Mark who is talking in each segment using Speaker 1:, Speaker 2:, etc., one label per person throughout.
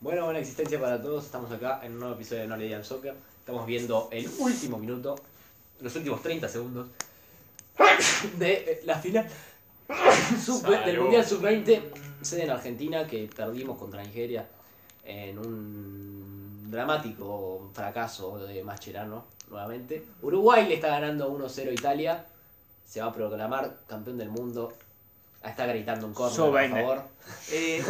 Speaker 1: Bueno, buena existencia para todos. Estamos acá en un nuevo episodio de No Le Digan Soccer. Estamos viendo el último minuto, los últimos 30 segundos de eh, la final sub-
Speaker 2: Salud.
Speaker 1: del Mundial Sub-20, sede en Argentina, que perdimos contra Nigeria en un dramático fracaso de Mascherano nuevamente. Uruguay le está ganando 1-0 a Italia. Se va a proclamar campeón del mundo. Ah, Está gritando un corner, por
Speaker 2: Sub-20.
Speaker 1: favor.
Speaker 3: Eh,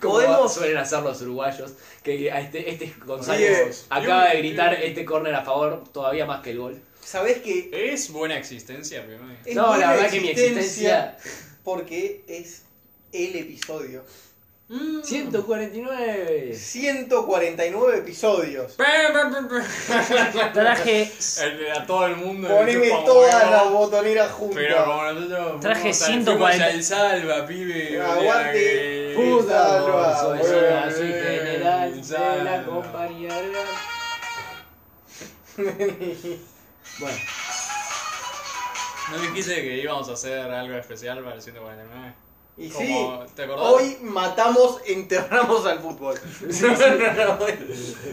Speaker 1: Como
Speaker 3: Podemos-
Speaker 1: suelen hacer los uruguayos, que a este, este González
Speaker 2: Sí, eh.
Speaker 1: acaba de
Speaker 2: Yo-
Speaker 1: gritar
Speaker 2: yo-
Speaker 1: este córner a favor, todavía más que el gol.
Speaker 3: ¿Sabés que
Speaker 2: Es buena existencia, primero.
Speaker 3: es
Speaker 1: no,
Speaker 3: buena
Speaker 1: la verdad que mi existencia...
Speaker 3: Porque es el episodio.
Speaker 1: 149.
Speaker 3: 149 episodios.
Speaker 4: Traje,
Speaker 2: A todo el mundo.
Speaker 3: Poneme
Speaker 2: le chupa un
Speaker 3: todas
Speaker 2: huevo,
Speaker 3: las botoneras
Speaker 2: Pero
Speaker 3: juntas.
Speaker 2: como nosotros.
Speaker 4: Traje
Speaker 2: fuimos al-
Speaker 4: 140.
Speaker 2: fuimos al salva, pibe.
Speaker 3: Aguante.
Speaker 2: boludo,
Speaker 3: Puta. Salva,
Speaker 1: Soy
Speaker 3: boludo.
Speaker 1: la soy general de la
Speaker 2: Salva.
Speaker 1: compañía. real. Bueno,
Speaker 2: que- ¿No dijiste que íbamos a hacer algo especial para el 149?
Speaker 3: y sí,
Speaker 2: Como, ¿Te acordás?
Speaker 3: hoy matamos, enterramos al fútbol.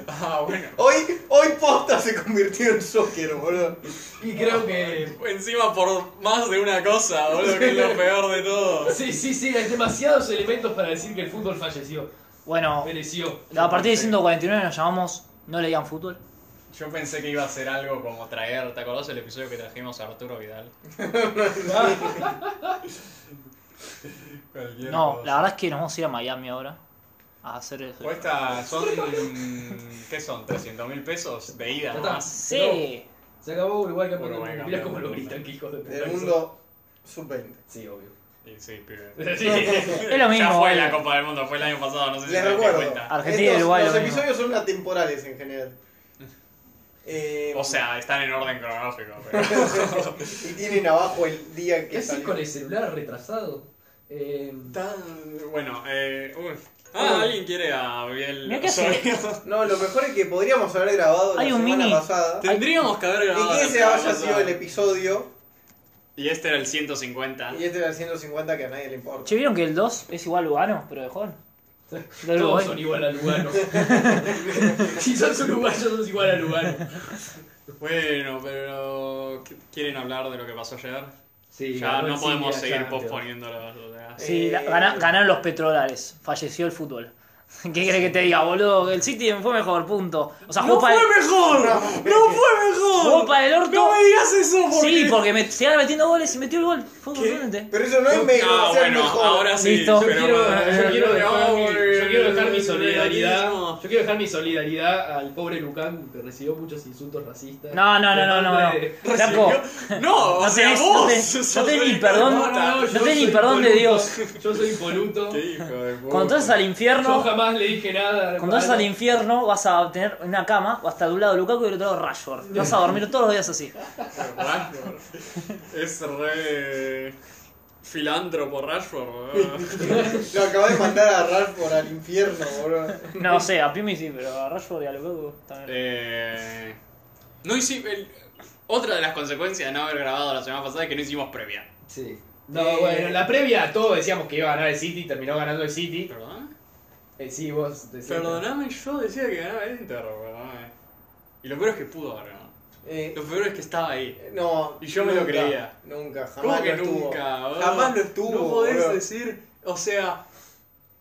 Speaker 2: Ah, bueno.
Speaker 3: Hoy, hoy posta se convirtió en soccer, boludo.
Speaker 1: y creo que.
Speaker 2: Encima por más de una cosa, boludo, que es lo peor de todo.
Speaker 5: Sí, sí, sí, hay demasiados elementos para decir que el fútbol falleció,
Speaker 4: bueno,
Speaker 5: pereció.
Speaker 4: a partir de 149 nos llamamos No le digan fútbol.
Speaker 2: Yo pensé que iba a ser algo como traer. ¿Te acordás el episodio que trajimos a Arturo Vidal? Cualquier
Speaker 4: No,
Speaker 2: cosa.
Speaker 4: la verdad es que nos vamos a ir a Miami ahora a hacer eso.
Speaker 2: Cuesta, son. ¿Qué son? ¿300 mil pesos de ida
Speaker 5: Ya está.
Speaker 2: más?
Speaker 4: Sí,
Speaker 5: Se acabó Uruguay campeón del
Speaker 2: Uruguay
Speaker 5: mundo.
Speaker 2: campeón
Speaker 5: Mirá cómo
Speaker 2: del
Speaker 5: lo
Speaker 2: mundo.
Speaker 5: gritan, qué hijos de puta.
Speaker 3: Del
Speaker 5: que son.
Speaker 3: mundo sub-20.
Speaker 5: Sí, obvio.
Speaker 2: Y sí, pibe.
Speaker 5: Sí.
Speaker 4: es lo mismo. eh. Ah.
Speaker 2: Ya fue
Speaker 4: boludo.
Speaker 2: la Copa del Mundo, fue el año pasado, no sé si
Speaker 3: Les
Speaker 2: te diste
Speaker 3: recuerdo.
Speaker 2: cuenta.
Speaker 4: Argentina y
Speaker 3: estos-
Speaker 4: Uruguay,
Speaker 3: Los
Speaker 4: lo mismo.
Speaker 3: episodios son atemporales en general. Eh,
Speaker 2: O sea, están en orden cronológico. pero-
Speaker 3: y tienen abajo el día
Speaker 5: ¿Qué
Speaker 3: que
Speaker 5: haces
Speaker 3: salió.
Speaker 5: con el celular retrasado? Eh,
Speaker 2: Tan- Bueno, eh. uy. Ah, alguien quiere a Biel.
Speaker 4: Mirá qué hace.
Speaker 2: Osorio.
Speaker 3: No, lo mejor es que podríamos haber grabado
Speaker 4: Hay
Speaker 3: la
Speaker 4: un
Speaker 3: semana
Speaker 4: mini.
Speaker 3: pasada.
Speaker 2: Tendríamos que haber grabado.
Speaker 3: Y que
Speaker 2: la
Speaker 3: ese
Speaker 2: semana
Speaker 3: haya sido
Speaker 2: pasada.
Speaker 3: el episodio.
Speaker 2: Y este era el 150.
Speaker 3: Y este era el 150 que a nadie le importa.
Speaker 4: Che, ¿vieron que el 2 es igual a Lugano, pero de joven? De
Speaker 5: todos
Speaker 4: Uruguay.
Speaker 5: son igual a Lugano. si sos uruguayo, sos igual a Lugano.
Speaker 2: Bueno, pero. ¿qu- ¿Quieren hablar de lo que pasó ayer?
Speaker 5: Sí,
Speaker 2: ya
Speaker 5: ganó
Speaker 2: no
Speaker 5: el
Speaker 2: podemos
Speaker 5: City,
Speaker 2: seguir
Speaker 5: ya,
Speaker 2: posponiéndolo. o sea.
Speaker 4: Sí, la-
Speaker 3: Eh,
Speaker 4: gana- ganaron los petrodólares. Falleció el fútbol. ¿Qué crees que te diga, boludo? El City fue mejor, punto. O sea, jugó para el,
Speaker 2: mejor! ¡No
Speaker 5: eh,
Speaker 2: fue
Speaker 4: jugó para el orto.
Speaker 2: digas eso!
Speaker 4: sí, porque me, se iban metiendo goles y metió el gol. Fue contundente.
Speaker 3: Pero eso no es mejor.
Speaker 2: Ah,
Speaker 3: ser
Speaker 2: bueno,
Speaker 3: mejor.
Speaker 2: ahora sí.
Speaker 4: Listo.
Speaker 5: Yo
Speaker 2: pero
Speaker 5: quiero, eh,
Speaker 2: bueno, eh,
Speaker 5: yo quiero dejar
Speaker 2: no,
Speaker 5: mi, yo quiero dejar mi
Speaker 2: el
Speaker 5: solidaridad.
Speaker 2: liberalismo.
Speaker 5: Yo quiero dejar mi solidaridad al pobre Lukaku que recibió muchos insultos racistas.
Speaker 4: No, no, no, no, no. no.
Speaker 5: Recibió-
Speaker 4: Flaco,
Speaker 2: No, o
Speaker 4: No
Speaker 2: sea,
Speaker 4: tenés- no
Speaker 2: vos.
Speaker 4: tenés- no
Speaker 2: sos
Speaker 4: tenés
Speaker 2: un
Speaker 4: ni
Speaker 2: hijo
Speaker 4: perdón.
Speaker 2: de
Speaker 5: No, no,
Speaker 2: puta.
Speaker 5: no, yo
Speaker 4: tenés ni
Speaker 5: soy
Speaker 4: perdón de
Speaker 5: impoluto. Yo soy impoluto.
Speaker 2: Qué hijo de puta.
Speaker 4: cuando entres al
Speaker 5: Yo
Speaker 4: infierno,
Speaker 5: jamás le dije nada.
Speaker 4: cuando entres al infierno vas a tener una cama, vas a estar de un lado Lukaku y del otro lado Rashford. Y vas a dormir todos los días así.
Speaker 2: Rashford. Es re. Filántropo Rashford. ¿verdad?
Speaker 3: Lo acabas de mandar a Ralph al infierno, boludo.
Speaker 4: No sé, a Pimi sí, pero a Rashford y a Lukaku también.
Speaker 2: Eh, no hicimos. Otra de las consecuencias de no haber grabado la semana pasada es que no hicimos previa.
Speaker 5: Sí. No,
Speaker 3: Eh,
Speaker 5: bueno, en la previa todos decíamos que iba a ganar el City, terminó ganando el City.
Speaker 2: ¿Perdón?
Speaker 5: Eh, sí, vos decías.
Speaker 2: Perdóname, yo decía que ganaba el Inter, perdóname. Y lo peor es que pudo haber ganado.
Speaker 3: Eh,
Speaker 2: Lo peor es que estaba ahí.
Speaker 3: no.
Speaker 2: Y yo me lo
Speaker 3: nunca,
Speaker 2: creía.
Speaker 3: Nunca,
Speaker 2: ¿Cómo
Speaker 3: jamás
Speaker 2: que
Speaker 3: lo estuvo.
Speaker 2: nunca? boludo?
Speaker 3: Jamás lo estuvo.
Speaker 2: No podés
Speaker 3: boludo.
Speaker 2: decir, o sea.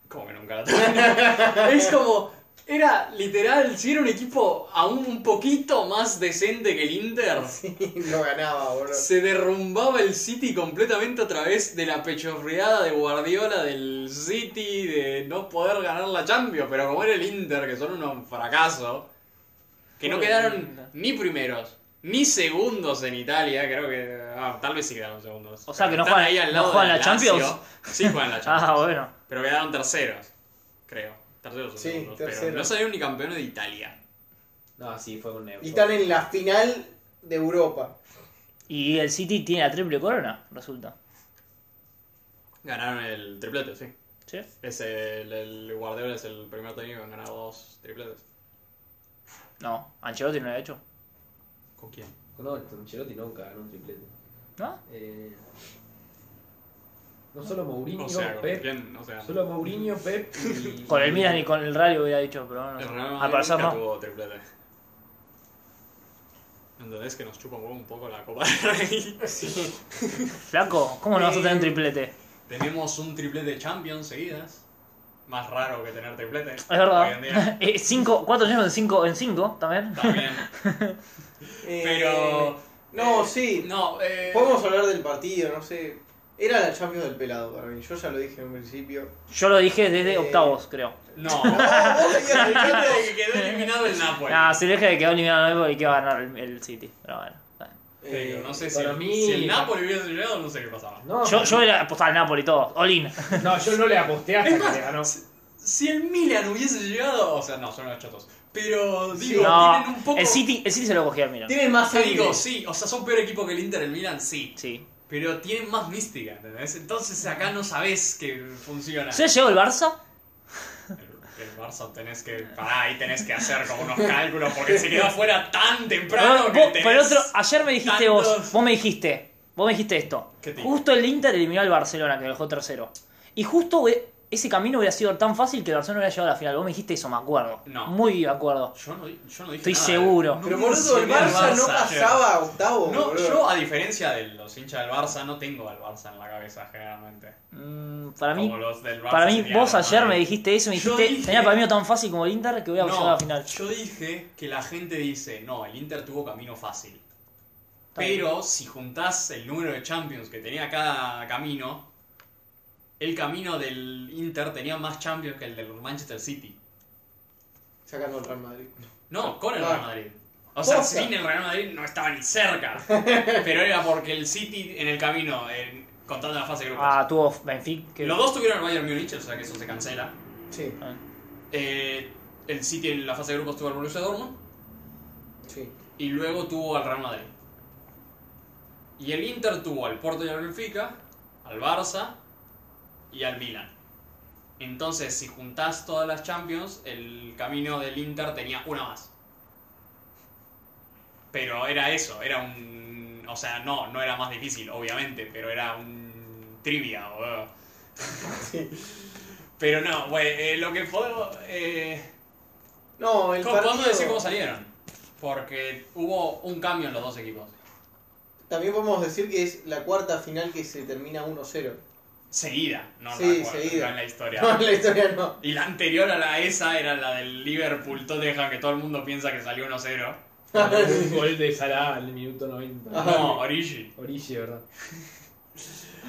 Speaker 2: ¿Cómo que nunca lo tuvo? es como. Era literal, si era un equipo aún un poquito más decente que el Inter,
Speaker 3: No ganaba, boludo.
Speaker 2: se derrumbaba el City completamente a través de la pechofriada de Guardiola del City, de no poder ganar la Champions, pero como era el Inter, que son unos fracasos, que no
Speaker 4: Pobre
Speaker 2: quedaron
Speaker 4: Inter.
Speaker 2: ni primeros, ni segundos en Italia, creo que... ah, tal vez sí quedaron segundos.
Speaker 4: O sea, que no
Speaker 2: Están
Speaker 4: juegan-
Speaker 2: ahí al
Speaker 4: no
Speaker 2: lado de
Speaker 4: juegan la
Speaker 2: Lazio.
Speaker 4: Champions.
Speaker 2: Sí juegan la Champions.
Speaker 4: Ah, bueno.
Speaker 2: Pero quedaron terceros, creo. Terceros o
Speaker 3: Sí,
Speaker 2: segundos, pero
Speaker 3: terceros.
Speaker 2: no salieron ni campeones de Italia.
Speaker 5: No, sí, fue un neutro.
Speaker 3: Y están en la final de Europa.
Speaker 4: Y el City tiene la triple corona, resulta.
Speaker 2: Ganaron el triplete, sí.
Speaker 4: ¿Sí?
Speaker 2: Es el, el Guardiola es el primer técnico que ha ganado dos tripletes.
Speaker 4: No, Ancelotti no lo ha hecho.
Speaker 2: ¿Con quién?
Speaker 5: Eh, No, Ancelotti nunca ganó un triplete.
Speaker 4: ¿No?
Speaker 5: Eh,
Speaker 1: No solo Mourinho,
Speaker 2: O sea, ¿con
Speaker 1: Pep.
Speaker 2: quién? O sea,
Speaker 1: Solo Mourinho, Pep y.
Speaker 4: Con el Milan y con el Rayo hubiera dicho, pero no.
Speaker 2: el
Speaker 4: sé.
Speaker 2: Real Madrid
Speaker 4: Al parecer
Speaker 2: nunca
Speaker 4: Ah, no.
Speaker 2: tuvo triplete. ¿Entendés que nos chupa un huevo un poco la Copa del Rey?
Speaker 4: Flaco, ¿cómo no vas a tener un triplete?
Speaker 2: Tenemos un triplete Champions seguidas. Más raro que tener triplete.
Speaker 4: Es
Speaker 2: Hoy en día.
Speaker 4: verdad. Eh, cinco, cuatro llenos en cinco, en cinco también.
Speaker 2: También.
Speaker 3: Eh,
Speaker 2: Pero.
Speaker 3: No,
Speaker 2: eh,
Speaker 3: sí.
Speaker 2: No, eh.
Speaker 3: Podemos hablar del partido, no sé. Era la Champions del pelado para mí. Yo ya lo dije en un principio.
Speaker 4: Yo lo dije desde
Speaker 3: Eh,
Speaker 4: octavos, creo.
Speaker 2: No.
Speaker 3: ¡Oh, vos tenías el
Speaker 2: Fíjate
Speaker 3: Champions!
Speaker 2: que quedó eliminado el Napoli.
Speaker 4: Ah, se deja de quedó eliminado el Napoli y que va a ganar el, el City. Pero bueno. está bien.
Speaker 2: Pero no sé si,
Speaker 1: para
Speaker 2: el-
Speaker 1: mí-
Speaker 2: si el Napoli hubiese llegado, no sé qué pasaba.
Speaker 1: No,
Speaker 4: Yo, yo era apostaba al Napoli todo. All in.
Speaker 5: No, yo no le aposté hasta
Speaker 2: Es
Speaker 5: que
Speaker 2: más,
Speaker 5: le ganó.
Speaker 2: si- Si el Milan hubiese llegado, o sea, no, son los chotos. Pero digo,
Speaker 4: No,
Speaker 2: tienen un poco.
Speaker 4: el City, el City se lo cogía al Milan.
Speaker 3: Eh, Tiene más
Speaker 2: Te digo,
Speaker 3: aire.
Speaker 2: sí, o sea, son peor equipo que el Inter, el Milan, sí.
Speaker 4: Sí.
Speaker 2: Pero tienen más mística, ¿entendés? Entonces acá no sabés que funciona.
Speaker 4: ¿Se llegó el Barça?
Speaker 2: El, el Barça tenés que. Pará, ahí tenés que hacer como unos cálculos porque se quedó afuera tan temprano.
Speaker 4: Pero,
Speaker 2: que
Speaker 4: Ah, vos-
Speaker 2: tenés-
Speaker 4: pero otro, ayer me dijiste vos,
Speaker 2: tantos-
Speaker 4: vos me dijiste, vos me dijiste esto.
Speaker 2: ¿Qué te dije?
Speaker 4: Justo el Inter eliminó al Barcelona, que lo dejó tercero. Y justo eh, ese camino hubiera sido tan fácil que el Barcelona hubiera llegado a la final. Vos me dijiste eso, me acuerdo.
Speaker 2: No.
Speaker 4: Muy de acuerdo.
Speaker 2: Yo no, yo no dije
Speaker 4: Estoy
Speaker 2: nada.
Speaker 4: seguro.
Speaker 2: No
Speaker 3: Pero boludo, el
Speaker 2: mencioné al
Speaker 3: Barça no
Speaker 2: Barça ayer.
Speaker 3: pasaba a octavo.
Speaker 2: No,
Speaker 3: boludo.
Speaker 2: yo a diferencia de los hinchas del Barça, no tengo al Barça en la cabeza generalmente.
Speaker 4: Mm, para mí,
Speaker 2: Como los del Barça
Speaker 4: para mí
Speaker 2: serían
Speaker 4: vos
Speaker 2: los
Speaker 4: ayer me
Speaker 2: Madrid.
Speaker 4: dijiste eso, me
Speaker 2: Yo
Speaker 4: dijiste,
Speaker 2: dije-
Speaker 4: tenía para mí tan fácil como el Inter que hubiera llegado a la final.
Speaker 2: Yo dije que la gente dice, no, el Inter tuvo camino fácil.
Speaker 4: bien.
Speaker 2: Pero si juntás el número de Champions que tenía cada camino, el camino del Inter tenía más Champions que el del Manchester City.
Speaker 3: Sacando al Real Madrid.
Speaker 2: No, con el
Speaker 3: Ah.
Speaker 2: Real Madrid. O sea,
Speaker 3: Posta.
Speaker 2: sin el Real Madrid no estaba ni cerca. Pero era porque el City en el camino, en- contando la fase de grupos.
Speaker 4: Ah, tuvo Benfica. que-
Speaker 2: Los dos tuvieron al Bayern Múnich, o sea que eso se cancela.
Speaker 3: Sí,
Speaker 4: Ah.
Speaker 2: Eh, el City en la fase de grupos tuvo al Borussia Dortmund.
Speaker 3: sí.
Speaker 2: Y luego tuvo al Real Madrid. Y el Inter tuvo al Porto y al Benfica, al Barça y al Milan. Entonces, si juntás todas las Champions, el camino del Inter tenía una más. Pero era eso, era un... O sea, no, no era más difícil, obviamente, pero era un trivia, boludo. Pero no, güey, eh, lo que puedo... eh,
Speaker 3: No, el
Speaker 2: ¿Cómo podemos
Speaker 3: partido-
Speaker 2: decir cómo salieron? Porque hubo un cambio en los dos equipos.
Speaker 3: También podemos decir que es la cuarta final que se termina 1-0.
Speaker 2: Seguida, no,
Speaker 3: Sí,
Speaker 2: la, cuarta,
Speaker 3: seguida.
Speaker 2: no en la historia.
Speaker 3: No, en la historia no.
Speaker 2: Y la anterior a la esa era la del Liverpool Tottenham, que todo el mundo piensa que salió 1-0.
Speaker 5: Un gol de Salah al minuto 90.
Speaker 3: Ajá.
Speaker 2: No, Origi.
Speaker 5: Origi, ¿verdad?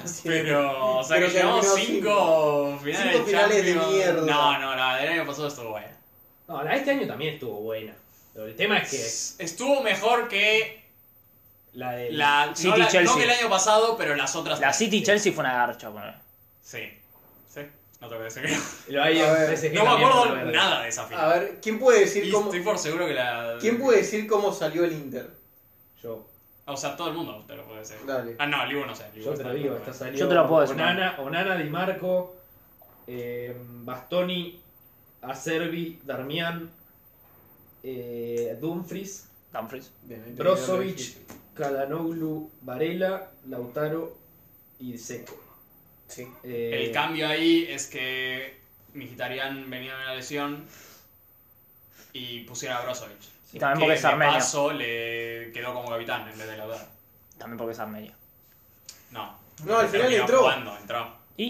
Speaker 3: Así es.
Speaker 2: Pero, o sea,
Speaker 3: Pero
Speaker 2: que llevamos
Speaker 3: terminó
Speaker 2: cinco finales,
Speaker 3: Cinco
Speaker 2: de
Speaker 3: finales de
Speaker 2: Champions.
Speaker 3: mierda.
Speaker 2: No, no, la del año pasado estuvo buena.
Speaker 5: No, la de este año también estuvo buena. Pero el tema es
Speaker 2: Estuvo mejor que
Speaker 5: que la de
Speaker 2: la.
Speaker 4: City,
Speaker 2: no, la- no
Speaker 4: Chelsea.
Speaker 2: que el año pasado, pero las otras.
Speaker 4: La
Speaker 2: tres.
Speaker 4: City Chelsea fue una garcha, ponele.
Speaker 2: Sí. Sí. No tengo que decir que no.
Speaker 5: el
Speaker 3: A ver,
Speaker 5: Bayern PSG
Speaker 2: No me
Speaker 5: también fue
Speaker 2: acuerdo
Speaker 5: una verga.
Speaker 2: nada de esa
Speaker 3: A
Speaker 2: final.
Speaker 3: ver, ¿quién puede decir
Speaker 2: Y
Speaker 3: cómo,
Speaker 2: estoy por seguro que la.
Speaker 3: ¿quién puede decir cómo salió el Inter?
Speaker 5: Yo,
Speaker 2: O sea, todo el mundo te lo puede decir.
Speaker 3: Dale.
Speaker 2: Ah, no, Libu no sé. Libu
Speaker 5: yo te lo
Speaker 2: está-
Speaker 5: digo, está saliendo.
Speaker 4: Yo te lo puedo decir.
Speaker 5: Onana, Onana Di Marco, eh, Bastoni, Acerbi, Darmian, eh, Dumfries,
Speaker 4: Dumfries.
Speaker 5: Brozovic, Kalanoglu, Varela, Lautaro y Seco.
Speaker 3: Sí.
Speaker 5: Eh,
Speaker 2: El cambio ahí es que Mijitarian venía de una lesión y pusiera a Brozovic.
Speaker 4: Y también porque
Speaker 2: que
Speaker 4: es
Speaker 2: de
Speaker 4: armenio.
Speaker 2: paso le quedó como capitán en vez de Lautaro.
Speaker 4: También porque es armenio.
Speaker 2: No.
Speaker 3: No, al final
Speaker 2: Terminó
Speaker 3: entró.
Speaker 2: jugando, entró.
Speaker 4: ¿Y?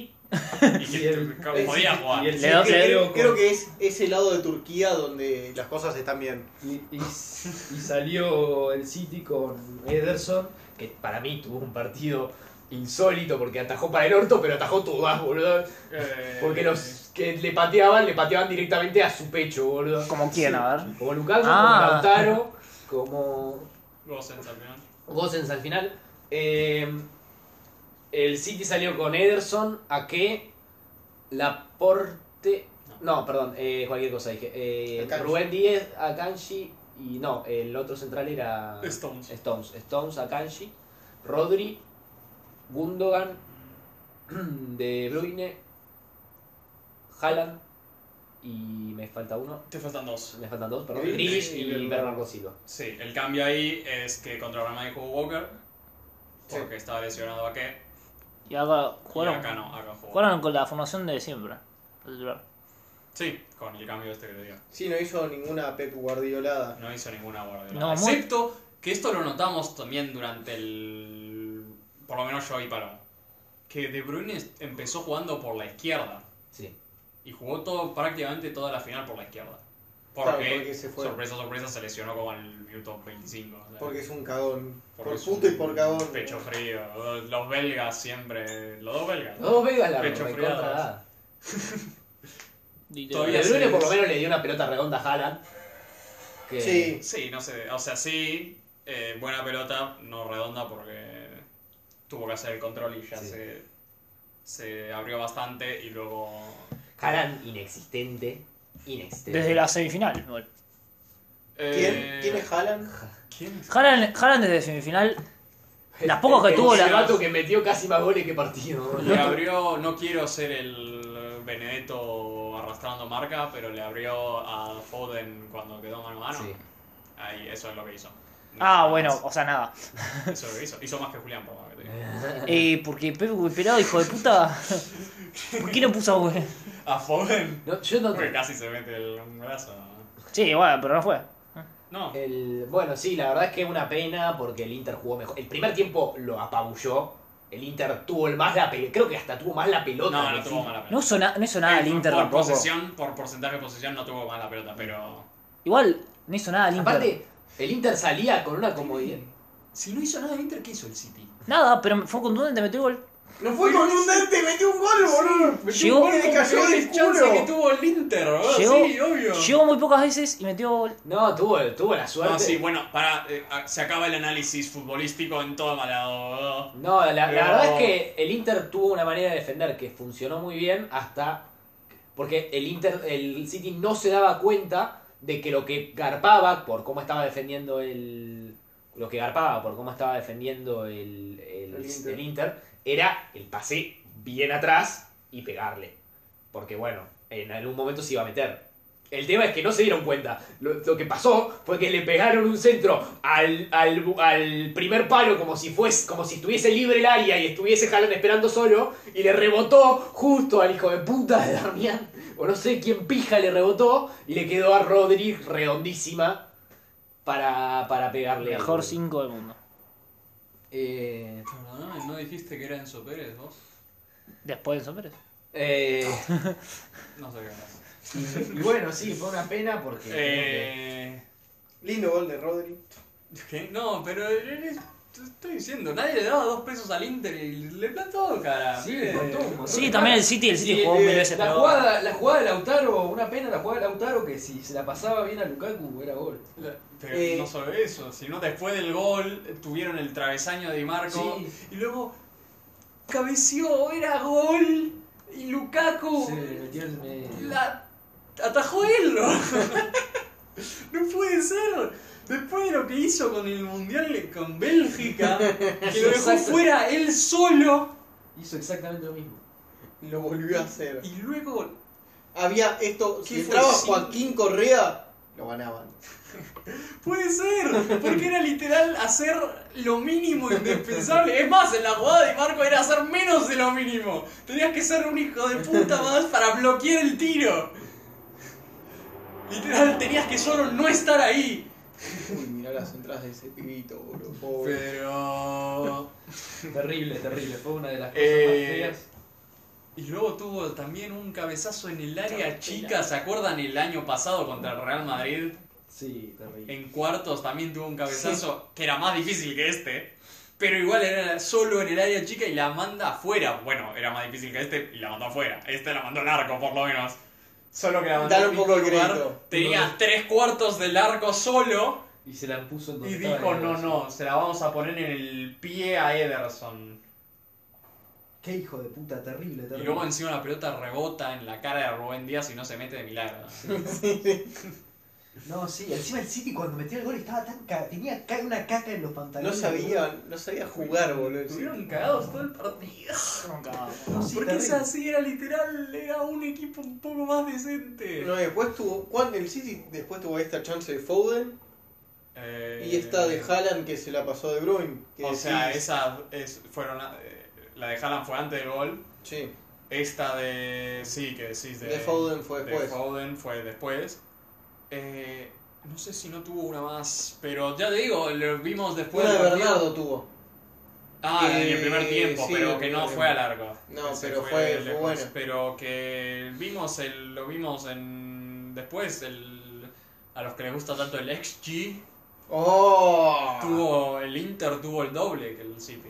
Speaker 2: Y que
Speaker 5: Y el-
Speaker 2: podía jugar.
Speaker 5: y el
Speaker 4: Le doy-
Speaker 5: Seco
Speaker 3: creo,
Speaker 2: eh.
Speaker 5: con-
Speaker 3: creo que es ese lado de Turquía donde las cosas están bien.
Speaker 5: Y, y- y salió el City con Ederson, que para mí tuvo un partido insólito porque atajó para el orto, pero atajó todas, boludo.
Speaker 2: Eh,
Speaker 5: Porque los que le pateaban, le pateaban directamente a su pecho, boludo.
Speaker 4: Como quién, a ver.
Speaker 5: Como Lukaku,
Speaker 4: Ah.
Speaker 5: como Lautaro, como
Speaker 2: Gosens al final.
Speaker 5: Gosens al final. Eh, el City salió con Ederson, a que
Speaker 1: Laporte. No, perdón, eh, cualquier cosa dije. Eh,
Speaker 3: Akanji.
Speaker 1: Rubén Díez, Akanji y no, el otro central
Speaker 5: Ah.
Speaker 1: era.
Speaker 2: Stones.
Speaker 1: Stones. Stones, Akanji, Rodri, Gundogan, De Bruyne, Haaland y me falta uno.
Speaker 2: Te faltan dos.
Speaker 1: Me faltan dos, perdón.
Speaker 3: Grealish
Speaker 1: Grealish
Speaker 2: y
Speaker 1: y
Speaker 2: Bernardo.
Speaker 1: Bernardo Silva.
Speaker 2: Sí, el cambio ahí es que contra Real Madrid jugó Walker, porque estaba lesionado a qué.
Speaker 4: Y acá
Speaker 2: Y
Speaker 4: jugaron,
Speaker 2: acá no, acá jugó.
Speaker 4: jugaron con la formación de siempre. del titular.
Speaker 2: Sí, con el cambio este que te digo.
Speaker 3: Sí, no hizo ninguna Pep Guardiolada.
Speaker 2: No hizo ninguna guardia.
Speaker 4: No, muy-
Speaker 2: Excepto que esto lo notamos también durante el. Por lo menos yo y Palomo. Que De Bruyne es- empezó jugando por la izquierda.
Speaker 1: Sí.
Speaker 2: Y jugó todo, prácticamente toda la final por la izquierda. Porque,
Speaker 3: Claro, porque se fue.
Speaker 2: sorpresa, sorpresa, se lesionó como al minuto 25. o sea,
Speaker 3: Porque es un cagón.
Speaker 2: porque
Speaker 3: por
Speaker 2: es un
Speaker 3: puto y por cagón.
Speaker 2: Pecho frío. Los belgas siempre. Los dos belgas.
Speaker 1: Los dos Vegas la
Speaker 2: Pecho
Speaker 1: recontra
Speaker 2: frío.
Speaker 1: da.
Speaker 4: Y
Speaker 2: Todavía
Speaker 1: De
Speaker 2: sí
Speaker 1: Bruyne
Speaker 2: es.
Speaker 1: por lo menos le dio una pelota redonda a Haaland. Que
Speaker 3: Sí,
Speaker 2: Sí, no sé. O sea, sí. eh, buena pelota, no redonda porque tuvo que hacer el control y ya
Speaker 1: Sí.
Speaker 2: se, se abrió bastante y luego.
Speaker 1: Haaland inexistente. Inexistente.
Speaker 4: Desde la semifinal. igual.
Speaker 3: ¿Quién?
Speaker 2: Eh,
Speaker 3: ¿Quién es Haaland?
Speaker 2: ¿Quién es?
Speaker 4: Haaland, Haaland desde semifinal. Las pocas que tuvo
Speaker 5: El
Speaker 4: la.
Speaker 5: vato que metió casi más goles que partido. boludo.
Speaker 2: Le abrió, no quiero ser el Benedetto arrastrando marca, pero le abrió a Foden cuando quedó mano a mano.
Speaker 1: Sí.
Speaker 2: Ahí, eso es lo que hizo.
Speaker 4: Ah, bueno, o sea, nada.
Speaker 2: Eso es lo que hizo. Hizo más que Julián, por lo que te digo.
Speaker 4: Eh, porque Pepe Pelado, hijo de puta. ¿Por qué no puso a Güey?
Speaker 2: A Foden.
Speaker 1: No, yo no.
Speaker 2: Porque casi se mete el brazo. ¿no?
Speaker 4: Sí, bueno, pero no fue.
Speaker 2: No.
Speaker 1: El, bueno, sí, la verdad es que es una pena porque el Inter jugó mejor. El primer tiempo lo apabulló. El Inter tuvo el más la pelota. Creo que hasta tuvo más la pelota.
Speaker 2: No,
Speaker 1: que
Speaker 2: no
Speaker 1: el
Speaker 2: tuvo
Speaker 1: City.
Speaker 2: mala pelota.
Speaker 4: No hizo, na- no hizo nada el
Speaker 2: Por-
Speaker 4: Inter
Speaker 2: por
Speaker 4: tampoco.
Speaker 2: Posesión, por porcentaje de posesión no tuvo mala pelota, pero.
Speaker 4: Igual, no hizo nada el Inter.
Speaker 1: Aparte, el Inter salía con una comodidad.
Speaker 2: Si no hizo nada el Inter, ¿qué hizo el City?
Speaker 4: Nada, pero fue contundente, metió el gol.
Speaker 3: No fue contundente, metió un gol, boludo. Metió
Speaker 4: Llegó-
Speaker 3: un gol que cayó del
Speaker 2: chance que
Speaker 3: culo.
Speaker 2: tuvo el Inter, ¿verdad?
Speaker 4: Llegó-
Speaker 2: sí, obvio.
Speaker 4: Llegó muy pocas veces y metió gol.
Speaker 1: No, tuvo, tuvo la suerte.
Speaker 2: No, Ah, sí, bueno, para, se acaba el análisis futbolístico en todo malado.
Speaker 1: No, la, la
Speaker 2: Pero-
Speaker 1: verdad es que el Inter tuvo una manera de defender que funcionó muy bien hasta porque el Inter, el City no se daba cuenta de que lo que garpaba por cómo estaba defendiendo el lo que garpaba por cómo estaba defendiendo el, el-
Speaker 3: El Inter.
Speaker 1: el Inter era el pase bien atrás y pegarle. Porque bueno, en algún momento se iba a meter. El tema es que no se dieron cuenta. Lo, lo que pasó fue que le pegaron un centro al, al, bu- al primer palo como si fuese, como si estuviese libre el área y estuviese Haaland esperando solo y le rebotó justo al hijo de puta de Darmian o no sé quién pija le rebotó y le quedó a Rodri redondísima para, para pegarle. al
Speaker 4: Mejor
Speaker 1: gol.
Speaker 4: 5 del mundo.
Speaker 1: Eh,
Speaker 2: Perdóname, ¿no dijiste que era Enzo Pérez vos?
Speaker 4: Después de Pérez.
Speaker 1: eh,
Speaker 2: No sé qué era.
Speaker 1: y, y bueno, sí, fue una pena porque...
Speaker 2: Eh,
Speaker 3: Lindo gol de Rodri.
Speaker 2: ¿qué? No, pero eh, te estoy diciendo, nadie le daba dos pesos al Inter y le plantó cara.
Speaker 1: Sí,
Speaker 5: eh,
Speaker 2: pibe.
Speaker 1: le plantó.
Speaker 4: Sí, también el City, el City
Speaker 5: Y,
Speaker 4: jugó
Speaker 5: eh,
Speaker 4: mil veces
Speaker 5: la
Speaker 4: peor.
Speaker 5: jugada, la jugada de Lautaro, una pena la jugada de Lautaro que si se la pasaba bien a Lukaku era gol.
Speaker 2: La- Pero
Speaker 3: Eh.
Speaker 2: no solo eso, sino después del gol eh, tuvieron el travesaño de Di Marco
Speaker 5: Sí.
Speaker 2: y luego cabeció, era gol y Lukaku
Speaker 5: Se metió en el medio.
Speaker 2: la atajó él. ¿no? No puede ser. Después de lo que hizo con el mundial eh, con Bélgica, que lo dejó
Speaker 5: Exacto.
Speaker 2: fuera él solo
Speaker 5: Hizo exactamente lo mismo.
Speaker 3: Lo volvió a hacer.
Speaker 2: y luego
Speaker 3: Había esto.
Speaker 2: ¿Qué
Speaker 3: Si
Speaker 2: fue?
Speaker 3: entraba
Speaker 2: Sí.
Speaker 3: Joaquín Correa, lo ganaban.
Speaker 2: Puede ser, porque era literal hacer lo mínimo indispensable. Es más, en la jugada de Marco era hacer menos de lo mínimo. Tenías que ser un hijo de puta más para bloquear el tiro. Literal, tenías que solo no estar ahí.
Speaker 3: Uy, mirá las entradas de ese pibito, boludo. Pobre.
Speaker 2: Pero...
Speaker 5: Terrible, terrible. Fue una de las cosas
Speaker 2: Eh,
Speaker 5: más feas.
Speaker 2: Y luego tuvo también un cabezazo en el área chica, ¿se acuerdan el año pasado contra el Real Madrid?
Speaker 5: Sí, terrible.
Speaker 2: En cuartos también tuvo un cabezazo que era más difícil que este, pero igual era solo en el área chica y la manda afuera. Bueno, era más difícil que este y la mandó afuera. Este la mandó al arco, por lo menos. Solo que la mandó
Speaker 3: Dale
Speaker 2: al
Speaker 3: un poco
Speaker 2: mismo
Speaker 3: de
Speaker 2: lugar.
Speaker 3: crédito.
Speaker 2: Tenía
Speaker 5: No.
Speaker 2: tres cuartos del arco solo
Speaker 5: Y se la puso en donde
Speaker 2: y
Speaker 5: estaba
Speaker 2: dijo:
Speaker 5: el
Speaker 2: No,
Speaker 5: brazo.
Speaker 2: no, se la vamos a poner en el pie a Ederson.
Speaker 5: Qué hijo de puta, terrible,
Speaker 2: Y
Speaker 5: terrible.
Speaker 2: luego encima la pelota rebota en la cara de Rubén Díaz y no se mete de milagro.
Speaker 6: No, sí, encima el City cuando metió el gol estaba tan ca- tenía ca- una caca en los
Speaker 3: No
Speaker 6: pantalones. boludo.
Speaker 3: sabía, no sabía jugar, boludo.
Speaker 2: Estuvieron cagados todo el partido.
Speaker 4: Nunca-
Speaker 6: No, sí,
Speaker 2: Porque
Speaker 6: terrible.
Speaker 2: esa sí era literal, era un equipo un poco más decente.
Speaker 3: No, después tuvo. ¿cuándo? El City después tuvo esta chance de Foden
Speaker 2: Eh,
Speaker 3: y esta de Haaland que se la pasó de Bruin.
Speaker 2: O sea, esas es- fueron eh, la, la de Haaland fue antes del gol.
Speaker 3: Sí.
Speaker 2: Esta de. Sí, que decís de.
Speaker 3: De Foden fue
Speaker 2: de
Speaker 3: después.
Speaker 2: Foden fue después. Eh, no sé si no tuvo una más, pero ya te digo, lo vimos después.
Speaker 3: Una de
Speaker 2: del partido.
Speaker 3: Bernardo tuvo.
Speaker 2: Ah, en el
Speaker 3: Eh,
Speaker 2: primer tiempo,
Speaker 3: sí,
Speaker 2: pero
Speaker 3: el
Speaker 2: que
Speaker 3: primer
Speaker 2: no
Speaker 3: tiempo.
Speaker 2: fue a largo.
Speaker 3: No,
Speaker 2: Ese
Speaker 3: pero fue-
Speaker 2: el
Speaker 3: fue
Speaker 2: después,
Speaker 3: bueno.
Speaker 2: Pero que vimos el, lo vimos en después, el, a los que les gusta tanto el XG,
Speaker 3: ¡Oh!
Speaker 2: tuvo el Inter tuvo el doble que el City.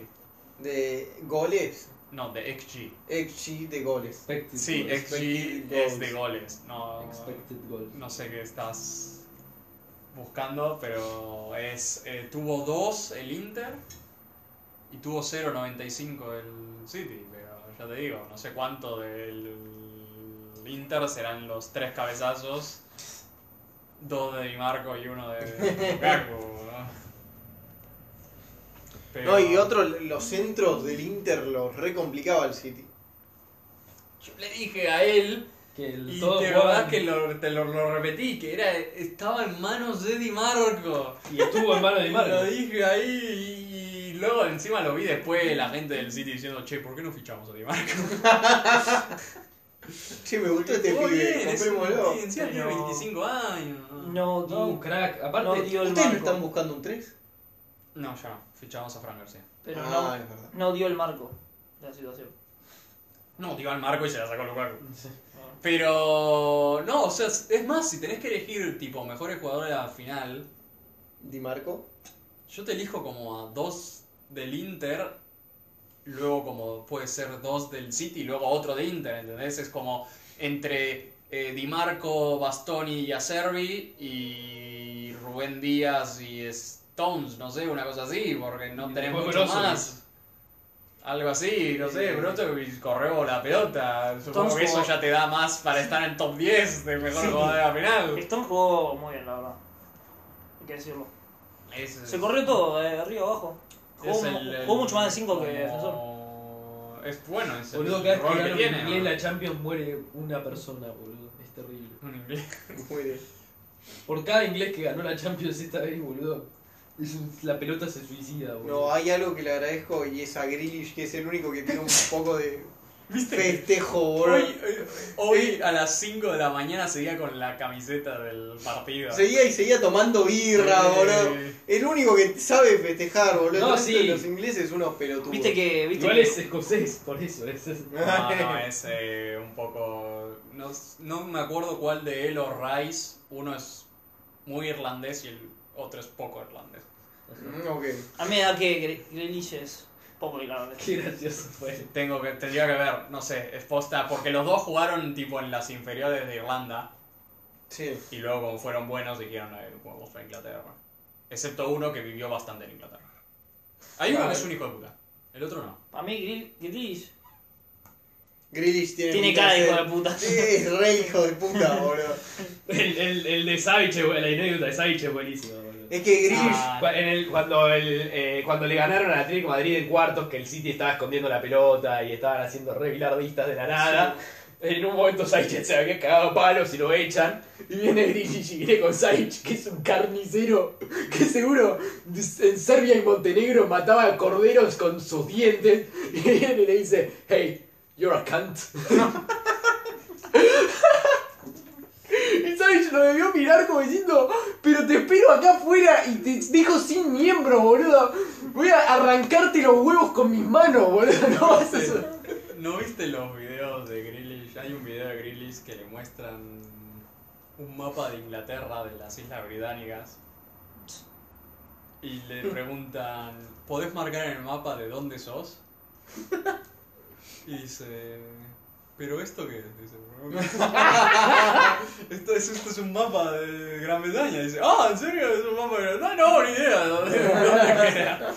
Speaker 3: De goles.
Speaker 2: No, de XG.
Speaker 3: XG de goles.
Speaker 5: Expected
Speaker 2: Sí,
Speaker 5: goals.
Speaker 2: XG
Speaker 3: goals.
Speaker 2: es de goles. No,
Speaker 5: Expected goals.
Speaker 2: no sé qué estás buscando, pero es eh, tuvo 2 el Inter y tuvo 0.95 el City, pero ya te digo, no sé cuánto del Inter serán los tres cabezazos, dos de Di Marco y uno de Lukaku. ¿no? Pero-
Speaker 3: No, y otro, los centros del Inter los recomplicaba el City.
Speaker 2: Yo le dije a él
Speaker 5: Que el-
Speaker 2: Y
Speaker 5: todos
Speaker 2: te
Speaker 5: jugaban-
Speaker 2: acordás que lo, te lo, lo repetí, que era estaba en manos de Di Marco.
Speaker 5: Y estuvo en manos de
Speaker 2: Y
Speaker 5: Marco.
Speaker 2: Lo dije ahí y, luego encima lo vi después la gente del City diciendo, che, ¿por qué no fichamos a Di Marco?
Speaker 3: Che, me gustó este
Speaker 2: Jugó bien,
Speaker 3: pibe,
Speaker 2: es un
Speaker 3: comprémoslo.
Speaker 2: potencial, tiene
Speaker 4: No.
Speaker 2: 25 años.
Speaker 4: No,
Speaker 5: No, un
Speaker 4: di-
Speaker 5: crack.
Speaker 4: no
Speaker 5: Aparte,
Speaker 4: dio el
Speaker 3: ¿Ustedes no están
Speaker 4: marco.
Speaker 3: buscando un 3?
Speaker 2: No, ya, no, fichamos a Fran García.
Speaker 4: Pero
Speaker 3: ah,
Speaker 4: no,
Speaker 3: es verdad.
Speaker 4: no dio el marco la situación.
Speaker 2: No, dio al Marco y se la sacó Lukaku. Pero no, o sea, es más, si tenés que elegir tipo mejores jugadores de la final,
Speaker 3: Di Marco.
Speaker 2: Yo te elijo como a dos del Inter, luego como puede ser dos del City, y luego otro de Inter, ¿entendés? Es como entre eh, Di Marco, Bastoni y Acerbi y Rubén Díaz y Stones, no sé, una cosa así, porque no
Speaker 5: Y
Speaker 2: tenemos
Speaker 5: después
Speaker 2: mucho
Speaker 5: Brozovic.
Speaker 2: más. Algo así, no sé, Brozovic correo la pelota. Supongo
Speaker 4: Stones
Speaker 2: que eso
Speaker 4: jugó-
Speaker 2: ya te da más para estar en el top 10 de mejor jugador de la final.
Speaker 4: Stone jugó muy bien, la verdad. Hay que decirlo.
Speaker 2: Es-
Speaker 4: Se corrió todo, eh, arriba, abajo. Jugó,
Speaker 2: Es
Speaker 4: mu-
Speaker 2: el- el-
Speaker 4: jugó mucho más de 5 que
Speaker 2: como-
Speaker 4: defensor.
Speaker 2: Es bueno, es el
Speaker 5: boludo, cada vez
Speaker 2: rol
Speaker 5: que
Speaker 2: que
Speaker 5: gana
Speaker 2: tiene.
Speaker 5: un inglés
Speaker 2: ¿no?
Speaker 5: la Champions muere una persona, boludo. Es terrible.
Speaker 2: Un inglés.
Speaker 3: Muy bien.
Speaker 5: Por cada inglés que ganó la Champions esta vez, boludo, la pelota se suicida, boludo.
Speaker 3: No, ah, hay algo que le agradezco y es a Grealish, que es el único que tiene un poco de
Speaker 2: ¿Viste?
Speaker 3: festejo, boludo.
Speaker 2: Hoy, hoy a las 5 de la mañana seguía con la camiseta del partido.
Speaker 3: Seguía y seguía tomando birra,
Speaker 2: Sí.
Speaker 3: boludo. El único que sabe festejar, boludo.
Speaker 5: No,
Speaker 3: El resto
Speaker 5: sí.
Speaker 3: de Los ingleses unos pelotudos.
Speaker 4: Viste que. Viste
Speaker 5: Igual
Speaker 4: que-
Speaker 5: es escocés, por eso. Es, es-
Speaker 2: No, no, es eh, un poco. No, no me acuerdo cuál de él o Rice. Uno es muy irlandés y el otro es poco irlandés.
Speaker 3: Mm, ok.
Speaker 4: A mí me da que Gre- Grealish es poco irlandés.
Speaker 5: Qué gracioso fue.
Speaker 2: Tengo que, tendría que ver, no sé, es posta, porque los dos jugaron tipo en las inferiores de Irlanda.
Speaker 3: Sí.
Speaker 2: Y luego, como fueron buenos, dijeron eh, jugamos para Inglaterra. Excepto uno que vivió bastante en Inglaterra. Hay uno que es un hijo de puta. El otro no.
Speaker 4: A mí Gre- Grealish
Speaker 3: Grealish tiene.
Speaker 4: tiene
Speaker 3: pinta
Speaker 4: cara de hijo
Speaker 3: ser-
Speaker 4: de puta.
Speaker 3: Sí, es re hijo de puta, boludo.
Speaker 5: El, el, el de Savic, la anécdota de Savic es buenísima, boludo.
Speaker 3: Es que Grealish.
Speaker 2: Ah,
Speaker 5: Cu- en el- cuando, el, eh, cuando le ganaron al Atlético de Madrid en cuartos, que el City estaba escondiendo la pelota y estaban haciendo revilardistas de la nada, en un momento Sajic se había cagado a palos y lo echan. Y viene Grilich y viene con Sajic, que es un carnicero, que seguro en Serbia y Montenegro mataba a corderos con sus dientes. Y viene y le dice: Hey, you're a cunt. Y Savage lo debió mirar como diciendo, pero te espero acá afuera y te dejo sin miembro, boludo. Voy a arrancarte los huevos con mis manos, boludo. No vas a hacer-
Speaker 2: ¿No viste los videos de Grealish? Hay un video de Grealish que le muestran un mapa de Inglaterra, de las Islas Británicas. Y le preguntan, ¿podés marcar en el mapa de dónde sos? Y dice, ¿pero esto qué es? Dice, "No, no". esto, es, esto es un mapa de Gran Bretaña. Dice, ah, ¿en serio? Es un mapa de Gran Bretaña. No, ni idea. de dónde- dónde queda".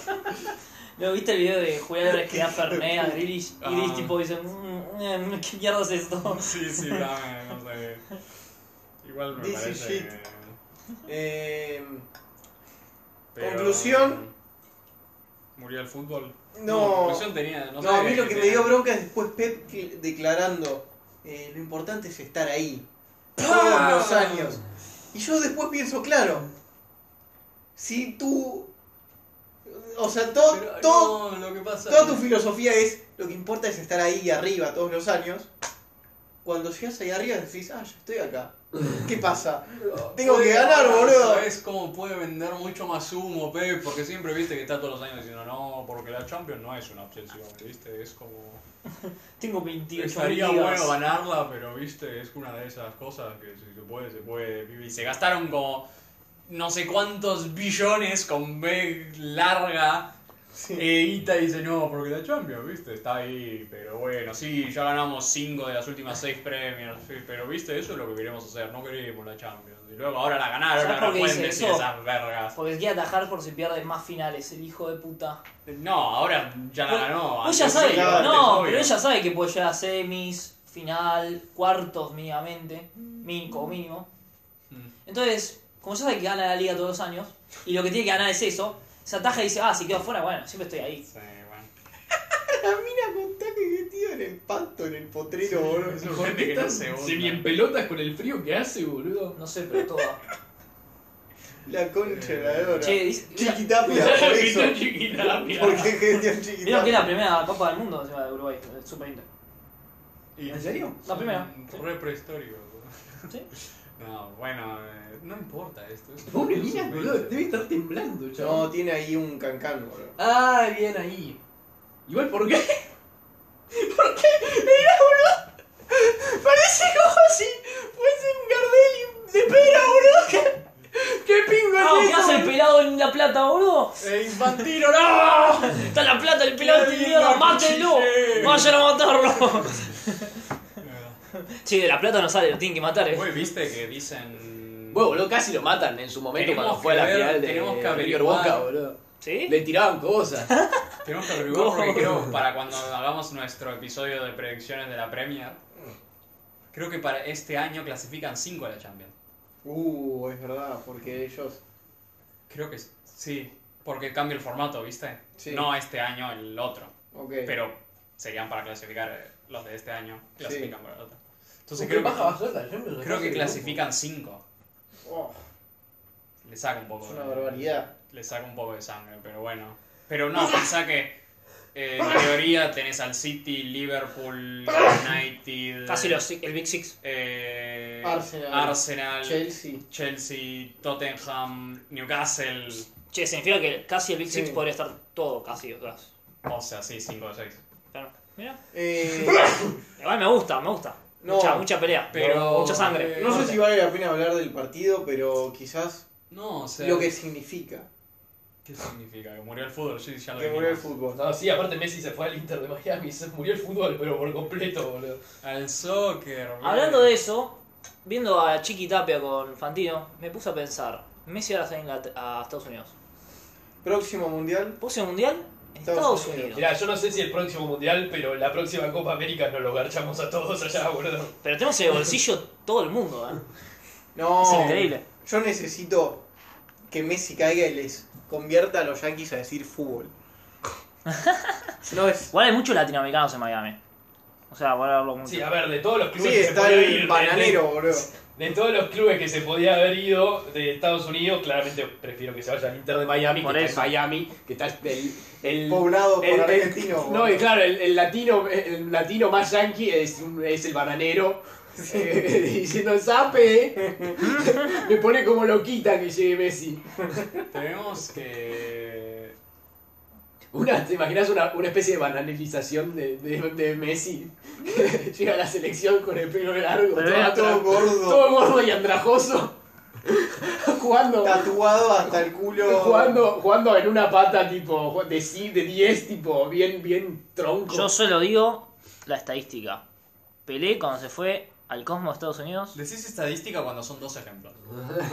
Speaker 4: ¿No viste el video de jugadores que da Fernet a Grealish? Y Grealish
Speaker 2: Ah.
Speaker 4: tipo dice, "Mm, eh, ¿qué mierda es esto?
Speaker 2: Sí, sí, dame, no sé. Igual me
Speaker 3: This is
Speaker 2: parece.
Speaker 3: shit. Eh,
Speaker 2: pero-
Speaker 3: Conclusión.
Speaker 2: Murió el fútbol.
Speaker 3: no.
Speaker 2: conclusión tenía. No,
Speaker 3: No,
Speaker 2: sé,
Speaker 3: a mí lo que me
Speaker 2: tenía-
Speaker 3: dio bronca es después Pep que- declarando: eh, Lo importante es estar ahí. Todos
Speaker 2: ¡Ah!
Speaker 3: los años. Y yo después pienso, claro, si tú. o sea, todo,
Speaker 2: Pero
Speaker 3: todo,
Speaker 2: no, lo que pasa
Speaker 3: Toda tu
Speaker 2: es-
Speaker 3: filosofía es, lo que importa es estar ahí arriba todos los años. Cuando llegas ahí arriba decís, ah, ya estoy acá. ¿Qué pasa? Tengo
Speaker 2: Puede
Speaker 3: que ganar,
Speaker 2: ganar,
Speaker 3: boludo.
Speaker 2: ¿Sabes cómo puede vender mucho más humo, Pep? Porque siempre viste que está todos los años diciendo no, porque la Champions no es una obsesión, viste, es como.
Speaker 4: Tengo 28
Speaker 2: Estaría
Speaker 4: ligas.
Speaker 2: bueno ganarla, pero viste, es una de esas cosas que si se puede, se puede. Y se gastaron como no sé cuántos billones con B larga. E Ita dice, no, porque la Champions, viste, está ahí, pero bueno, sí, ya ganamos 5 de las últimas 6 premios, sí, pero viste, eso es lo que queremos hacer, no queremos la Champions. Y luego ahora la ganaron,
Speaker 4: ¿Sabes
Speaker 2: ahora
Speaker 4: por qué
Speaker 2: pueden
Speaker 4: dice
Speaker 2: decir
Speaker 4: eso?
Speaker 2: esas vergas.
Speaker 4: Porque quiere atajar por si pierde más finales, el hijo de puta.
Speaker 2: No, ahora ya la
Speaker 4: Vos-
Speaker 2: ganó.
Speaker 4: Vos ya
Speaker 2: antes
Speaker 4: sabes,
Speaker 2: sí,
Speaker 3: claro,
Speaker 2: antes,
Speaker 4: no,
Speaker 2: obvio.
Speaker 4: pero ella sabe que puede llegar a semis, final, cuartos mínimamente, mí- como mínimo.
Speaker 2: Mm.
Speaker 4: Entonces, como ya sabe que gana la liga todos los años, y lo que tiene que ganar es eso, se ataja y dice, ah, si quedo fuera, bueno, siempre estoy ahí.
Speaker 2: Sí, bueno.
Speaker 3: La mina contá que metido en el pasto, en el potrero, boludo.
Speaker 2: Es urgente que no se hunda.
Speaker 5: Se bien pelotas con el frío que hace, boludo.
Speaker 4: No sé, pero toda.
Speaker 3: La concha de
Speaker 2: Eh,
Speaker 3: la lora.
Speaker 4: che, dice, mira-
Speaker 3: Chiquitapia, por eso.
Speaker 5: Pintó Chiquitapia.
Speaker 3: ¿Por qué
Speaker 4: vieron
Speaker 3: gestión
Speaker 4: que es la
Speaker 3: chiquitapia?
Speaker 4: primera Copa del Mundo encima de Uruguay, el Super Inter.
Speaker 2: Y-
Speaker 6: ¿En serio?
Speaker 4: La primera.
Speaker 2: Son Re prehistórico.
Speaker 4: Sí.
Speaker 2: No, bueno, eh, no importa esto. es-
Speaker 5: Pobre
Speaker 2: es un
Speaker 5: mina,
Speaker 2: veinte.
Speaker 5: boludo, debe estar temblando,
Speaker 3: No,
Speaker 5: chaval.
Speaker 3: tiene ahí un cancán, boludo.
Speaker 5: Ah, bien ahí. Igual, ¿por qué?
Speaker 6: Parece como si fuese un Gardel de pera, boludo. ¡Qué pingo
Speaker 4: Ah, ¿qué hace el pelado en La Plata, boludo?
Speaker 2: ¡Eh, infantino, no!
Speaker 4: Está en La Plata, el pelado
Speaker 2: Qué
Speaker 4: este
Speaker 2: lindo
Speaker 4: mierda, mátenlo,
Speaker 2: cuchillero.
Speaker 4: vayan a matarlo. Che, de La Plata no sale, lo tienen que matar, eh.
Speaker 2: Güey, viste que dicen.
Speaker 1: Bueno, boludo, casi lo matan en su momento
Speaker 2: Tenemos
Speaker 1: cuando fue a la
Speaker 2: que ver-
Speaker 1: final de
Speaker 2: tenemos que
Speaker 1: River
Speaker 2: averiguar.
Speaker 1: Boca, boludo.
Speaker 4: ¿Sí?
Speaker 1: Le tiraban cosas.
Speaker 2: Tenemos que averiguar porque creo para cuando hagamos nuestro episodio de predicciones de la Premier. Creo que para este año clasifican 5 a la Champions.
Speaker 3: Uh, es verdad, porque ellos.
Speaker 2: Creo que s- sí. Porque cambia el formato, ¿viste?
Speaker 3: Sí.
Speaker 2: No este año, el otro.
Speaker 3: Ok.
Speaker 2: Pero serían para clasificar eh, los de este año. Clasifican para el otro. Entonces creo
Speaker 5: Porque
Speaker 2: que.
Speaker 5: baja, baja, baja, yo me lo
Speaker 2: Creo
Speaker 5: paso
Speaker 2: que
Speaker 5: de
Speaker 2: clasifican 5.
Speaker 3: Oh,
Speaker 2: Le saca un poco.
Speaker 3: es una
Speaker 2: de-
Speaker 3: barbaridad.
Speaker 2: Le saca un poco de sangre, pero bueno. Pero no, pensá que eh, en teoría tenés al City, Liverpool, United,
Speaker 4: Casi los, el Big Six.
Speaker 2: eh,
Speaker 3: Arsenal.
Speaker 2: Arsenal,
Speaker 3: Chelsea.
Speaker 2: Chelsea, Tottenham, Newcastle.
Speaker 4: Che, significa que casi el Big Six
Speaker 3: Sí.
Speaker 4: podría estar todo casi atrás.
Speaker 2: O sea, sí, 5 o 6.
Speaker 4: Claro. Mira.
Speaker 3: Eh,
Speaker 4: Igual me gusta, me gusta.
Speaker 3: No. eh,
Speaker 4: Mucha, mucha pelea.
Speaker 2: Pero-
Speaker 4: mucha sangre.
Speaker 3: no sé si vale la pena hablar del partido, pero quizás
Speaker 2: No, o sea.
Speaker 3: lo que significa
Speaker 2: ¿Qué significa? Que murió el fútbol, sí, ya lo
Speaker 3: que murió el
Speaker 2: dijimos.
Speaker 3: fútbol.
Speaker 5: No, sí, aparte Messi se fue al Inter de Miami, se murió el fútbol, pero por completo, boludo.
Speaker 2: Al soccer.
Speaker 4: Hablando de eso, viendo a Chiqui Tapia con Fantino, me puse a pensar. Messi ahora está en Inglater- a Estados Unidos.
Speaker 3: Próximo mundial.
Speaker 4: Próximo mundial en
Speaker 3: Estados
Speaker 4: Estados Unidos.
Speaker 5: Mirá, yo no sé si el próximo mundial, pero la próxima Copa América nos lo garchamos a todos allá, boludo.
Speaker 4: Pero tenemos en el bolsillo todo el mundo, ¿eh?
Speaker 3: No.
Speaker 4: Es increíble.
Speaker 3: Yo necesito que Messi caiga y les convierta a los Yankees a decir fútbol. No es.
Speaker 4: Igual hay muchos latinoamericanos en Miami. O sea, voy a hablarlo mucho.
Speaker 5: Sí, a ver, de todos los
Speaker 3: Sí,
Speaker 5: clubes que se
Speaker 3: está
Speaker 5: podía ir, eh,
Speaker 3: el
Speaker 5: de-
Speaker 3: bananero, boludo.
Speaker 5: De, de todos los clubes que se podía haber ido de Estados Unidos, claramente prefiero que se vaya al Inter de Miami,
Speaker 4: Por
Speaker 5: que
Speaker 4: eso.
Speaker 5: está en Miami, que está el... el
Speaker 3: Poblado por
Speaker 5: el- el-
Speaker 3: argentinos.
Speaker 5: no,
Speaker 3: boludo.
Speaker 5: y claro, el, el latino, el latino más yankee es, un- es el bananero. eh, diciendo zape me pone como loquita que llegue Messi
Speaker 2: Tenemos que.
Speaker 5: Una, ¿Te imaginas una, una especie de bananelización de, de, de Messi? Que llega a la selección con el pelo largo,
Speaker 4: Pero
Speaker 5: todo,
Speaker 4: era
Speaker 5: atra-
Speaker 3: Todo gordo,
Speaker 5: todo gordo y andrajoso, jugando,
Speaker 3: tatuado hasta el culo.
Speaker 5: jugando, jugando en una pata tipo de sí, de 10, tipo bien, bien tronco.
Speaker 4: Yo solo digo la estadística. Pelé cuando se fue al Cosmo de Estados Unidos,
Speaker 2: Decís estadística cuando son dos ejemplos.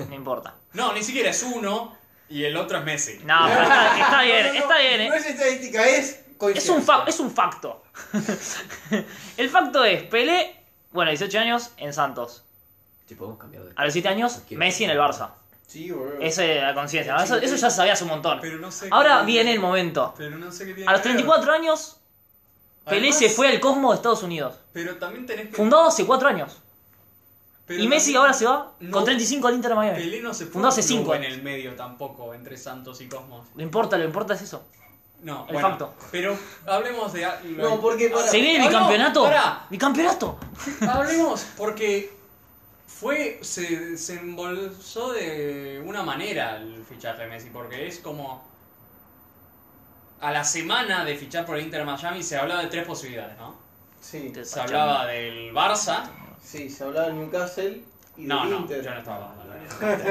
Speaker 4: no importa.
Speaker 2: No, ni siquiera es uno y el otro es Messi.
Speaker 4: No, pero está, está
Speaker 3: No, no,
Speaker 4: bien,
Speaker 3: no,
Speaker 4: está bien, ¿eh?
Speaker 3: No es estadística, es
Speaker 4: Es
Speaker 3: coincidencia.
Speaker 4: un, fa- es un facto. el facto es, Pelé, bueno, 18 años en Santos.
Speaker 1: Che, podemos cambiar de.
Speaker 4: A los 7 años, Messi en el Barça.
Speaker 3: Sí, boludo.
Speaker 4: Esa es la conciencia. ¿no? Eso, eso ya sabías un montón.
Speaker 2: Pero no sé.
Speaker 4: Ahora
Speaker 2: qué-
Speaker 4: viene el momento.
Speaker 2: Pero no sé qué tiene
Speaker 4: A los
Speaker 2: que ver.
Speaker 4: 34 años, Pelé
Speaker 2: Además,
Speaker 4: se fue al Cosmo de Estados Unidos.
Speaker 2: Pero también tenés que.
Speaker 4: Fundado hace 4 años.
Speaker 2: Pero
Speaker 4: y Messi
Speaker 2: también
Speaker 4: ahora se va
Speaker 2: no-
Speaker 4: con 35 al Inter de Miami.
Speaker 2: Pelé no se fue
Speaker 4: Fundó
Speaker 2: a un
Speaker 4: hace
Speaker 2: club
Speaker 4: cinco
Speaker 2: en
Speaker 4: años.
Speaker 2: el medio tampoco, entre Santos y Cosmos.
Speaker 4: Lo importa, lo importa es eso.
Speaker 2: No,
Speaker 4: El
Speaker 2: bueno,
Speaker 4: facto.
Speaker 2: Pero hablemos de... a- lo-
Speaker 3: No, porque para.
Speaker 4: ¿Se viene el
Speaker 2: Ah, no,
Speaker 4: bicampeonato?
Speaker 2: pará.
Speaker 4: ¿Bicampeonato?
Speaker 2: Hablemos, porque fue. Se, se embolsó de una manera el fichaje de Messi, porque es como. A la semana de fichar por el Inter Miami se hablaba de tres posibilidades, ¿no?
Speaker 3: Sí,
Speaker 2: Se hablaba del Barça.
Speaker 3: sí, se hablaba del Newcastle y del
Speaker 2: No, no,
Speaker 3: Inter.
Speaker 2: yo no estaba hablando de eso.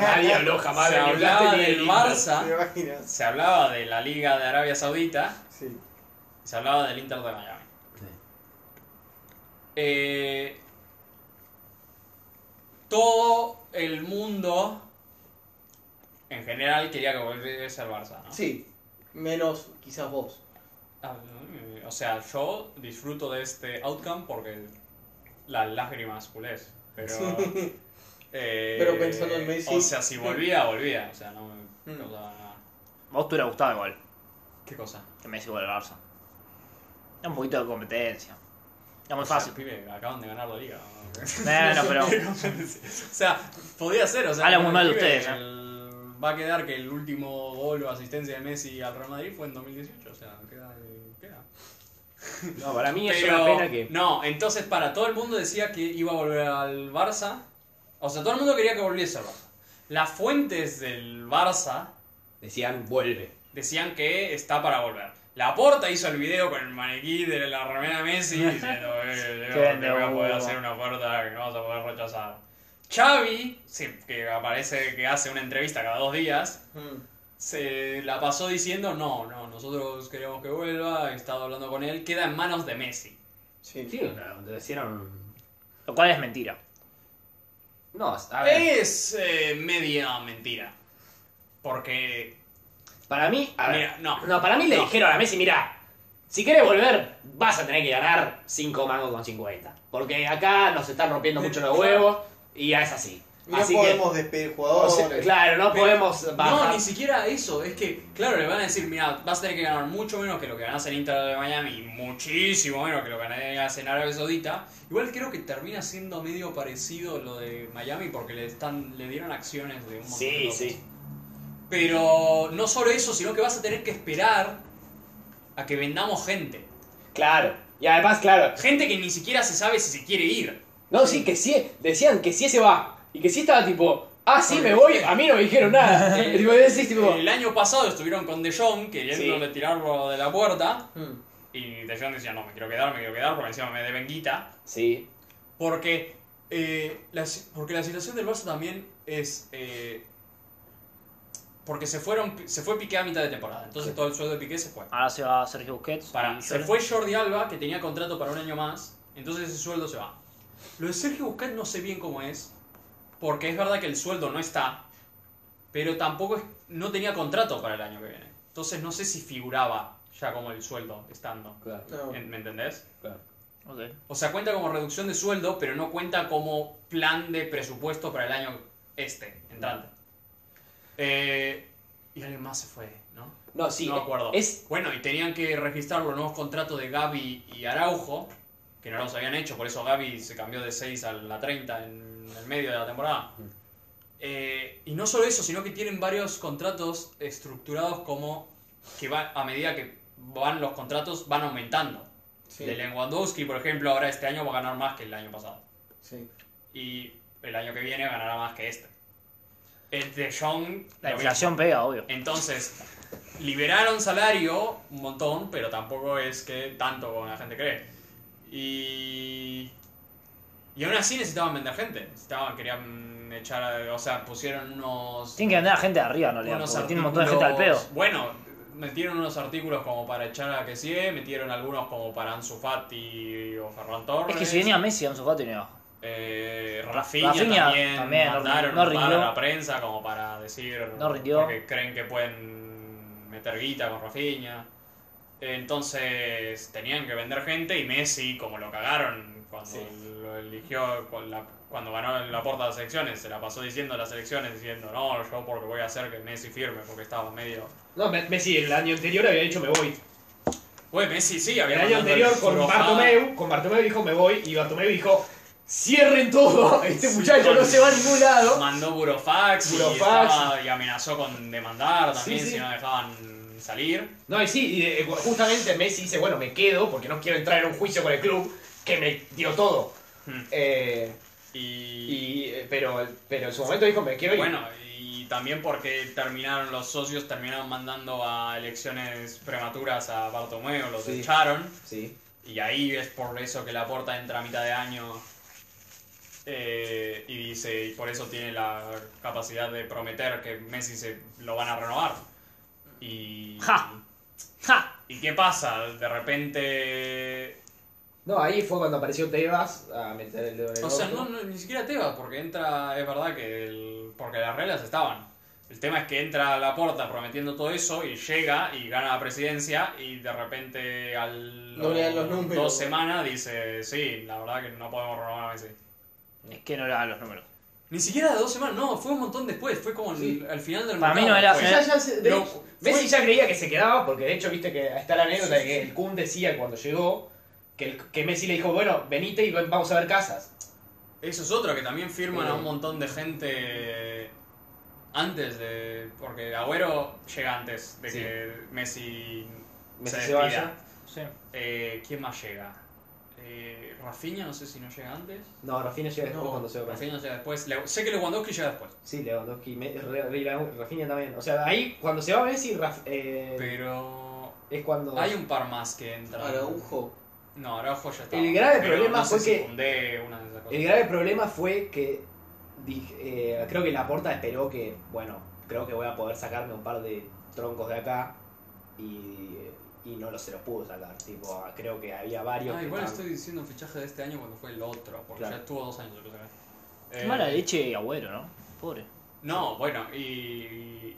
Speaker 5: Nadie habló jamás
Speaker 2: Se
Speaker 5: de
Speaker 2: hablaba
Speaker 5: Newcastle ni
Speaker 2: del
Speaker 5: Inter.
Speaker 3: ¿Te
Speaker 2: Barça,
Speaker 3: imaginas?
Speaker 2: se hablaba de la Liga de Arabia Saudita
Speaker 3: Sí.
Speaker 2: y se hablaba del Inter de Miami.
Speaker 1: Sí.
Speaker 2: Eh, todo el mundo en general quería que volviese al Barça, ¿no?
Speaker 3: Sí, menos quizás vos.
Speaker 2: Ah, eh, O sea, yo disfruto de este outcome porque las lágrimas culés. Pero, eh,
Speaker 3: Pero pensando en Messi.
Speaker 2: O sea, si volvía, volvía. O sea, no me
Speaker 3: Mm.
Speaker 2: causaba nada.
Speaker 4: Vos te hubiera gustado igual
Speaker 2: ¿Qué cosa?
Speaker 4: que Messi vuelva al Barça. Da un poquito de competencia. Era muy
Speaker 2: O sea,
Speaker 4: fácil.
Speaker 2: pibe, acaban de ganar la liga.
Speaker 4: Bueno, pero
Speaker 2: o sea, podía ser. O sea,
Speaker 4: Habla muy mal de
Speaker 2: pibe,
Speaker 4: ustedes, ¿eh?
Speaker 2: el- Va a quedar que el último gol o asistencia de Messi al Real Madrid fue en 2018. O sea, queda. queda.
Speaker 1: No, para mí es
Speaker 2: Pero,
Speaker 1: una pena que.
Speaker 2: No, entonces para todo el mundo decía que iba a volver al Barça. O sea, todo el mundo quería que volviese al Barça. Las fuentes del Barça
Speaker 1: Decían, vuelve.
Speaker 2: decían que está para volver. La Porta hizo el video con el maniquí de la remera de Messi diciendo eh, yo
Speaker 4: Qué
Speaker 2: te voy a poder
Speaker 4: nuevo.
Speaker 2: hacer una oferta que no vas a poder rechazar. Xavi, sí, que aparece que hace una entrevista cada dos días,
Speaker 3: Mm.
Speaker 2: se la pasó diciendo no, no, nosotros queremos que vuelva, he estado hablando con él, queda en manos de Messi.
Speaker 3: Sí.
Speaker 1: Sí, o sea, decían.
Speaker 4: Lo cual es mentira.
Speaker 1: No, a ver.
Speaker 2: Es eh, media mentira. Porque.
Speaker 1: Para mí, a ver.
Speaker 2: Mira, no.
Speaker 1: No, para mí le
Speaker 2: No.
Speaker 1: dijeron a Messi, mira, si quieres volver, vas a tener que ganar 5 mangos con 50. Porque acá nos están rompiendo mucho los huevos y ya es así.
Speaker 3: No
Speaker 1: así
Speaker 3: podemos despedir
Speaker 1: que, o
Speaker 3: jugadores.
Speaker 1: sea, claro, no
Speaker 2: Pero-
Speaker 1: podemos
Speaker 2: No,
Speaker 1: bajar.
Speaker 2: ni siquiera eso. Es que, claro, le van a decir, mira, vas a tener que ganar mucho menos que lo que ganás en Inter de Miami y muchísimo menos que lo que ganás en Arabia Saudita. Igual creo que termina siendo medio parecido lo de Miami porque le están le dieron acciones de un montón de
Speaker 1: sí,
Speaker 2: cosas.
Speaker 1: sí.
Speaker 2: Pero no solo eso, sino que vas a tener que esperar a que vendamos gente.
Speaker 1: Claro. Y además, claro.
Speaker 2: Gente que ni siquiera se sabe si se quiere ir.
Speaker 1: No, sí, que sí. Decían que sí se va. Y que sí estaba tipo, ah, sí, me voy. A mí no me dijeron nada.
Speaker 2: Eh,
Speaker 1: tipo, decís, tipo,
Speaker 2: El año pasado estuvieron con De Jong queriéndole tirarlo de la puerta.
Speaker 3: Mm.
Speaker 2: Y De Jong decía, no, me quiero quedar, me quiero quedar, porque encima me deben guita.
Speaker 1: sí.
Speaker 2: Porque, eh, la, si- porque la situación del Barça también es... eh, porque se, fueron, se fue Piqué a mitad de temporada. Entonces todo el sueldo de Piqué se fue.
Speaker 4: Ahora se va Sergio Busquets.
Speaker 2: Para,
Speaker 4: y
Speaker 2: se
Speaker 4: Llorente.
Speaker 2: fue Jordi Alba, que tenía contrato para un año más. Entonces ese sueldo se va. Lo de Sergio Busquets no sé bien cómo es. Porque es verdad que el sueldo no está. Pero tampoco es, no tenía contrato para el año que viene. Entonces no sé si figuraba ya como el sueldo estando.
Speaker 1: Claro,
Speaker 3: No.
Speaker 2: ¿En- ¿Me entendés?
Speaker 1: claro.
Speaker 4: Ok.
Speaker 2: O sea, cuenta como reducción de sueldo, pero no cuenta como plan de presupuesto para el año este, entrante. Eh, y alguien más se fue, ¿no?
Speaker 1: No, sí.
Speaker 2: no me acuerdo.
Speaker 1: Es,
Speaker 2: Bueno, y tenían que registrar los nuevos contratos de Gaby y Araujo, que no los habían hecho, por eso Gaby se cambió de 6 a la 30 en el medio de la temporada. Eh, y no solo eso, sino que tienen varios contratos estructurados como que va, a medida que van los contratos van aumentando.
Speaker 3: Sí.
Speaker 2: De Lewandowski, por ejemplo, ahora este año va a ganar más que el año pasado.
Speaker 3: Sí.
Speaker 2: Y el año que viene ganará más que este. El de Jong...
Speaker 4: La
Speaker 2: lo
Speaker 4: inflación pega, obvio.
Speaker 2: entonces, liberaron salario un montón, pero tampoco es que tanto como la gente cree. Y. Y aún así necesitaban vender gente. Necesitaban, querían echar. a- O sea, pusieron unos.
Speaker 4: Tienen que vender a gente de arriba, no le
Speaker 2: unos
Speaker 4: Tiene un montón de gente al pedo.
Speaker 2: artículos- Bueno, metieron unos artículos como para echar a Kessie, metieron algunos como para Ansu Fati o Ferran Torres.
Speaker 4: Es que si venía Messi, Ansu Fati no iba.
Speaker 2: Eh, Rafinha,
Speaker 4: Rafinha
Speaker 2: también,
Speaker 4: también, no-
Speaker 2: mandaron
Speaker 4: no
Speaker 2: un par a
Speaker 4: rindió.
Speaker 2: la prensa como para decir
Speaker 4: No rindió.
Speaker 2: porque creen que pueden meter guita con Rafinha. Entonces tenían que vender gente y Messi, como lo cagaron cuando lo eligió, con la- cuando ganó la puerta de las elecciones, se la pasó diciendo a las elecciones, diciendo no, yo porque voy a hacer que Messi firme, porque estaba medio...
Speaker 5: No, Me- Messi el año anterior había dicho me voy.
Speaker 2: Güey, Messi sí,
Speaker 5: El
Speaker 2: había
Speaker 5: año
Speaker 2: mandado
Speaker 5: anterior
Speaker 2: el
Speaker 5: con
Speaker 2: surofado.
Speaker 5: Bartomeu, con Bartomeu dijo me voy y Bartomeu dijo Cierren todo, este muchacho no se va a ningún lado.
Speaker 2: Mandó burofax, y
Speaker 5: Burofax.
Speaker 2: estaba- y amenazó con demandar también
Speaker 5: Sí, sí.
Speaker 2: si no dejaban salir.
Speaker 5: No, y sí, y, eh, justamente Messi dice, bueno, me quedo porque no quiero entrar en un juicio con el club que me dio todo.
Speaker 2: Hmm.
Speaker 5: Eh,
Speaker 2: Y,
Speaker 5: y, eh, pero, pero en su momento dijo, me quiero ir.
Speaker 2: bueno, y también porque terminaron los socios, terminaron mandando a elecciones prematuras a Bartomeu, los
Speaker 5: Sí.
Speaker 2: echaron.
Speaker 5: Sí.
Speaker 2: Y ahí es por eso que Laporta entra a mitad de año eh, y dice, y por eso tiene la capacidad de prometer que Messi se lo van a renovar. Y,
Speaker 4: Ja. ¡Ja!
Speaker 2: ¿Y qué pasa? De repente...
Speaker 5: No, ahí fue cuando apareció Tebas a meter el dedo en el
Speaker 2: O sea,
Speaker 5: orto.
Speaker 2: no, no, ni siquiera Tebas, porque entra, es verdad que... el- porque las reglas estaban. El tema es que entra Laporta prometiendo todo eso y llega y gana la presidencia y de repente al...
Speaker 3: No le dan los números.
Speaker 2: Dos semanas dice, sí, la verdad que no podemos renovar a Messi.
Speaker 4: Es que no le dan los números.
Speaker 2: Ni siquiera de dos semanas, no, fue un montón después, fue como el- al final del
Speaker 4: Para mí
Speaker 2: mercado,
Speaker 4: no era-
Speaker 2: fue.
Speaker 4: era-
Speaker 3: Ya, ya se- de-
Speaker 5: No, Messi ya creía que se quedaba, porque de hecho, viste que está la anécdota de que el Kun decía cuando llegó que, el- que Messi le dijo, bueno, venite y vamos a ver casas.
Speaker 2: Eso es otro, que también firman a un montón de gente antes de... Porque Agüero llega antes de
Speaker 5: Sí.
Speaker 2: que Messi,
Speaker 5: Messi
Speaker 2: se
Speaker 5: se
Speaker 2: despida.
Speaker 5: vaya.
Speaker 4: Sí.
Speaker 2: Eh, ¿Quién más llega? Eh, Rafinha, no sé si no llega antes.
Speaker 5: No, Rafinha llega después cuando se va. Eh,
Speaker 2: Rafinha llega después. Le- sé que Lewandowski llega después.
Speaker 5: Sí, Lewandowski, Me- Re- Re- Rafinha también. O sea, ahí cuando se va Messi, Raf- eh,
Speaker 2: Pero...
Speaker 5: es cuando...
Speaker 2: Hay un par más que entran.
Speaker 3: Araujo.
Speaker 2: No, Araujo ya está.
Speaker 5: El grave
Speaker 2: pero
Speaker 5: problema
Speaker 2: no sé
Speaker 5: fue
Speaker 2: si
Speaker 5: que-
Speaker 2: Koundé, una de esas cosas.
Speaker 5: El grave problema fue que dij- eh, creo que Laporta esperó que, bueno, creo que voy a poder sacarme un par de troncos de acá y, y no lo, se los pudo sacar. Tipo, ah, creo que había varios...
Speaker 2: Ah,
Speaker 5: que
Speaker 2: igual
Speaker 5: estaban-
Speaker 2: estoy diciendo fichaje de este año cuando fue el otro, porque
Speaker 5: Claro.
Speaker 2: ya estuvo dos años creo que.
Speaker 4: Qué
Speaker 2: Eh,
Speaker 4: mala leche y agüero, ¿no? Pobre.
Speaker 2: No, bueno, y.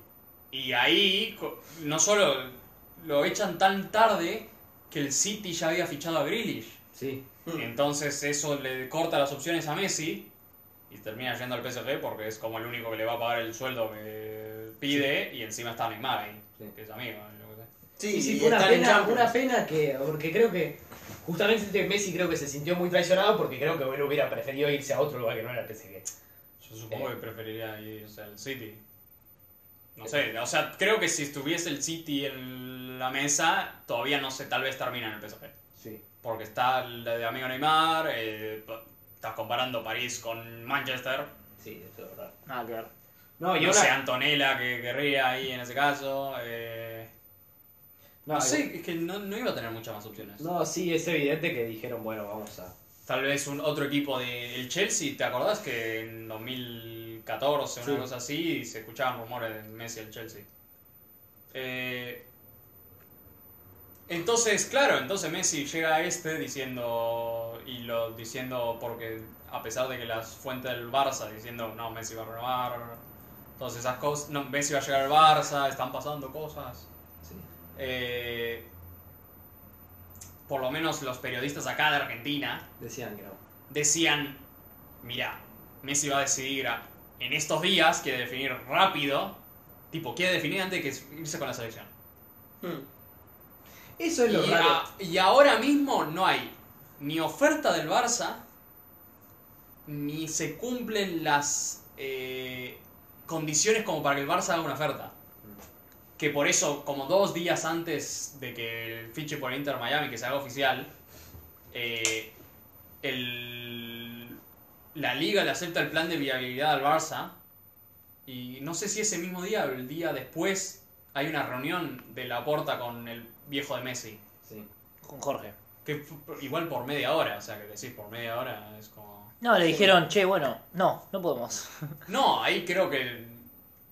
Speaker 2: Y ahí co- no solo lo echan tan tarde que el City ya había fichado a Grealish.
Speaker 5: Sí.
Speaker 2: Entonces eso le corta las opciones a Messi y termina yendo al PSG porque es como el único que le va a pagar el sueldo que pide y encima está Neymar ahí,
Speaker 5: Sí.
Speaker 2: que es amigo. yo qué sé.
Speaker 3: Sí,
Speaker 5: sí,
Speaker 3: y
Speaker 5: fue una
Speaker 3: están en
Speaker 5: pena,
Speaker 3: Champions.
Speaker 5: una pena que, porque creo que justamente este Messi creo que se sintió muy traicionado porque creo que él hubiera preferido irse a otro lugar que no era el PSG.
Speaker 2: Yo supongo
Speaker 5: Eh.
Speaker 2: que preferiría irse al City. No sé, o sea, creo que si estuviese el City en la mesa, todavía no sé, tal vez termina en el PSG.
Speaker 5: Sí.
Speaker 2: Porque está el de amigo Neymar, eh, pa- estás comparando París con Manchester.
Speaker 5: Sí, eso es verdad.
Speaker 4: Nada que ver.
Speaker 5: No, y
Speaker 2: No
Speaker 5: ahora...
Speaker 2: sé, Antonella que querría ahí en ese caso. eh,
Speaker 5: no,
Speaker 2: no sé, es que no, no iba a tener muchas más opciones.
Speaker 5: No, sí, es evidente que dijeron, bueno, vamos a...
Speaker 2: Tal vez un otro equipo del Chelsea, ¿te acordás que en 2014 una
Speaker 5: Sí.
Speaker 2: cosa así se escuchaban rumores de Messi al Chelsea? Eh, entonces, claro, entonces Messi llega a este diciendo y lo diciendo porque a pesar de que las fuentes del Barça diciendo no Messi va a renovar, todas esas cosas, no Messi va a llegar al Barça, están pasando cosas.
Speaker 5: Sí.
Speaker 2: Eh, por lo menos los periodistas acá de Argentina
Speaker 5: Decían que no.
Speaker 2: decían, mira, Messi va a decidir a- en estos días, quiere definir rápido, tipo, quiere definir antes de que irse con la selección.
Speaker 3: Mm.
Speaker 5: Eso es lo
Speaker 2: y,
Speaker 5: raro.
Speaker 2: a- y ahora mismo no hay ni oferta del Barça, ni se cumplen las eh, condiciones como para que el Barça haga una oferta. Que por eso, como dos días antes de que el fiche por Inter Miami, que se haga oficial, eh, el- la liga le acepta el plan de viabilidad al Barça. Y no sé si ese mismo día o el día después hay una reunión de Laporta con el viejo de Messi.
Speaker 5: Sí.
Speaker 4: Con Jorge.
Speaker 2: Que fu- igual por media hora, o sea, que decís por media hora es como...
Speaker 4: No, le dijeron, che, bueno, no, no podemos.
Speaker 2: No, ahí creo que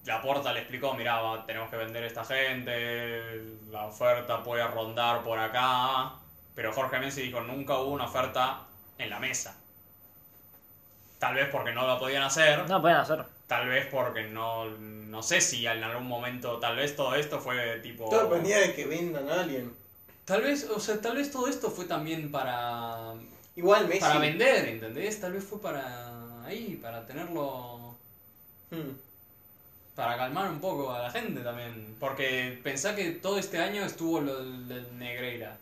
Speaker 2: la porta le explicó, mirá, va, tenemos que vender a esta gente, la oferta puede rondar por acá. Pero Jorge Messi dijo, nunca hubo una oferta en la mesa. Tal vez porque no la podían hacer,
Speaker 4: No pueden hacer.
Speaker 2: tal vez porque no... No sé si en algún momento, tal vez todo esto fue tipo...
Speaker 3: Todo dependía de que vendan a alguien.
Speaker 2: Tal vez, o sea, tal vez todo esto fue también para
Speaker 3: Igual Messi.
Speaker 2: para vender, ¿entendés? Tal vez fue para ahí, para tenerlo,
Speaker 3: Mm.
Speaker 2: para calmar un poco a la gente también. Porque pensá que todo este año estuvo lo del del Negreira,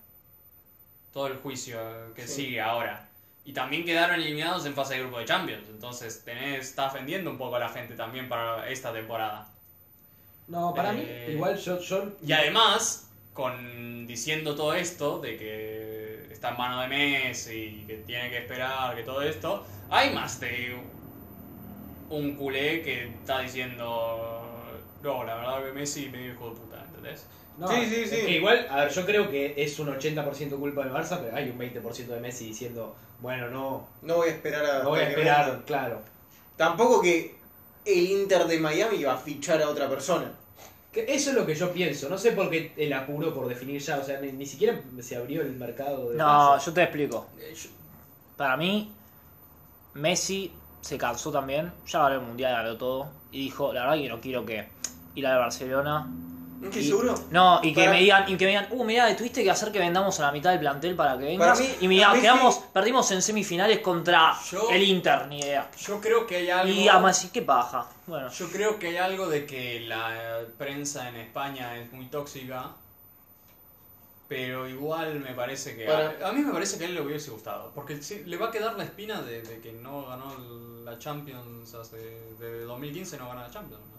Speaker 2: todo el juicio que
Speaker 3: Sí.
Speaker 2: sigue ahora. Y también quedaron eliminados en fase de grupo de Champions. Entonces tenés, está ofendiendo un poco a la gente también para esta temporada.
Speaker 5: No, para
Speaker 2: Eh,
Speaker 5: mí, igual yo, yo-
Speaker 2: Y además, con diciendo todo esto de que está en mano de Messi, que tiene que esperar, que todo esto, hay más de un culé que está diciendo, no, la verdad que Messi me dio hijo de puta, ¿entendés?
Speaker 5: no,
Speaker 3: Sí, sí,
Speaker 5: es
Speaker 3: sí.
Speaker 5: que igual, a ver, yo creo que es un 80% culpa del Barça, pero hay un 20% de Messi diciendo, bueno, no,
Speaker 3: No voy a esperar a.
Speaker 5: no voy a
Speaker 3: hasta que
Speaker 5: esperar,
Speaker 3: vengan.
Speaker 5: claro.
Speaker 3: Tampoco que el Inter de Miami va a fichar a otra persona.
Speaker 5: Que eso es lo que yo pienso, no sé por qué el apuro por definir ya, o sea, ni, ni siquiera se abrió el mercado de
Speaker 4: No,
Speaker 5: Barça.
Speaker 4: yo te explico. Para mí, Messi se cansó también. Ya ganó el mundial, ganó todo. Y dijo, la verdad que no quiero que ir al Barcelona.
Speaker 3: ¿Estoy
Speaker 4: Y-
Speaker 3: seguro?
Speaker 4: No, y que
Speaker 3: Para-
Speaker 4: me digan, y que me digan, uh, mira, tuviste que hacer que vendamos a la mitad del plantel para que vengas.
Speaker 3: Para mí-
Speaker 4: y me digan,
Speaker 3: a Messi-
Speaker 4: quedamos, perdimos en semifinales contra
Speaker 2: Yo-
Speaker 4: el Inter, ni idea.
Speaker 2: Yo creo que hay algo...
Speaker 4: Y además, ¿y qué paja? Bueno,
Speaker 2: Yo creo que hay algo de que la prensa en España es muy tóxica, pero igual me parece que...
Speaker 3: Para-
Speaker 2: A, a mí me parece que a él le hubiese gustado, porque sí, le va a quedar la espina de, de que no ganó la Champions hace... De 2015 no ganó la Champions, ¿no?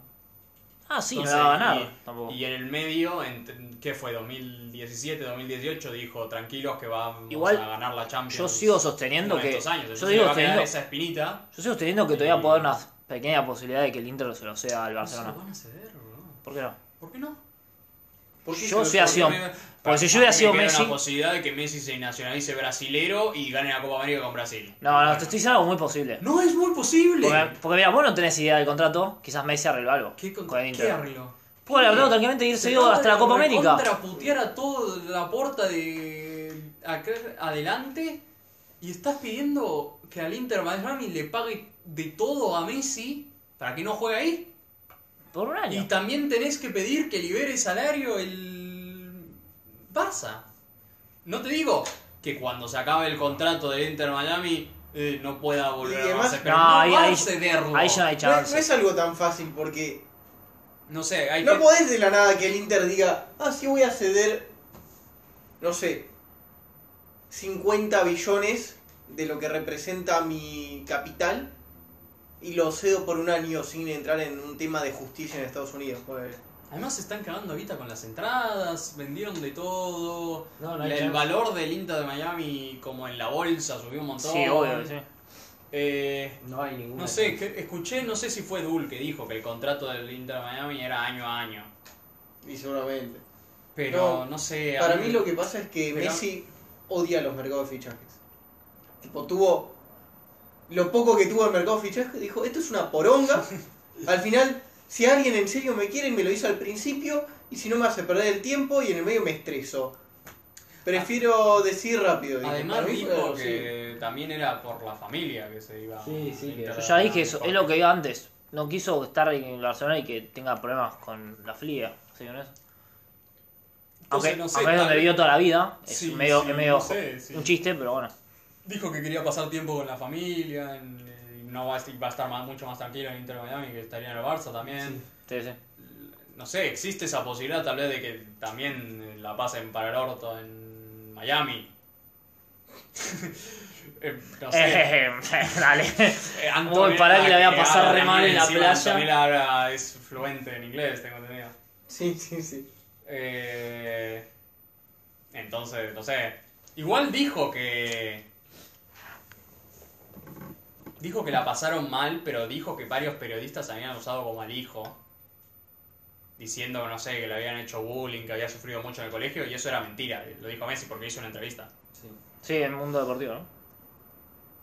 Speaker 4: ah, sí,
Speaker 2: Entonces,
Speaker 4: no la va a ganar.
Speaker 2: y-
Speaker 4: tampoco.
Speaker 2: Y en el medio, en, ¿qué fue? 2017, 2018, dijo, tranquilos que vamos
Speaker 4: Igual,
Speaker 2: a ganar la Champions.
Speaker 4: yo sigo
Speaker 2: en
Speaker 4: sosteniendo que.
Speaker 2: estos años.
Speaker 4: yo,
Speaker 2: Entonces le
Speaker 4: digo
Speaker 2: va a quedar
Speaker 4: sosteniendo,
Speaker 2: esa espinita.
Speaker 4: yo sigo sosteniendo que todavía puede haber una pequeña posibilidad de que el Inter se lo sea al
Speaker 2: No se lo
Speaker 4: Barcelona.
Speaker 2: van a ceder, bro.
Speaker 4: ¿Por qué no?
Speaker 2: ¿Por qué no?
Speaker 3: ¿Por qué
Speaker 4: Yo
Speaker 3: se-
Speaker 4: soy así,
Speaker 2: Porque me- para-
Speaker 4: pues si yo
Speaker 2: a mí me
Speaker 4: hubiera sido
Speaker 2: queda
Speaker 4: Messi-
Speaker 2: la posibilidad de que Messi se nacionalice brasilero y gane la Copa América con Brasil.
Speaker 4: No, no,
Speaker 2: Bueno.
Speaker 4: te estoy diciendo algo muy posible.
Speaker 2: No es muy posible.
Speaker 4: Porque, porque mira, vos no tenés idea del contrato, quizás Messi arregló algo.
Speaker 2: ¿Qué, con-
Speaker 4: con el
Speaker 2: ¿qué
Speaker 4: Inter.
Speaker 2: arreglo?
Speaker 4: Puede haber hablado tranquilamente de irse hasta la Copa América.
Speaker 2: Contra putear a todo la puerta de acá adelante y estás pidiendo que al Inter Miami le pague de todo a Messi para que no juegue ahí.
Speaker 4: Por un
Speaker 2: Y
Speaker 4: año.
Speaker 2: también tenés que pedir que libere salario el Barça. No te digo que cuando se acabe el contrato del Inter Miami eh, no pueda volver
Speaker 3: Y
Speaker 2: a
Speaker 3: además-
Speaker 2: Barça, pero
Speaker 4: No,
Speaker 2: no,
Speaker 4: ahí-
Speaker 2: va
Speaker 4: ahí-
Speaker 2: a cederlo.
Speaker 4: Ahí ya no hay
Speaker 3: No, no
Speaker 4: chance.
Speaker 3: es algo tan fácil porque
Speaker 2: No sé, hay
Speaker 3: no
Speaker 2: que-
Speaker 3: podés de la nada que el Inter diga, ah, sí voy a ceder, no sé, 50 billones de lo que representa mi capital y lo cedo por un año sin entrar en un tema de justicia en Estados Unidos. ponele.
Speaker 2: Además se están cagando ahorita con las entradas, vendieron de todo.
Speaker 5: No, no hay
Speaker 2: el
Speaker 5: chance.
Speaker 2: valor del Inter de Miami como en la bolsa subió un montón.
Speaker 4: Sí, obvio, sí.
Speaker 2: Eh,
Speaker 5: No hay ninguna.
Speaker 2: No sé, que- escuché, no sé si fue Dul que dijo que el contrato del Inter de Miami era año a año.
Speaker 3: Y seguramente.
Speaker 2: Pero no,
Speaker 3: No,
Speaker 2: sé. Eh, a
Speaker 3: Para mí lo que pasa es que
Speaker 2: Pero-
Speaker 3: Messi odia los mercados de fichajes. Tipo, tuvo lo poco que tuvo el mercado de fichajes, dijo, esto es una poronga. al final, si alguien en serio me quiere, me lo hizo al principio y si no me hace perder el tiempo y en el medio me estreso. Prefiero decir rápido. dijo.
Speaker 2: Ah. Además
Speaker 3: Para mí fue
Speaker 2: dijo
Speaker 3: algo así.
Speaker 2: que también era por la familia que se iba.
Speaker 5: Sí, sí,
Speaker 2: a
Speaker 5: que-
Speaker 4: Yo
Speaker 2: Inter
Speaker 4: ya
Speaker 2: de
Speaker 4: dije
Speaker 2: Miami,
Speaker 4: eso,
Speaker 2: porque-
Speaker 4: es lo que iba antes. No quiso estar en el Barcelona y que tenga problemas con la flia. ¿sí con eso? Aunque,
Speaker 2: Entonces, no sé,
Speaker 4: aunque es
Speaker 2: tal
Speaker 4: donde
Speaker 2: vez-
Speaker 4: vivió toda la vida, es
Speaker 2: Sí,
Speaker 4: medio,
Speaker 2: sí,
Speaker 4: es medio
Speaker 2: no sé, sí.
Speaker 4: un chiste, pero bueno.
Speaker 2: Dijo que quería pasar tiempo con la familia. en- eh, no va a, va a estar más- mucho más tranquilo en el Inter de Miami que estaría en el Barça también.
Speaker 4: Sí, sí.
Speaker 2: No sé, existe esa posibilidad tal vez de que también eh, la pasen para el orto en Miami. Eh, no sé.
Speaker 4: Dale.
Speaker 2: Eh,
Speaker 4: Uy, pará que la voy a pasar
Speaker 2: habla
Speaker 4: re mal en la
Speaker 2: encima,
Speaker 4: playa.
Speaker 2: Antonella habla- es fluente en inglés, tengo entendido.
Speaker 3: Sí, sí, sí.
Speaker 2: Eh, entonces, no sé. Igual dijo que. Dijo que la pasaron mal, pero dijo que varios periodistas habían usado como al hijo. Diciendo, no sé, que le habían hecho bullying, que había sufrido mucho en el colegio, y eso era mentira. Lo dijo Messi porque hizo una entrevista.
Speaker 4: Sí, en el mundo deportivo, ¿no?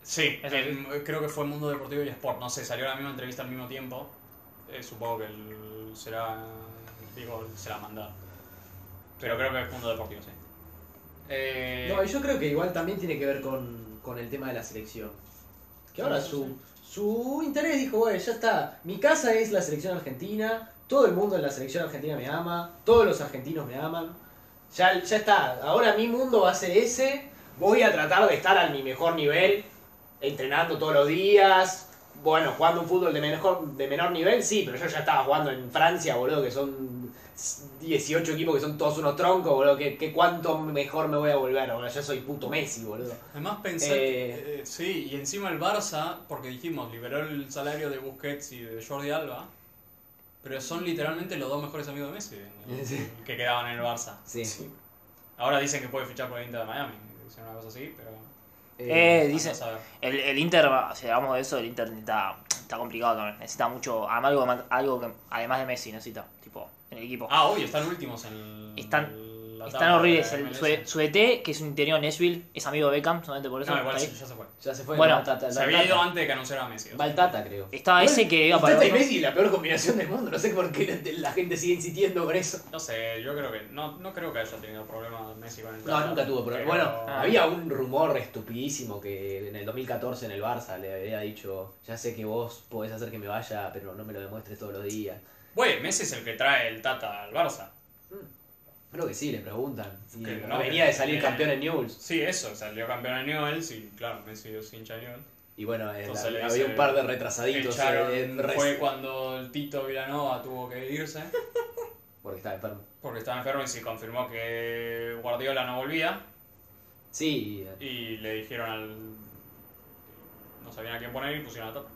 Speaker 2: Sí,
Speaker 4: Eso
Speaker 2: en- eh, creo que fue Mundo Deportivo y Sport, no sé, salió la misma entrevista al mismo tiempo. Eh, supongo que el- será. Digo, se la manda. Pero creo que es Mundo Deportivo, sí. Eh,
Speaker 5: No, y yo creo que igual también tiene que ver con, con el tema de la selección. Que ahora su, su interés dijo, bueno, ya está, mi casa es la selección argentina, todo el mundo en la selección argentina me ama, todos los argentinos me aman, ya, ya está, ahora mi mundo va a ser ese, voy a tratar de estar a mi mejor nivel, entrenando todos los días, bueno, jugando un fútbol de, mejor, de menor nivel, sí, pero yo ya estaba jugando en Francia, boludo, que son
Speaker 1: 18 equipos que son todos unos troncos, boludo. Que, que cuánto mejor me voy a volver, boludo. Ya soy puto Messi, boludo.
Speaker 2: Además pensé,
Speaker 1: Eh.
Speaker 2: eh, sí, y encima el Barça, porque dijimos, liberó el salario de Busquets y de Jordi Alba, pero son literalmente los dos mejores amigos de Messi eh,
Speaker 1: Sí.
Speaker 2: que quedaban en el Barça.
Speaker 1: Sí.
Speaker 2: Ahora dicen que puede fichar por el Inter de Miami, dicen una cosa así, pero...
Speaker 1: Eh,
Speaker 4: Eh, dice,
Speaker 2: andás a ver.
Speaker 4: el, el Inter, va- si hablamos de eso, el Inter necesita, está complicado también. Necesita mucho, además, algo, que- algo que, además de Messi, necesita, tipo, en el equipo.
Speaker 2: Ah, obvio, están últimos en
Speaker 4: Están-
Speaker 2: la
Speaker 4: Están
Speaker 2: tabla
Speaker 4: horribles.
Speaker 2: de la
Speaker 4: El,
Speaker 2: MLS.
Speaker 4: su, su DT, que es un interior Nashville, es amigo de Beckham, solamente por eso.
Speaker 2: No, igual
Speaker 4: está
Speaker 2: sí,
Speaker 4: ahí.
Speaker 2: ya se fue.
Speaker 1: ya se fue.
Speaker 4: Bueno,
Speaker 1: va el Tata-
Speaker 2: Se
Speaker 1: va el
Speaker 2: había ido
Speaker 1: Tata.
Speaker 2: antes de que anunciara a Messi. o sea.
Speaker 1: Va el Tata, creo.
Speaker 4: Estaba ese que iba para el
Speaker 1: Tata y
Speaker 4: otro.
Speaker 1: Messi, la peor combinación del mundo. No sé por qué la, la gente sigue insistiendo con eso.
Speaker 2: No sé, yo creo que... No, no creo que haya tenido problemas Messi con el
Speaker 1: No,
Speaker 2: Tata,
Speaker 1: nunca tuvo problema.
Speaker 2: pero- Ah.
Speaker 1: Bueno,
Speaker 4: Ah.
Speaker 1: había un rumor estupidísimo que en el 2014 en el Barça le había dicho, ya sé que vos podés hacer que me vaya, pero no me lo demuestres todos los días.
Speaker 2: Güey, Messi es el que trae el Tata al Barça.
Speaker 1: Creo que sí, le preguntan. Y
Speaker 2: Que no,
Speaker 1: venía
Speaker 2: que-
Speaker 1: de salir
Speaker 2: que-
Speaker 1: campeón en News.
Speaker 2: Sí, eso, salió campeón en Newell's y claro, Messi es hincha de Newell's.
Speaker 1: Y bueno, eh,
Speaker 2: Entonces le
Speaker 1: había
Speaker 2: dice-
Speaker 1: un par de retrasaditos.
Speaker 2: Echaron-
Speaker 1: eh, de res-
Speaker 2: fue cuando el Tito Vilanova tuvo que irse
Speaker 1: Porque estaba enfermo.
Speaker 2: porque estaba enfermo y se confirmó que Guardiola no volvía
Speaker 1: Sí, eh,
Speaker 2: y le dijeron al... No sabían a quién poner y pusieron a Tata.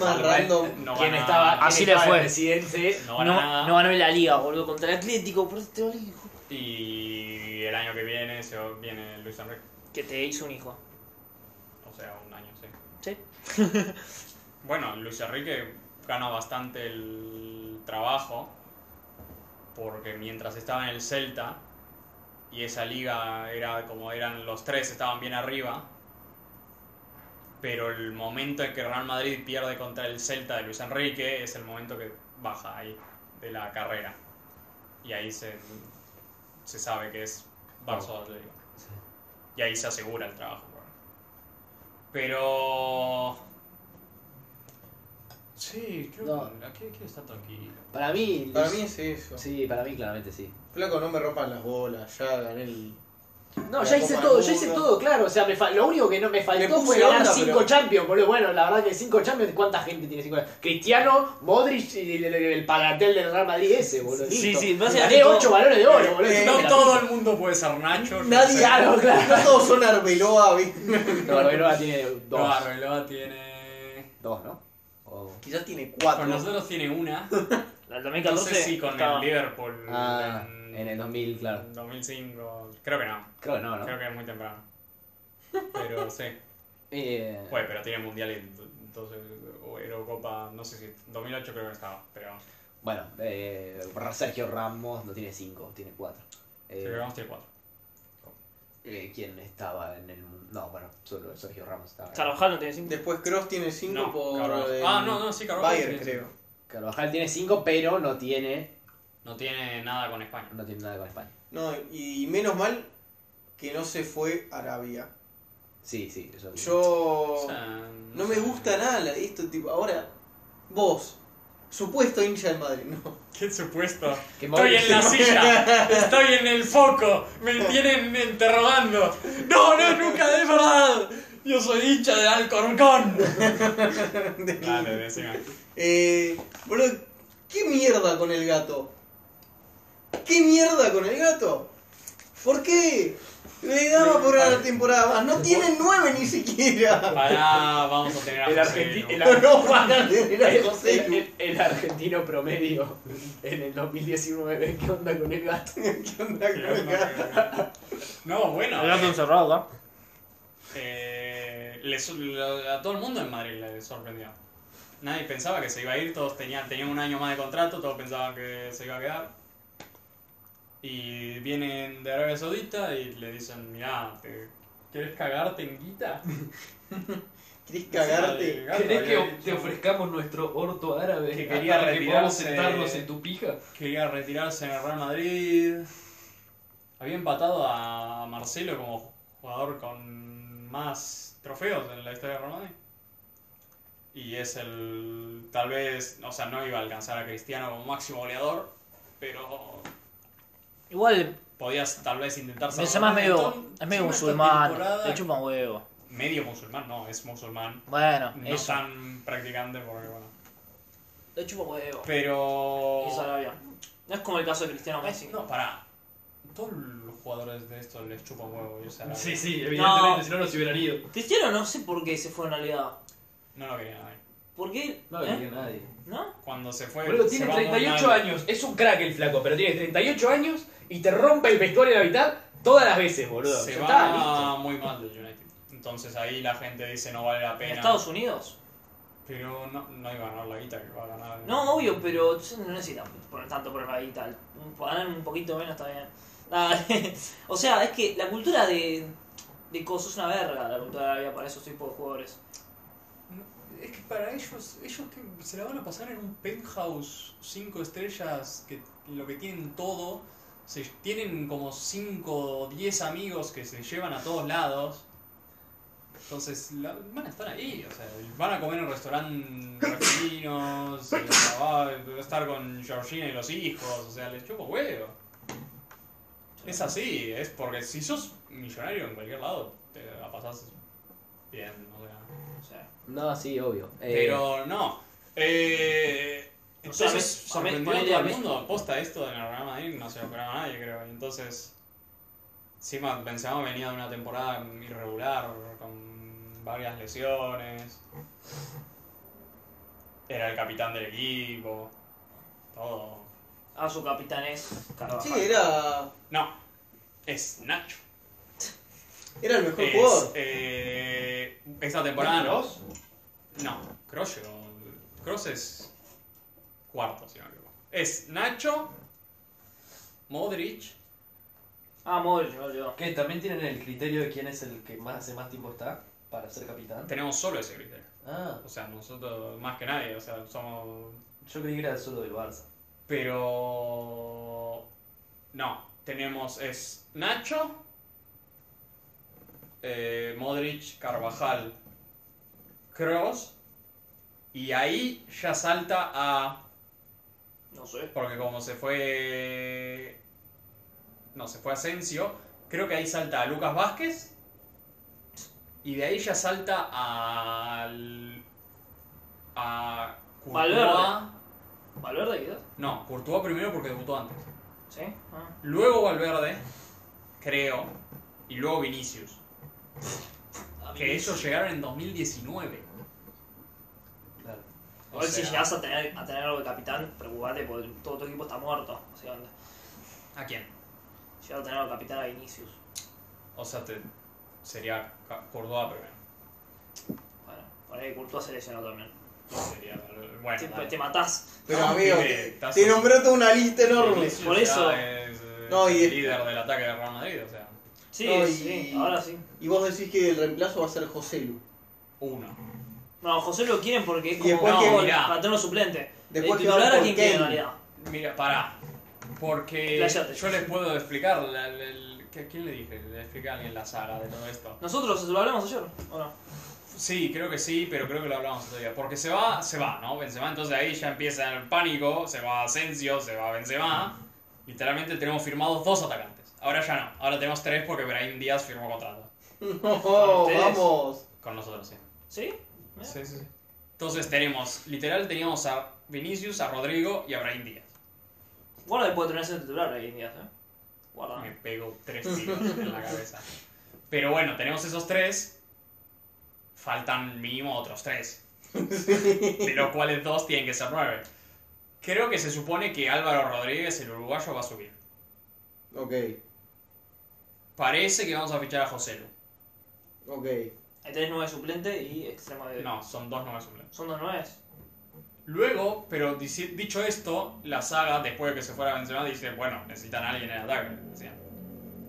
Speaker 3: Más random.
Speaker 2: No
Speaker 1: quien
Speaker 2: gana-
Speaker 1: estaba, quien
Speaker 4: Así le
Speaker 1: estaba de
Speaker 4: fue.
Speaker 1: presidente.
Speaker 2: No gana
Speaker 4: No,
Speaker 2: nada.
Speaker 4: no ganó en la liga, boludo, contra el Atlético. Por eso te doy, hijo.
Speaker 2: Y el año que viene se viene Luis Enrique.
Speaker 4: Que te hizo un hijo.
Speaker 2: O sea, un año, sí.
Speaker 4: Sí.
Speaker 2: Bueno, Luis Enrique gana bastante el trabajo porque mientras estaba en el Celta y esa liga era como eran los tres, estaban bien arriba. Pero el momento en que Real Madrid pierde contra el Celta de Luis Enrique es el momento que baja ahí de la carrera. Y ahí se, se sabe que es Barça o Atlético. Y ahí se asegura el trabajo. Pero. Sí, creo que aquí, aquí está tranquilo.
Speaker 1: Para mí.
Speaker 3: Para mí es eso.
Speaker 1: Sí, para mí claramente sí.
Speaker 3: Flaco, no me rompan las bolas, ya gané el.
Speaker 1: No,
Speaker 3: La
Speaker 1: ya hice
Speaker 3: Copa
Speaker 1: todo,
Speaker 3: del
Speaker 1: ya hice
Speaker 3: Mundo.
Speaker 1: todo, claro. O sea, me fal- lo único que no me
Speaker 3: Le
Speaker 1: faltó
Speaker 3: puse
Speaker 1: fue ganar
Speaker 3: onda,
Speaker 1: 5
Speaker 3: pero-
Speaker 1: Champions, boludo. Bueno, la verdad que 5 Champions, ¿cuánta gente tiene 5 Champions? Cristiano, Modric y el, el, el palatel del Real Madrid ese, boludo.
Speaker 4: Sí,
Speaker 1: listo.
Speaker 4: sí, no sé,
Speaker 1: Gané
Speaker 4: tipo-
Speaker 1: 8 balones de oro, boludo.
Speaker 3: Eh,
Speaker 1: No,
Speaker 2: No
Speaker 1: me la
Speaker 2: todo
Speaker 1: pico.
Speaker 2: el mundo puede ser Nacho. yo
Speaker 3: Nadie-
Speaker 2: sé.
Speaker 1: Claro, claro.
Speaker 3: No todos son Arbeloa, vi.
Speaker 1: No, Arbeloa tiene 2.
Speaker 2: No, Arbeloa tiene.
Speaker 1: 2, ¿no? O-
Speaker 3: Quizás tiene
Speaker 2: Con
Speaker 3: cuatro.
Speaker 2: nosotros tiene una.
Speaker 4: El
Speaker 2: No
Speaker 4: 2014
Speaker 2: sé si con
Speaker 4: estaba-
Speaker 2: el Liverpool.
Speaker 1: Ah, en el 2000, claro.
Speaker 2: 2005. Creo que no.
Speaker 1: Creo que no, ¿no?
Speaker 2: Creo que es muy temprano. Pero sí.
Speaker 1: Eh,
Speaker 2: Bueno, pero tiene mundial y entonces. O Eurocopa. No sé si. 2008 creo que no estaba. Pero.
Speaker 1: bueno, eh, Sergio Ramos no tiene 5, tiene 4.
Speaker 2: Sí, creo que vamos tiene cuatro.
Speaker 1: eh, ¿Quién estaba en el mundo? No, bueno, solo Sergio Ramos estaba.
Speaker 4: Carvajal no tiene cinco.
Speaker 3: Después Cross tiene cinco
Speaker 2: No,
Speaker 3: por.
Speaker 2: Carvajal.
Speaker 3: eh,
Speaker 2: Ah, no, no, sí, Carvajal
Speaker 3: Bayern,
Speaker 2: tiene
Speaker 3: creo.
Speaker 1: Carvajal tiene 5, pero no tiene,
Speaker 2: No tiene nada con España.
Speaker 1: no tiene nada con España.
Speaker 3: No, y menos mal que no se fue a Arabia.
Speaker 1: Sí, sí, eso
Speaker 3: Yo.
Speaker 2: O sea,
Speaker 3: No me
Speaker 2: sé.
Speaker 3: gusta nada la- esto, tipo, ahora, vos, supuesto hincha del Madrid, no.
Speaker 2: ¿Qué supuesto?
Speaker 1: Que
Speaker 2: Estoy en la silla, estoy en el foco, me tienen interrogando. No, no, nunca, de verdad. Yo soy hincha de Alcorcón. Dale, decime.
Speaker 3: Eh, bro, ¿qué mierda con el gato? ¿Qué mierda con el gato? ¿Por qué? Le daba por una temporada más, no tiene nueve ni siquiera.
Speaker 2: Pará, vamos a tener a
Speaker 1: El
Speaker 2: José
Speaker 1: argenti-
Speaker 2: Lu.
Speaker 1: el ar-
Speaker 3: No van a tener a
Speaker 1: El,
Speaker 3: José Lu.
Speaker 1: el- el argentino promedio en el 2019, ¿qué onda con el gato?
Speaker 3: ¿Qué onda con el gato?
Speaker 2: No, bueno.
Speaker 4: El gato encerrado acá.
Speaker 2: Eh, le sor- lo- a todo el mundo en Madrid le sorprendió. Nadie pensaba que se iba a ir, todos tenían, tenían un año más de contrato, todos pensaban que se iba a quedar. Y vienen de Arabia Saudita y le dicen, mirá, te- ¿quieres cagarte en guita?
Speaker 3: ¿Querés
Speaker 2: Al
Speaker 3: cagarte?
Speaker 2: gato,
Speaker 5: ¿Querés que
Speaker 2: había
Speaker 5: o-
Speaker 2: dicho
Speaker 5: te ofrezcamos nuestro orto árabe?
Speaker 2: Que quería
Speaker 5: hasta podamos
Speaker 2: retirarse-
Speaker 5: sentarnos en tu pija.
Speaker 2: Quería retirarse en el Real Madrid. Había empatado a Marcelo como jugador con más trofeos en la historia de Real Madrid. Y es el. Tal vez. O sea, no iba a alcanzar a Cristiano como máximo goleador. Pero.
Speaker 4: Igual,
Speaker 2: Podías tal vez intentar
Speaker 4: me
Speaker 2: salvarlo.
Speaker 4: llama medio.
Speaker 2: Entonces,
Speaker 4: Es medio
Speaker 2: encima esta
Speaker 4: musulmán.
Speaker 2: temporada-
Speaker 4: Le chupan huevo.
Speaker 2: Medio musulmán, no, es musulmán.
Speaker 4: Bueno,
Speaker 2: No
Speaker 4: eso.
Speaker 2: tan practicante porque, bueno.
Speaker 4: Le chupa huevo.
Speaker 2: Pero.
Speaker 4: Y Sarabia. No es como el caso de Cristiano Messi.
Speaker 2: No, pará. Todos los jugadores de esto les chupan huevo y Sarabia.
Speaker 5: Sí, sí, evidentemente,
Speaker 4: No.
Speaker 5: si no nos hubieran ido.
Speaker 4: Cristiano no sé por qué se fue en realidad.
Speaker 2: No lo eh. quería nadie.
Speaker 4: ¿Por qué?
Speaker 1: No
Speaker 4: ¿Eh?
Speaker 1: lo quería nadie.
Speaker 4: ¿No?
Speaker 2: Cuando se fue.
Speaker 5: Boludo,
Speaker 2: se
Speaker 5: tiene
Speaker 2: va muy
Speaker 5: 38
Speaker 2: mal.
Speaker 5: años, es un crack el flaco, pero tiene 38 años y te rompe el vestuario de la mitad todas las veces, boludo.
Speaker 2: Se
Speaker 5: Ya
Speaker 2: va
Speaker 5: está, listo.
Speaker 2: muy mal del United. Entonces ahí la gente dice no vale la
Speaker 4: ¿En
Speaker 2: pena.
Speaker 4: Estados Unidos?
Speaker 2: Pero no, no iba a ganar la guita que va a ganar.
Speaker 4: No, obvio, pero no necesitas poner tanto por la guita. Poner un poquito menos está bien. Dale. o sea, es que la cultura de. de cosas es una verga, la cultura de Arabia para esos tipos de jugadores.
Speaker 2: Es que para ellos, ellos que se la van a pasar en un penthouse 5 estrellas, que lo que tienen todo, se, tienen como 5 o 10 amigos que se llevan a todos lados. Entonces la- van a estar ahí, o sea, van a comer en restaurantes finos, eh, va a estar con Georgina y los hijos, o sea, les chupo huevo. Es así, es porque si sos millonario en cualquier lado, te la pasás bien, o sea.
Speaker 4: O sea,
Speaker 1: No, sí, obvio. Eh,
Speaker 2: Pero no. Eh,
Speaker 4: O sea,
Speaker 2: entonces
Speaker 4: Messi-
Speaker 2: sorprendió a
Speaker 4: Messi-
Speaker 2: todo el
Speaker 4: Messi-
Speaker 2: mundo. Aposta esto de la Real Madrid no se lo esperaba nadie, creo. Y Entonces, encima Benzema venía de una temporada irregular, con varias lesiones. Era el capitán del equipo. Todo.
Speaker 4: a ah, su capitán es. Carvajal.
Speaker 3: Sí, era,
Speaker 2: No, es Nacho.
Speaker 3: era el mejor
Speaker 2: Es,
Speaker 3: jugador.
Speaker 2: eh, esta temporada no. No, Cross llegó. Cross es cuarto, si no me equivoco. Es Nacho, Modric.
Speaker 4: Ah, Modric, no yo.
Speaker 7: Que también tienen el criterio de quién es el que más hace más tiempo está para ser capitán.
Speaker 2: Tenemos solo ese criterio.
Speaker 7: Ah,
Speaker 2: O sea, nosotros más que nadie, o sea, somos.
Speaker 7: yo creí que era solo del Barça.
Speaker 2: Pero. No, tenemos es Nacho, eh, Modric, Carvajal, Cross. Y ahí ya salta a
Speaker 4: No sé.
Speaker 2: Porque como se fue. No, se fue Asensio. Creo que ahí salta a Lucas Vázquez. Y de ahí ya salta al. A.
Speaker 4: Valverde.
Speaker 2: Courtois.
Speaker 4: ¿Valverde quizás?
Speaker 2: No, Courtois primero porque debutó antes.
Speaker 4: ¿Sí? Ah.
Speaker 2: Luego Valverde, creo. Y luego Vinicius.
Speaker 4: Ah.
Speaker 2: Que ellos llegaron en 2019.
Speaker 7: Claro.
Speaker 4: A ver
Speaker 2: O
Speaker 4: si
Speaker 2: sea-
Speaker 4: llegas a tener, a tener algo de capitán, preocupate porque todo tu equipo está muerto. básicamente.
Speaker 2: ¿A quién?
Speaker 4: Llegar a tener algo de capitán a Vinicius.
Speaker 2: O sea, te- sería Ca- Courtois primero.
Speaker 4: Bueno, por ahí Courtois se lesionó también.
Speaker 2: No sería Valverde. Bueno,
Speaker 4: Te,
Speaker 2: dale.
Speaker 4: te matás.
Speaker 3: Pero
Speaker 2: no,
Speaker 3: amigo,
Speaker 2: pibe,
Speaker 3: te,
Speaker 2: estás-
Speaker 3: te nombró toda una lista enorme.
Speaker 2: Vinicius
Speaker 4: Por
Speaker 2: ya
Speaker 4: eso-
Speaker 2: Es, eh,
Speaker 3: No, y-
Speaker 2: el líder del ataque de Real Madrid, o sea,
Speaker 4: Sí,
Speaker 3: No, y-
Speaker 4: sí, ahora sí.
Speaker 3: Y vos decís que el reemplazo va a ser José Lu.
Speaker 2: uno.
Speaker 4: No, José lo quieren porque es
Speaker 3: Y
Speaker 4: como
Speaker 3: después
Speaker 4: no,
Speaker 3: que-
Speaker 2: mirá.
Speaker 4: para tenerlo suplente.
Speaker 3: Después
Speaker 4: el
Speaker 3: que van
Speaker 4: titular a
Speaker 3: por
Speaker 4: quien quiere en
Speaker 3: Kane.
Speaker 4: realidad.
Speaker 2: Mira, pará. Porque
Speaker 4: Expláyate.
Speaker 2: yo les puedo explicar. la- la- el- ¿qué- ¿Quién le dije? Le expliqué a alguien la saga de todo esto.
Speaker 4: Nosotros lo hablamos ayer, ¿o no?
Speaker 2: Sí, creo que sí, pero creo que lo hablamos otro día. Porque se va, se va, ¿no? Benzema, entonces ahí ya empieza el pánico. Se va Asensio, se va Benzema. Literalmente tenemos firmados dos atacantes. Ahora ya no. Ahora tenemos tres porque Brahim Díaz firmó contrato.
Speaker 3: No,
Speaker 4: ustedes.
Speaker 3: vamos.
Speaker 2: Con nosotros, sí.
Speaker 4: ¿Sí?
Speaker 2: Sí, sí, sí. Entonces tenemos, literal, teníamos a Vinicius, a Rodrigo y a Brahim Díaz.
Speaker 4: Guarda que puede tener ese titular ahí en días, ¿eh? Guarda.
Speaker 2: Me pego tres tiros en la cabeza. Pero bueno, tenemos esos tres. Faltan mínimo otros tres. De los cuales dos tienen que ser nueve. Creo que se supone que Álvaro Rodríguez, el uruguayo, va a subir.
Speaker 3: Ok,
Speaker 2: Parece que vamos a fichar a José Lu.
Speaker 3: ok.
Speaker 4: Ahí tenés nueve suplente y extremo de.
Speaker 2: No, son dos nueve suplentes.
Speaker 4: Son dos nueves.
Speaker 2: Luego, pero dici- dicho esto, la saga, después de que se fuera Benzema, dice, bueno, necesitan a alguien en el ataque. Decían.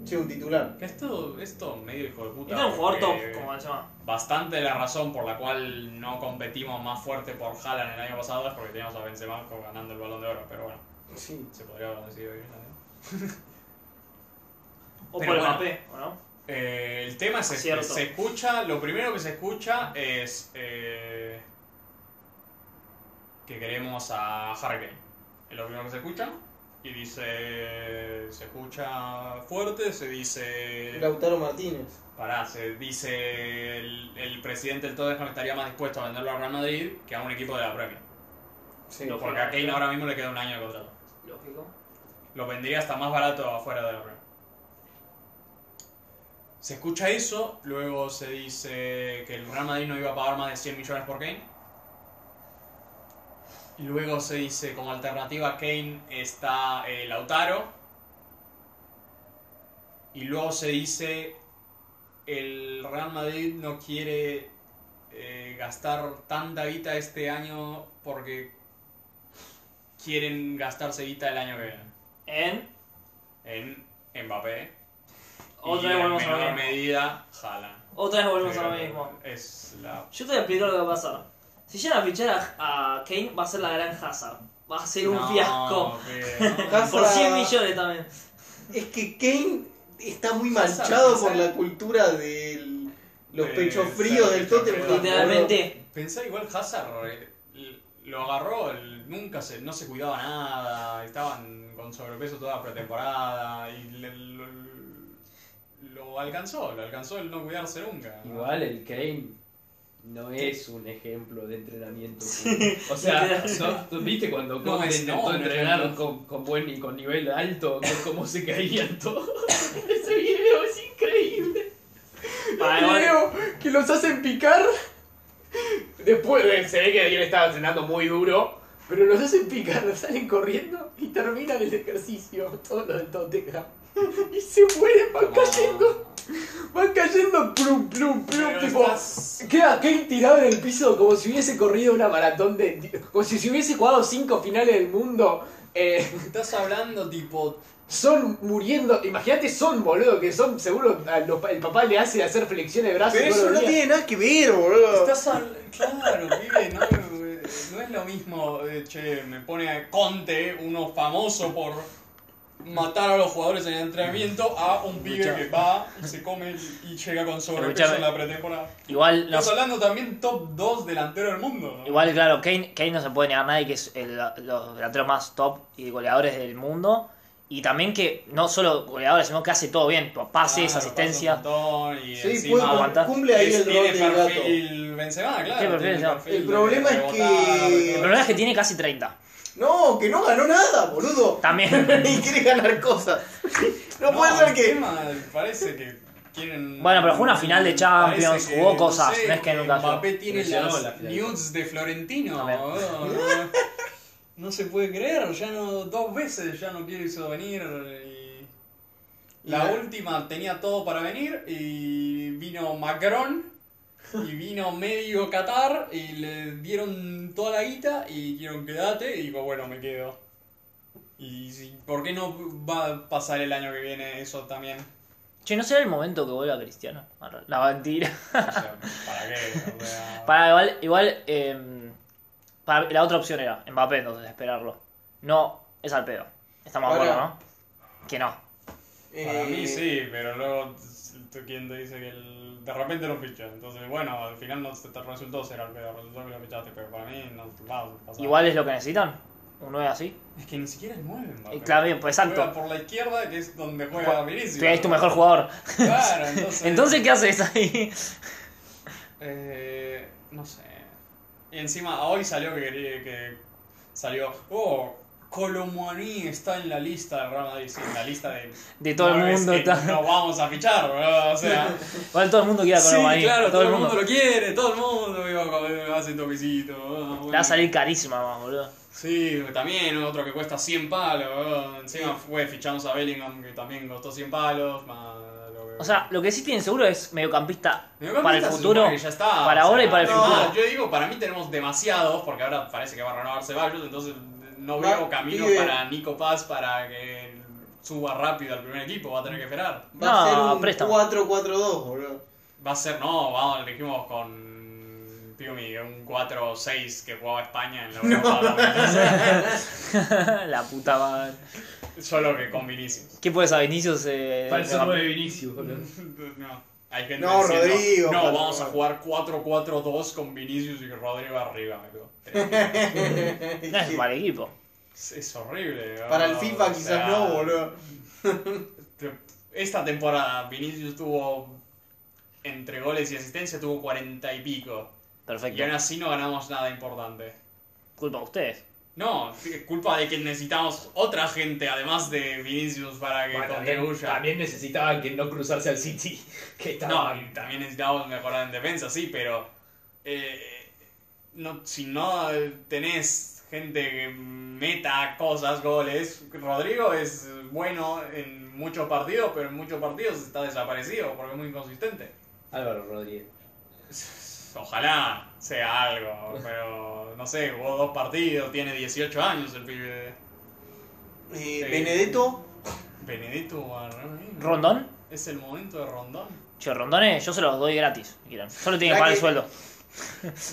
Speaker 3: Che, un titular.
Speaker 2: Que Esto, esto medio hijo de
Speaker 4: Y
Speaker 2: puta.
Speaker 4: tiene un jugador
Speaker 2: porque
Speaker 4: top, como Benzema.
Speaker 2: Bastante de la razón por la cual no competimos más fuerte por Haaland el año pasado es porque teníamos a Benzema como ganando el Balón de Oro, pero bueno,
Speaker 3: Sí.
Speaker 2: se podría haber decidido bien también. Pero
Speaker 4: O por el
Speaker 2: bueno.
Speaker 4: Mbappé, ¿o no?
Speaker 2: Eh, el tema es este,
Speaker 4: Cierto.
Speaker 2: se escucha, lo primero que se escucha es eh, que queremos a Harry Kane. Es lo primero que se escucha y dice, se escucha fuerte, se dice...
Speaker 3: Lautaro Martínez.
Speaker 2: Pará, se dice el, el presidente del Tottenham estaría más dispuesto a venderlo a Real Madrid que a un equipo de la Premier.
Speaker 3: Sí.
Speaker 4: No.
Speaker 2: Porque a Kane ahora mismo le queda un año de contrato.
Speaker 4: Lógico.
Speaker 2: Lo vendría hasta más barato afuera de la Premier. Se escucha eso, luego se dice que el Real Madrid no iba a pagar más de 100 millones por Kane. Luego se dice como alternativa a Kane está eh, Lautaro. Y luego se dice el Real Madrid no quiere eh, gastar tanta guita este año porque quieren gastarse guita el año que viene
Speaker 4: En.
Speaker 2: en Mbappé.
Speaker 4: Otra
Speaker 2: y
Speaker 4: vez
Speaker 2: en
Speaker 4: volvemos a lo
Speaker 2: menor
Speaker 4: mismo.
Speaker 2: medida, Haaland.
Speaker 4: Otra vez volvemos a lo
Speaker 2: Pero
Speaker 4: mismo.
Speaker 2: Es la...
Speaker 4: Yo te voy a explicar lo que va a pasar. Si llegan a fichar a, a Kane, va a ser la gran Hazard. Va a ser un
Speaker 2: No,
Speaker 4: fiasco.
Speaker 2: pero-
Speaker 3: Hazard-
Speaker 4: Por 100 millones también.
Speaker 3: Es que Kane está muy
Speaker 2: Hazard,
Speaker 3: manchado por
Speaker 2: Hazard.
Speaker 3: la cultura de los
Speaker 2: Eh,
Speaker 3: pechos
Speaker 2: sí,
Speaker 3: fríos del
Speaker 2: pecho
Speaker 3: Tottenham.
Speaker 2: frío.
Speaker 4: Literalmente.
Speaker 2: Pensá igual Hazard, eh, l- lo agarró, el- nunca se, no se cuidaba nada, estaban con sobrepeso toda la pretemporada y le- lo, lo alcanzó, lo alcanzó el no cuidarse nunca.
Speaker 5: Igual el Kane no es un ejemplo de entrenamiento. puro. O sea, so- ¿tú ¿viste cuando
Speaker 2: No,
Speaker 5: Conte
Speaker 2: es-
Speaker 5: intentó
Speaker 2: no, no,
Speaker 5: entrenar
Speaker 2: no.
Speaker 5: con, con buen y con nivel alto? que ¿Cómo se caían todos? Ese video es increíble.
Speaker 4: Para
Speaker 5: El
Speaker 4: igual-
Speaker 5: video que los hacen picar. Después eh, se ve que alguien estaba entrenando muy duro. Pero los hacen picar, los salen corriendo y terminan el ejercicio. Todo lo del Tottenham. Y se mueren, van cayendo. Van cayendo plum, plum, plum,
Speaker 2: Pero
Speaker 5: tipo.
Speaker 2: estás-
Speaker 5: Queda Kane tirado en el piso como si hubiese corrido una maratón de. como si se hubiese jugado cinco finales del mundo. Eh,
Speaker 2: Estás hablando tipo
Speaker 5: son muriendo. Imagínate, son boludo, que son seguro a los pa- el papá le hace hacer flexiones de brazos.
Speaker 3: Pero
Speaker 5: todos
Speaker 3: eso
Speaker 5: los
Speaker 3: no
Speaker 5: días.
Speaker 3: tiene nada que ver, boludo.
Speaker 2: Estás al- Claro, pibe, no, eh, no es lo mismo. eh, Che, me pone a Conte, uno famoso por matar a los jugadores en el entrenamiento, a un pibe
Speaker 1: Escuchá.
Speaker 2: que va y se come y llega con sobrepeso
Speaker 1: Escuchame.
Speaker 2: en la pretemporada.
Speaker 1: Igual, no,
Speaker 2: Estás hablando también top 2 delantero del mundo. ¿no?
Speaker 1: igual claro, Kane, Kane no se puede negar nadie que es el, los delanteros más top y goleadores del mundo. Y también que no solo goleadores, sino que hace todo bien. Pues Pases,
Speaker 2: Claro,
Speaker 1: asistencias.
Speaker 2: pasa un montón y
Speaker 3: Sí,
Speaker 2: encima
Speaker 3: puede-
Speaker 1: aguanta.
Speaker 3: cumple ahí
Speaker 2: es-
Speaker 3: el
Speaker 2: tiene
Speaker 3: rol del gato.
Speaker 2: perfil Benzema, claro.
Speaker 1: perfil
Speaker 2: tiene
Speaker 1: Benzema?
Speaker 2: perfil
Speaker 3: El
Speaker 2: de
Speaker 3: problema es
Speaker 2: rebotar,
Speaker 3: que-
Speaker 1: El
Speaker 2: de-
Speaker 1: problema es que tiene casi 30.
Speaker 3: No, que no ganó nada, boludo.
Speaker 1: También.
Speaker 3: Y quiere ganar cosas. No,
Speaker 2: No,
Speaker 3: puede ser que.
Speaker 2: encima Parece que quieren.
Speaker 1: Bueno, pero fue una final de Champions,
Speaker 2: parece
Speaker 1: jugó cosas, no es que nunca jugó.
Speaker 2: Mbappé tiene
Speaker 7: Lesionó
Speaker 2: las
Speaker 7: la final.
Speaker 2: nudes de Florentino.
Speaker 1: A ver.
Speaker 2: boludo, no- No se puede creer, ya no dos veces ya no quiso venir. y- La
Speaker 3: Y la-
Speaker 2: última tenía todo para venir y vino Macron y vino medio Qatar y le dieron toda la guita y dijeron quédate y digo bueno me quedo. ¿Y si- por qué no va a pasar el año que viene eso también?
Speaker 1: Che, ¿no será el momento que vuelva Cristiano? La mentira.
Speaker 2: O sea, ¿para qué? O sea,
Speaker 1: Para, igual, igual eh, para- la otra opción era Mbappé, entonces, esperarlo. No, es al pedo. Estamos de
Speaker 3: Ahora-
Speaker 1: acuerdo, ¿no? Que no.
Speaker 2: para
Speaker 3: Eh,
Speaker 2: mí sí, pero luego tú quién te dice que el- de repente lo fichas. Entonces, bueno, al final no te, te resultó ser al pedo, resultó que lo fichaste, pero para mí no va a pasar.
Speaker 1: Igual es lo que necesitan. Un 9 así.
Speaker 2: Es que ni siquiera es 9,
Speaker 1: Y claro, bien, pues
Speaker 2: Juega
Speaker 1: exacto.
Speaker 2: por la izquierda, que es donde juega Vinicius.
Speaker 1: Tú eres tu mejor jugador.
Speaker 2: Claro, entonces.
Speaker 1: Entonces, ¿qué haces ahí?
Speaker 2: Eh, no sé. Y encima ah, hoy salió que quería que salió, oh, Colomani está en la lista de Real Madrid, sí, en la lista de
Speaker 1: De todo el
Speaker 2: No, es
Speaker 1: mundo.
Speaker 2: que
Speaker 1: está-
Speaker 2: No vamos a fichar, bro, o sea.
Speaker 1: Igual todo el mundo quiere a
Speaker 2: sí,
Speaker 1: Colomani,
Speaker 2: claro, todo el mundo. lo quiere, todo el mundo digo, como, hacen toquecito. ah,
Speaker 1: Le
Speaker 2: bueno.
Speaker 1: va a salir carísima más, boludo.
Speaker 2: Sí, también otro que cuesta 100 palos, bro. encima fue fichamos a Bellingham que también costó 100 palos, más lo que-
Speaker 1: O sea, lo que sí tienen seguro es mediocampista
Speaker 2: Mediocampista
Speaker 1: para el
Speaker 2: se
Speaker 1: futuro.
Speaker 2: supone que ya está,
Speaker 1: para ahora y para el futuro.
Speaker 2: Yo digo, para mí tenemos demasiados, porque ahora parece que va a renovar Ceballos, entonces no
Speaker 3: Va,
Speaker 2: veo camino
Speaker 3: pibe.
Speaker 2: para Nico Paz para que suba rápido al primer equipo, va a tener que esperar.
Speaker 3: Va a ser
Speaker 1: No,
Speaker 3: un
Speaker 1: préstamo.
Speaker 3: 4-4-2, boludo.
Speaker 2: Va a ser, no, vamos, elegimos con Piumi, un 4-6 que jugaba España en la Europa 2015,
Speaker 1: la puta madre.
Speaker 2: solo que con Vinicius.
Speaker 1: ¿Qué puedes a Vinicius? Eh,
Speaker 5: Falso
Speaker 1: mediocampista?
Speaker 5: 9 Vinicius, boludo.
Speaker 2: No. Hay gente
Speaker 3: No,
Speaker 2: diciendo,
Speaker 3: Rodrigo,
Speaker 2: no,
Speaker 3: cuatro-
Speaker 2: vamos a jugar 4-4-2 con Vinicius y Rodrigo arriba, amigo.
Speaker 1: No es para el equipo.
Speaker 2: Es, es horrible. ¿no?
Speaker 3: Para el FIFA
Speaker 2: O
Speaker 3: quizás
Speaker 2: sea,
Speaker 3: no, boludo.
Speaker 2: te- Esta temporada Vinicius tuvo entre goles y asistencia tuvo 40 y pico. Y
Speaker 1: Perfecto.
Speaker 2: aún así no ganamos nada importante.
Speaker 1: Culpa a ustedes.
Speaker 2: No, es culpa de que necesitamos otra gente además de Vinicius para que
Speaker 5: Bueno, también,
Speaker 2: contribuya.
Speaker 5: también necesitaban que no cruzarse al City. Que estaba.
Speaker 2: No, y también necesitamos mejorar en defensa, sí, pero eh, no, si no tenés gente que meta cosas, goles, Rodrigo es bueno en muchos partidos, pero en muchos partidos está desaparecido porque es muy inconsistente.
Speaker 5: Álvaro Rodríguez.
Speaker 2: Ojalá sea algo, pero no sé, jugó dos partidos, tiene 18 años el pibe.
Speaker 3: Eh,
Speaker 2: Sí.
Speaker 3: Benedetto,
Speaker 2: Benedetto Guarrón.
Speaker 4: ¿Rondón?
Speaker 2: Es el momento de Rondón.
Speaker 4: Che, rondones yo se los doy gratis, si quieran. Solo tienen que pagar el sueldo.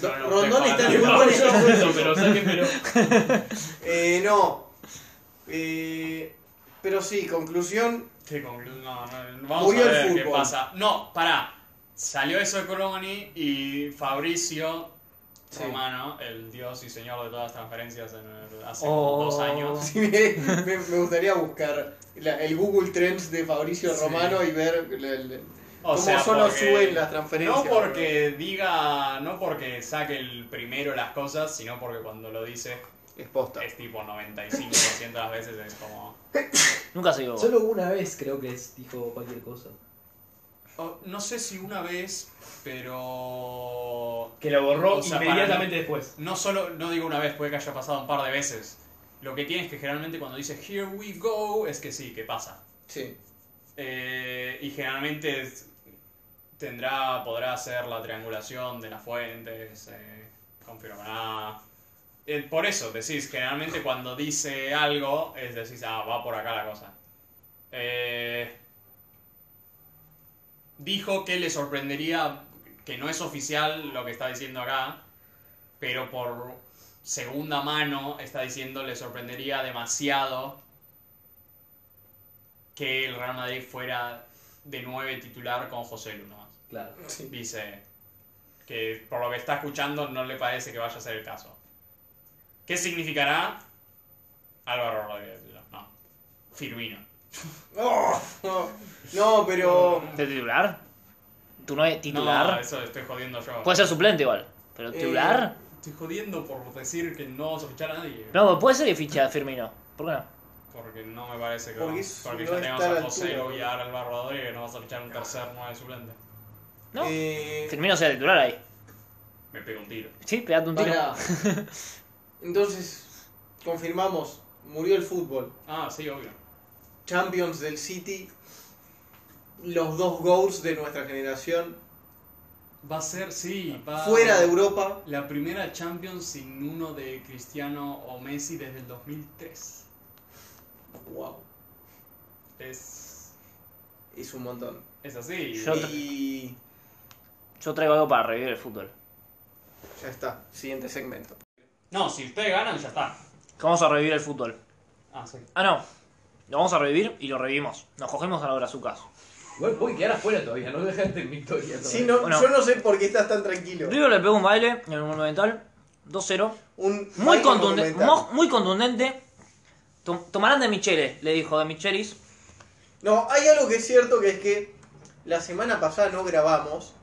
Speaker 2: No, no,
Speaker 3: Rondón
Speaker 2: estoy
Speaker 3: está en
Speaker 2: pagando.
Speaker 3: muy buen
Speaker 5: Eso, pero sáquenmelo.
Speaker 3: Eh, no. Eh, pero sí, conclusión.
Speaker 2: Qué conclu- No, no, vamos
Speaker 3: Murió
Speaker 2: a
Speaker 3: el
Speaker 2: ver qué
Speaker 3: fútbol.
Speaker 2: pasa. No, pará. Salió eso de Coloni y Fabricio
Speaker 3: Sí.
Speaker 2: Romano, el dios y señor de todas las transferencias en el- hace
Speaker 4: Oh.
Speaker 2: dos años.
Speaker 3: Sí, me, me- me gustaría buscar la- el Google Trends de Fabricio
Speaker 2: Sí.
Speaker 3: Romano y ver el- el-
Speaker 2: O
Speaker 3: cómo
Speaker 2: sea,
Speaker 3: solo
Speaker 2: porque-
Speaker 3: suben las transferencias.
Speaker 2: No porque diga, no porque saque el primero las cosas, sino porque cuando lo dice
Speaker 3: Es posta.
Speaker 2: es tipo 95% de las veces es como...
Speaker 4: Nunca se dio.
Speaker 7: Solo una vez creo que es, dijo cualquier cosa.
Speaker 2: Oh, no sé si una vez, pero...
Speaker 5: Que lo borró
Speaker 2: O sea, para
Speaker 5: inmediatamente después.
Speaker 2: no solo, no digo una vez, puede que haya pasado un par de veces. Lo que tienes que generalmente cuando dices here we go es que sí, que pasa.
Speaker 3: Sí.
Speaker 2: Eh, y generalmente es- tendrá, podrá hacer la triangulación de las fuentes, eh, confirmará. Eh, por eso decís, generalmente cuando dice algo, es decís, ah, va por acá la cosa. Eh, dijo que le sorprendería, que no es oficial lo que está diciendo acá, pero por segunda mano está diciendo le sorprendería demasiado que el Real Madrid fuera de nueve titular con José Lu nomás.
Speaker 7: Claro.
Speaker 2: Dice que por lo que está escuchando no le parece que vaya a ser el caso. ¿Qué significará? Álvaro Rodríguez, no. Firmino.
Speaker 3: Oh, no, no, pero.
Speaker 4: ¿De titular? ¿Tú no es
Speaker 2: No,
Speaker 4: titular? Pues-
Speaker 2: eso estoy jodiendo yo.
Speaker 4: Puede ser suplente igual. ¿Pero
Speaker 3: Eh,
Speaker 4: titular?
Speaker 2: Estoy jodiendo por decir que no vamos a fichar a nadie.
Speaker 4: No, pues puede ser que ficha Firmino. ¿Por qué no?
Speaker 3: Eh.
Speaker 2: Porque no me parece que
Speaker 3: Porque
Speaker 2: vamos-
Speaker 3: eso
Speaker 2: porque
Speaker 3: no
Speaker 2: ya
Speaker 3: está
Speaker 2: tenemos
Speaker 3: a la
Speaker 2: a José
Speaker 3: altura,
Speaker 2: Lu y a Álvaro Rodríguez, no vas a fichar un tercer nueve suplente.
Speaker 4: No.
Speaker 3: eh,
Speaker 4: Firmino sea titular ahí.
Speaker 2: Me pego un tiro.
Speaker 4: Sí, pegate un tiro.
Speaker 3: pará. Entonces, confirmamos: murió el fútbol.
Speaker 2: Ah, sí, obvio.
Speaker 3: Champions del City. Los dos goals de nuestra generación.
Speaker 2: Va a ser, sí, va
Speaker 3: Fuera de Europa.
Speaker 2: La primera Champions sin uno de Cristiano o Messi desde el 2003.
Speaker 3: Wow.
Speaker 2: Es,
Speaker 3: Es un montón.
Speaker 2: es así.
Speaker 4: Yo- Otra.
Speaker 3: Y.
Speaker 4: Yo traigo algo para revivir el fútbol.
Speaker 3: Ya está. Siguiente segmento.
Speaker 2: No, si ustedes ganan, ya está.
Speaker 4: Que Vamos a revivir el fútbol.
Speaker 2: Ah, sí.
Speaker 4: Ah, no. Lo vamos a revivir y lo revivimos. Nos cogemos a los brazucas.
Speaker 7: Voy, voy a quedar afuera todavía, no dejaste en victoria. todavía.
Speaker 3: Sí, no,
Speaker 4: Bueno.
Speaker 3: Yo no sé por qué estás tan tranquilo.
Speaker 4: River le pegó un baile en el Monumental. 2-0.
Speaker 3: Un
Speaker 4: Muy,
Speaker 3: baile
Speaker 4: contundente,
Speaker 3: monumental.
Speaker 4: mo- muy contundente. Tom- Tomarán de Michele, le dijo de Michelis.
Speaker 3: No, hay algo que es cierto que es que la semana pasada no grabamos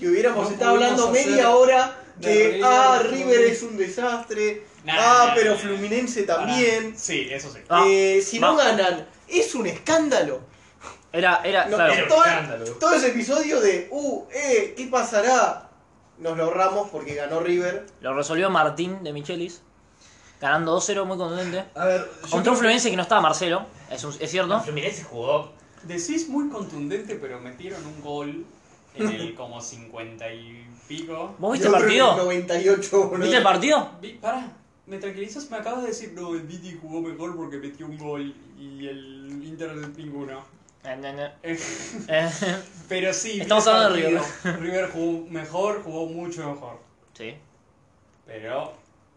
Speaker 3: y hubiéramos
Speaker 7: No
Speaker 3: estado hablando
Speaker 7: pudimos hacer
Speaker 3: media hora
Speaker 7: la
Speaker 3: de
Speaker 7: realidad
Speaker 3: ah,
Speaker 7: de
Speaker 3: River
Speaker 7: Fluminense".
Speaker 3: es un desastre,
Speaker 2: Nah,
Speaker 3: ah,
Speaker 2: nah,
Speaker 3: pero
Speaker 2: nah, nah.
Speaker 3: Fluminense también.
Speaker 2: Pará. Sí, eso sí.
Speaker 4: Ah,
Speaker 3: Eh, si no
Speaker 4: va.
Speaker 3: ganan, es un escándalo.
Speaker 4: Era, era,
Speaker 3: No,
Speaker 4: claro.
Speaker 3: era-
Speaker 5: un
Speaker 3: todo-
Speaker 5: escándalo.
Speaker 3: Todo ese episodio de, uh, eh, ¿qué pasará? Nos lo ahorramos porque ganó River.
Speaker 4: Lo resolvió Martín de Michelis. Ganando 2-0, muy contundente.
Speaker 7: A ver, yo
Speaker 4: Contra un Fluminense que no estaba Marcelo. Es, un- es cierto.
Speaker 5: Fluminense jugó.
Speaker 2: Decís muy contundente, pero metieron un gol en el como 50 y pico.
Speaker 4: ¿Vos viste
Speaker 3: Y
Speaker 4: el
Speaker 3: otro en
Speaker 4: partido?
Speaker 3: 98, boludo.
Speaker 4: ¿Viste el partido?
Speaker 2: Vi- Pará, me tranquilizas, me acabas de decir, no, el Viti jugó mejor porque metió un gol y el Inter ninguno.
Speaker 4: Eh, no, no.
Speaker 2: Eh,
Speaker 4: Eh,
Speaker 2: pero sí,
Speaker 4: Estamos
Speaker 2: vi el
Speaker 4: hablando de
Speaker 2: partido. River jugó mejor, jugó mucho mejor.
Speaker 4: sí.
Speaker 2: Pero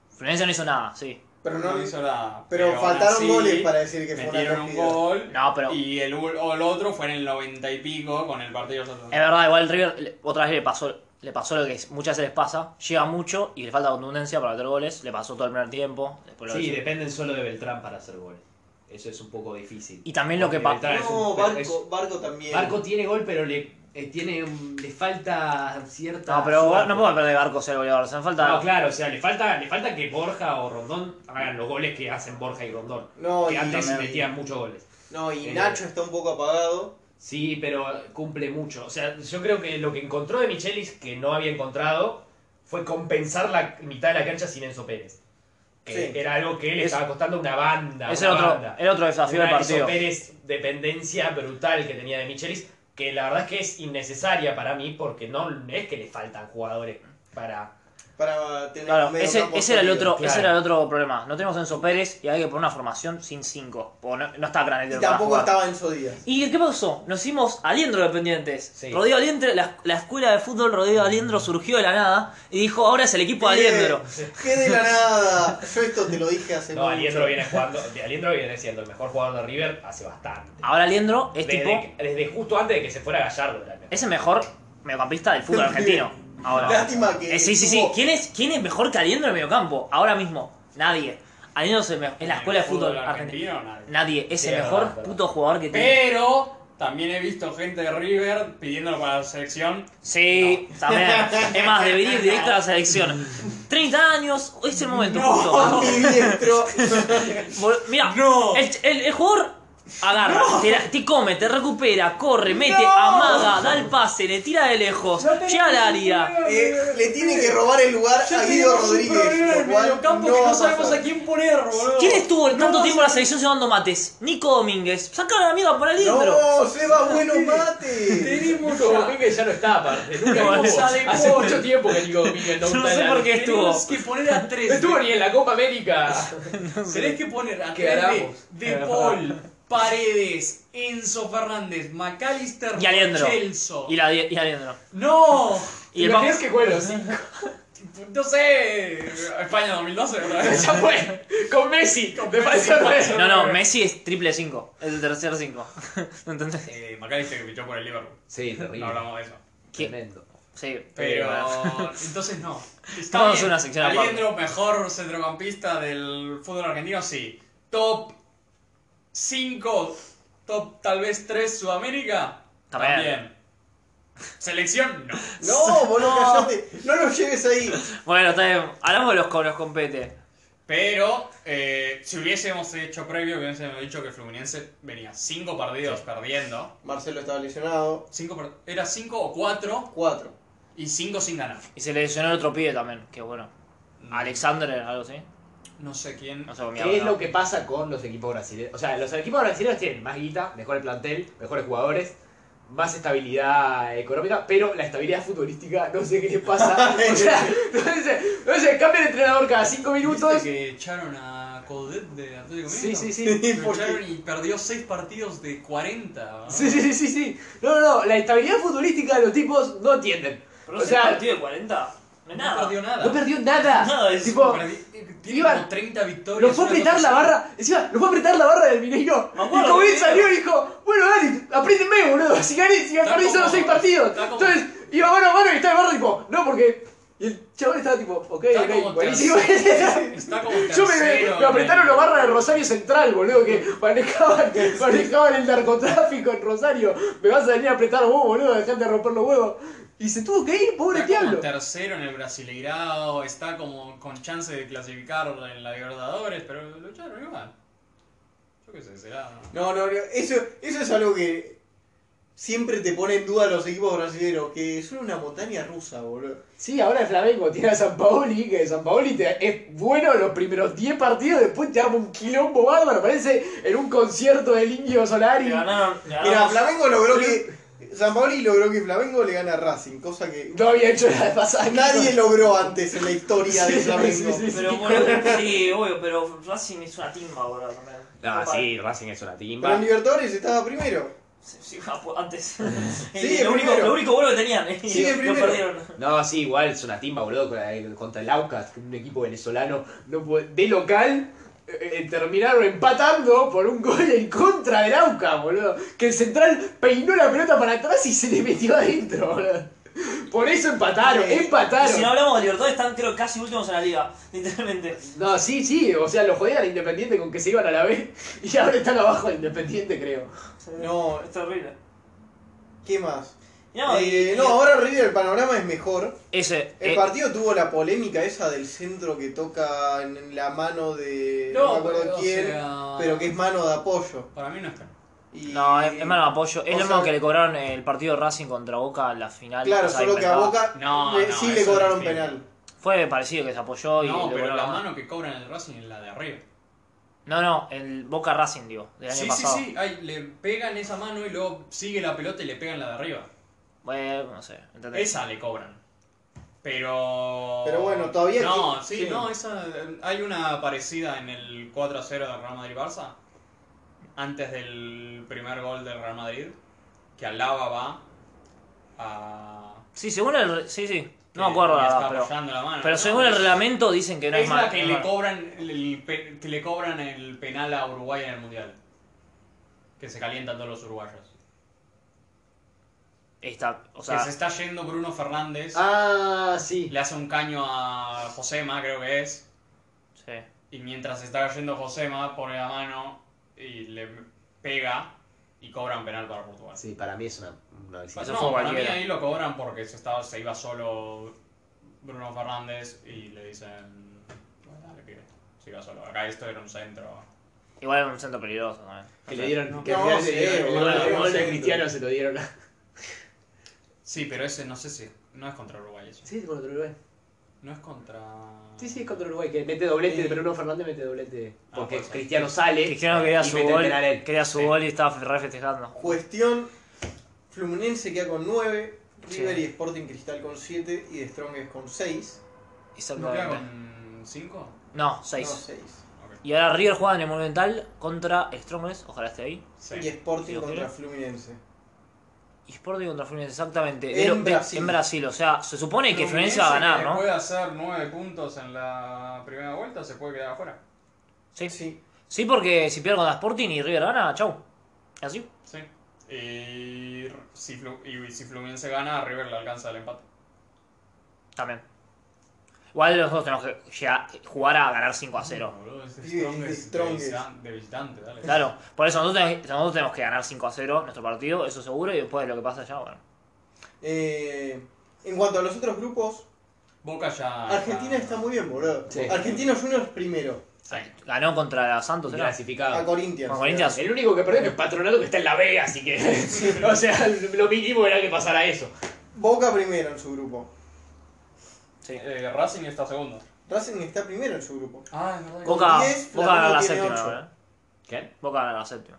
Speaker 4: Fluminense no hizo nada, sí.
Speaker 3: Pero no,
Speaker 2: hizo nada.
Speaker 3: pero
Speaker 2: aún
Speaker 3: faltaron
Speaker 2: así,
Speaker 3: goles para decir que fue una
Speaker 2: Metieron un
Speaker 3: cantidad.
Speaker 2: gol.
Speaker 4: No, pero-
Speaker 2: Y el, u- o el otro fue en el 90 y pico con el partido.
Speaker 4: Es verdad, igual River le- otra vez le pasó, le pasó lo que muchas veces les pasa. Llega mucho y le falta contundencia para meter goles. Le pasó todo el primer tiempo. después lo
Speaker 5: Sí,
Speaker 4: hizo.
Speaker 5: dependen solo de Beltrán para hacer goles. Eso es un poco difícil.
Speaker 4: Y también lo que
Speaker 5: Porque
Speaker 4: pasa.
Speaker 5: Beltrán es
Speaker 3: No,
Speaker 5: un-
Speaker 3: Barco,
Speaker 5: es-
Speaker 3: Barco también.
Speaker 5: Barco tiene gol, pero le
Speaker 1: eh, tiene, un- le falta cierta.
Speaker 4: No, pero
Speaker 1: suerte.
Speaker 4: no puedo hablar de Barco ser goleador. Se me falta.
Speaker 5: No, claro, o sea, le falta, le falta que Borja o Rondón hagan los goles que hacen Borja y Rondón.
Speaker 3: No, y,
Speaker 5: que antes
Speaker 4: también.
Speaker 5: metían muchos goles.
Speaker 3: no, y
Speaker 5: Eh.
Speaker 3: Nacho está un poco apagado.
Speaker 5: Sí, pero cumple mucho. O sea, yo creo que lo que encontró de Michelis, que no había encontrado, fue compensar la mitad de la cancha sin Enzo Pérez. Que
Speaker 3: Sí.
Speaker 5: era algo que le
Speaker 4: Es-
Speaker 5: estaba costando una banda.
Speaker 4: es el
Speaker 5: una
Speaker 4: otro,
Speaker 5: banda.
Speaker 4: el otro desafío
Speaker 5: Una
Speaker 4: del partido.
Speaker 5: Enzo Pérez dependencia brutal que tenía de Michelis, que la verdad es que es innecesaria para mí, porque no es que le faltan jugadores para...
Speaker 3: Para tener
Speaker 4: Claro,
Speaker 3: un medio
Speaker 4: ese,
Speaker 3: campo
Speaker 4: ese era el
Speaker 3: sólido.
Speaker 4: otro,
Speaker 5: claro.
Speaker 4: ese era el otro problema. No tenemos a Enzo Pérez y hay que poner una formación sin 5. No, no está Granadero
Speaker 3: Y
Speaker 4: para
Speaker 3: tampoco
Speaker 4: jugar.
Speaker 3: estaba Enzo Díaz.
Speaker 4: ¿Y qué pasó? Nos hicimos Aliendro dependientes.
Speaker 5: Sí.
Speaker 4: Rodrigo Aliendro, la, la escuela de fútbol Rodrigo Aliendro surgió de la nada y dijo, ahora es el equipo de
Speaker 3: Bien.
Speaker 4: Aliendro.
Speaker 3: ¡Qué de la nada! Yo esto te lo dije hace
Speaker 5: No,
Speaker 3: mucho.
Speaker 5: Aliendro viene jugando, Aliendro viene siendo el mejor jugador de River hace
Speaker 1: Ah,
Speaker 5: bastante.
Speaker 4: Ahora Aliendro es
Speaker 5: Desde,
Speaker 4: tipo,
Speaker 5: desde justo antes de que se fuera Gallardo. era el mejor.
Speaker 4: es el mejor mediocampista del fútbol argentino. Ahora.
Speaker 3: Lástima que.
Speaker 4: Eh, sí, sí, sí.
Speaker 3: estuvo-
Speaker 4: ¿Quién es, ¿Quién es mejor que Aliendro en el mediocampo? Ahora mismo. Nadie. Aliendro es, el mejor- es la escuela de fútbol argentino.
Speaker 2: nadie.
Speaker 4: Nadie. Es
Speaker 5: Sí,
Speaker 4: el
Speaker 5: es
Speaker 4: mejor
Speaker 5: verdad, es verdad.
Speaker 4: puto jugador que tiene.
Speaker 2: Pero también he visto gente de River pidiéndolo para la selección.
Speaker 4: Sí, también. Es más, debería ir directo a la selección. 30 años, es el momento
Speaker 3: ¡A
Speaker 4: justo.
Speaker 3: mi diestro!
Speaker 4: Vol- Mira, el, el- el jugador agarra, te, la- te come, te recupera, corre, mete, amaga, da el pase, le tira de lejos, llega al área.
Speaker 3: Eh, le tiene que robar el lugar a Guido Rodríguez.
Speaker 5: Eh,
Speaker 3: Lo cual no, va a pasar.
Speaker 2: quién poner, boludo.
Speaker 4: ¿Quién estuvo tanto tiempo en la selección llevando mates? Nico Domínguez. Saca la mierda por el intro.
Speaker 3: No, Seba, bueno mate.
Speaker 2: Tenemos
Speaker 5: Nico Domínguez ya no está, aparte. Nunca
Speaker 4: No,
Speaker 5: estuvo.
Speaker 2: ya de
Speaker 5: Hace
Speaker 2: gol.
Speaker 5: mucho tiempo que Nico Domínguez no
Speaker 4: Yo no
Speaker 5: está en
Speaker 4: sé
Speaker 5: la-
Speaker 4: por qué estuvo.
Speaker 2: Tenemos que poner a
Speaker 5: No
Speaker 2: tres.
Speaker 5: estuvo ni en la Copa América.
Speaker 2: Tenés que poner a
Speaker 5: Que
Speaker 2: tres de,
Speaker 5: ganamos.
Speaker 2: de Paul, Paredes, Enzo Fernández, McAllister,
Speaker 4: Y Aliendro.
Speaker 2: Chelso.
Speaker 4: Y, la, y Aliendro.
Speaker 2: ¡No!
Speaker 4: Y el
Speaker 5: ¿Imaginas que juego los cinco?
Speaker 2: No sé. España 2012, otra vez.
Speaker 5: Ya fue. Con Messi. De Francia
Speaker 4: pa- No, no, Messi es triple 5. Es el tercer 5. ¿No entendés?
Speaker 2: Eh, McAllister que fichó por el Liverpool.
Speaker 1: Sí,
Speaker 2: No
Speaker 1: terrible.
Speaker 2: hablamos de eso.
Speaker 4: ¿Qué?
Speaker 1: Tremendo.
Speaker 4: Sí.
Speaker 2: Pero
Speaker 4: bueno.
Speaker 2: entonces no.
Speaker 4: Vamos a
Speaker 2: Está
Speaker 4: hacer una sección aparte.
Speaker 2: Aliendro, mejor centrocampista del fútbol argentino, sí. Top 5, top tal vez 3 Sudamérica.
Speaker 4: También.
Speaker 2: También. Selección, no.
Speaker 3: No, boludo, callate. No lo lleves ahí.
Speaker 4: Bueno, está bien. Hablamos de los con los compete.
Speaker 2: Pero eh, si hubiésemos hecho previo, hubiésemos dicho que Fluminense venía 5 partidos perdiendo.
Speaker 3: Marcelo estaba lesionado.
Speaker 2: Cinco per- era 5 o 4
Speaker 3: Cuatro.
Speaker 2: y 5 sin ganar.
Speaker 4: Y se le lesionó el otro pibe también, que bueno.
Speaker 2: Mm.
Speaker 4: Alexander, algo así.
Speaker 2: No sé quién.
Speaker 4: No sé cómo
Speaker 1: ¿Qué es
Speaker 4: mierda.
Speaker 1: lo que pasa con los equipos brasileños? O sea, los equipos brasileños tienen más guita, mejor plantel, mejores jugadores, más estabilidad económica, pero la estabilidad futbolística no sé qué les pasa. o sea, no sé, no sé, cambian de entrenador cada cinco minutos.
Speaker 2: ¿Viste que echaron a Coudet de Atlético
Speaker 1: Sí,
Speaker 2: Mineiro?
Speaker 1: sí, sí.
Speaker 2: Lo echaron y perdió 6 partidos de 40. ¿no?
Speaker 1: Sí, sí, sí, sí, sí. No, no, no, la estabilidad futbolítica de los tipos no entienden.
Speaker 8: Pero
Speaker 1: O
Speaker 8: si
Speaker 1: sea-
Speaker 8: un partido de 40, no es
Speaker 2: No
Speaker 8: nada.
Speaker 2: perdió nada.
Speaker 1: No perdió nada.
Speaker 8: Nada de eso.
Speaker 1: tipo,
Speaker 2: Perdi- Tiene
Speaker 1: Iban-
Speaker 2: como 30 victorias.
Speaker 1: Lo fue a
Speaker 2: una
Speaker 1: apretar
Speaker 2: cosa
Speaker 1: la
Speaker 2: así.
Speaker 1: barra, encima, lo fue a apretar la barra del Mineiro.
Speaker 8: Me
Speaker 1: Y
Speaker 8: acuerdo
Speaker 1: Cobel
Speaker 8: del
Speaker 1: salió y dijo, bueno, dale, apriétenme, boludo. Si gané, si
Speaker 2: Está
Speaker 1: perdí solo
Speaker 2: como-
Speaker 1: seis partidos.
Speaker 2: está como-
Speaker 1: Entonces, iba mano a mano y estaba el barra tipo, no, porque. Y el chabón estaba tipo, ok,
Speaker 2: Está
Speaker 1: ok,
Speaker 2: como
Speaker 1: buenísimo.
Speaker 2: Está como
Speaker 1: Yo me,
Speaker 2: tercero
Speaker 1: me apretaron
Speaker 2: en
Speaker 1: la
Speaker 2: el-
Speaker 1: barra de Rosario Central, boludo, que manejaban, manejaban el narcotráfico en Rosario. Me vas a venir a apretar vos, boludo, dejate de romper los huevos. Y se tuvo que ir, pobre
Speaker 2: Está como
Speaker 1: diablo.
Speaker 2: tercero en el Brasileirao, está como con chance de clasificar en la Libertadores, pero lo echaron igual. Yo qué sé, será.
Speaker 3: No, no, no. Eso, eso es algo que siempre te pone en duda los equipos brasileños. Que son una montaña rusa, boludo.
Speaker 1: Sí, ahora el Flamengo tiene a San Paoli, que San Paoli te- es bueno los primeros 10 partidos, después te arma un quilombo bárbaro, parece en un concierto del Indio
Speaker 8: Le
Speaker 1: Solari.
Speaker 8: ganaron, le
Speaker 3: Mira,
Speaker 8: ganaron.
Speaker 3: Flamengo logró que. San Paoli logró que Flamengo le gana a Racing, cosa que
Speaker 1: No había hecho la pasada.
Speaker 3: nadie logró antes en la historia de Flamengo.
Speaker 1: Sí, sí,
Speaker 8: Pero bueno, sí, obvio, pero Racing es una timba, boludo, también.
Speaker 1: Ah,
Speaker 8: Copa-
Speaker 1: sí, Racing es una
Speaker 3: Pero
Speaker 1: timba.
Speaker 3: en Libertadores estaba primero.
Speaker 8: Sí, sí, Japón, antes.
Speaker 3: Sigue
Speaker 8: lo, único,
Speaker 3: primero.
Speaker 8: lo único bueno que tenían. eh,
Speaker 3: Sigue
Speaker 8: lo
Speaker 3: primero.
Speaker 8: perdieron.
Speaker 1: No, sí, igual es una timba, boludo, con- eh, contra el Aucas, un equipo venezolano no puede- de local. eh, eh, terminaron empatando por un gol en contra del Aucas, boludo. Que el central peinó la pelota para atrás y se le metió adentro, boludo. Por eso empataron,
Speaker 3: Eh,
Speaker 8: Y
Speaker 1: empataron.
Speaker 8: si no hablamos de Libertadores, están creo casi últimos en la liga, literalmente.
Speaker 1: No, sí, sí, o sea, lo jodían a Independiente con que se iban a la B y ahora están abajo de Independiente, creo.
Speaker 3: No,
Speaker 8: Es terrible.
Speaker 3: ¿qué más?
Speaker 9: No,
Speaker 3: Eh,
Speaker 9: y-
Speaker 3: no, ahora River el panorama es mejor.
Speaker 4: Ese.
Speaker 3: El
Speaker 4: eh,
Speaker 3: partido tuvo la polémica esa del centro que toca en- en la mano de no,
Speaker 2: No,
Speaker 3: me acuerdo
Speaker 2: o
Speaker 3: quién,
Speaker 2: sea-
Speaker 3: pero que es mano de apoyo.
Speaker 2: Para mí no está.
Speaker 3: Y-
Speaker 4: no, es, es malo apoyo. Es
Speaker 3: o
Speaker 4: lo mismo
Speaker 3: sea-
Speaker 4: que le cobraron el partido de Racing contra Boca en la final.
Speaker 3: Claro,
Speaker 4: pasada de
Speaker 3: solo que a
Speaker 4: Libertad.
Speaker 3: Boca
Speaker 2: No,
Speaker 3: le-
Speaker 2: no,
Speaker 3: sí le
Speaker 2: eso
Speaker 3: cobraron
Speaker 2: es distinto.
Speaker 3: penal.
Speaker 4: Fue parecido que se apoyó y
Speaker 2: No,
Speaker 4: le
Speaker 2: pero
Speaker 4: cobraron
Speaker 2: la
Speaker 4: más.
Speaker 2: mano que cobran en el Racing es la de arriba.
Speaker 4: No, no, el Boca Racing, digo, del año
Speaker 2: Sí, sí,
Speaker 4: pasado.
Speaker 2: sí. Ay, le pegan esa mano y luego sigue la pelota y le pegan la de arriba.
Speaker 4: Bueno, no sé. ¿entendés?
Speaker 2: Esa le cobran. Pero.
Speaker 3: Pero bueno, todavía
Speaker 2: No,
Speaker 3: exi-
Speaker 2: sí,
Speaker 3: sí.
Speaker 2: no, esa. eh, Hay una parecida en el 4-0 del Real Madrid-Barça. Antes del primer gol del Real Madrid. Que Alaba va a.
Speaker 4: Sí, según el. re- Sí, sí. No
Speaker 2: que
Speaker 4: me acuerdo
Speaker 2: le
Speaker 4: la
Speaker 2: está
Speaker 4: verdad, pero.
Speaker 2: apoyando la mano.
Speaker 4: Pero
Speaker 2: No,
Speaker 4: según el
Speaker 2: es-
Speaker 4: reglamento dicen que no es,
Speaker 2: es
Speaker 4: mal.
Speaker 2: la que
Speaker 4: no es
Speaker 2: le
Speaker 4: mal.
Speaker 2: cobran el, pe- que le cobran el penal a Uruguay en el mundial. Que se calientan todos los uruguayos.
Speaker 4: Está, o
Speaker 2: que
Speaker 4: sea,
Speaker 2: se está yendo Bruno Fernández.
Speaker 1: Ah, sí.
Speaker 2: Le hace un caño a Josema, creo que es.
Speaker 4: sí.
Speaker 2: Y mientras se está cayendo Josema, pone la mano y le pega y cobran penal para Portugal.
Speaker 1: Sí, para mí es una. una visita.
Speaker 4: Eso
Speaker 2: no,
Speaker 4: fue
Speaker 2: para mí
Speaker 4: cualquiera.
Speaker 2: ahí lo cobran porque se, estaba, se iba solo Bruno Fernández y le dicen. Bueno, dale, pibe. Se iba solo. Acá esto era un centro.
Speaker 4: Igual era un centro peligroso también.
Speaker 1: Que le dieron. Que
Speaker 3: No,
Speaker 1: al final
Speaker 3: sí,
Speaker 1: le dieron. el
Speaker 3: boludo,
Speaker 1: gol-
Speaker 3: era
Speaker 1: El
Speaker 3: un
Speaker 1: gol de
Speaker 3: centro.
Speaker 1: Cristiano se lo dieron. a-
Speaker 2: Sí, pero ese no sé si. No es contra Uruguay eso.
Speaker 1: Sí, es contra Uruguay.
Speaker 2: No es contra.
Speaker 1: Sí, sí, es contra Uruguay. Que mete doblete,
Speaker 2: Sí.
Speaker 1: pero Bruno Fernández mete doblete.
Speaker 2: Ah,
Speaker 1: Porque
Speaker 2: puede ser.
Speaker 1: Cristiano sale.
Speaker 4: Cristiano quería
Speaker 1: y
Speaker 4: su
Speaker 1: mete el
Speaker 4: gol,
Speaker 1: penal él.
Speaker 4: quería su
Speaker 2: Sí.
Speaker 4: gol y estaba re festejando.
Speaker 3: Cuestión, Fluminense queda con 9, River
Speaker 4: Sí.
Speaker 3: y Sporting Cristal con 7 y De Strongest con 6.
Speaker 2: ¿No queda
Speaker 4: Exactamente.
Speaker 2: con 5?
Speaker 4: No,
Speaker 3: No,
Speaker 4: 6.
Speaker 3: 6.
Speaker 4: Y ahora River juega en el Monumental contra Strongest, ojalá esté ahí.
Speaker 3: Y Sporting
Speaker 4: Sí, ¿o
Speaker 3: contra
Speaker 4: quiere?
Speaker 3: Fluminense.
Speaker 4: Y Sporting contra Fluminense, exactamente.
Speaker 3: En
Speaker 4: De lo- de-
Speaker 3: Brasil.
Speaker 4: en Brasil, o sea, se supone que Fluminense va a ganar, ¿no?
Speaker 2: puede hacer 9 puntos en la primera vuelta, se puede quedar afuera.
Speaker 4: Sí.
Speaker 3: Sí.
Speaker 4: Sí, porque si pierde contra Sporting y River gana, chau. Así.
Speaker 2: Sí. Y si, Flu- y si Fluminense gana, a River le alcanza el empate.
Speaker 4: También. Igual los dos tenemos que llegar- jugar a ganar 5 a 0.
Speaker 2: Boludo, es
Speaker 3: Sí,
Speaker 2: Strongest
Speaker 3: es Strongest.
Speaker 2: De, visitan- de visitante, dale.
Speaker 4: Claro, por eso nosotros, tenemos- nosotros tenemos que ganar 5 a 0 nuestro partido, eso seguro, y después lo que pasa allá, bueno.
Speaker 3: Eh, en cuanto a los otros grupos,
Speaker 2: Boca ya.
Speaker 3: Argentina está muy bien, boludo.
Speaker 1: Sí.
Speaker 3: Argentinos Juniors primero,
Speaker 2: Sí.
Speaker 4: Ganó contra Santos,
Speaker 1: Y
Speaker 4: ¿era?
Speaker 3: a
Speaker 1: Clasificado.
Speaker 3: Corinthians.
Speaker 4: Con Corinthians.
Speaker 1: El único que perdió es Patronato que está en la B, así que. o sea, lo mínimo era que pasara eso.
Speaker 3: Boca primero en su grupo.
Speaker 2: Eh, Racing está segundo.
Speaker 3: Racing está primero en su grupo.
Speaker 2: Ah, es verdad.
Speaker 4: Boca,
Speaker 3: Diez,
Speaker 4: Boca ganó la
Speaker 3: Flamengo tiene
Speaker 4: séptima,
Speaker 3: ocho.
Speaker 4: ¿verdad?
Speaker 1: ¿Qué?
Speaker 4: Boca ganó la séptima.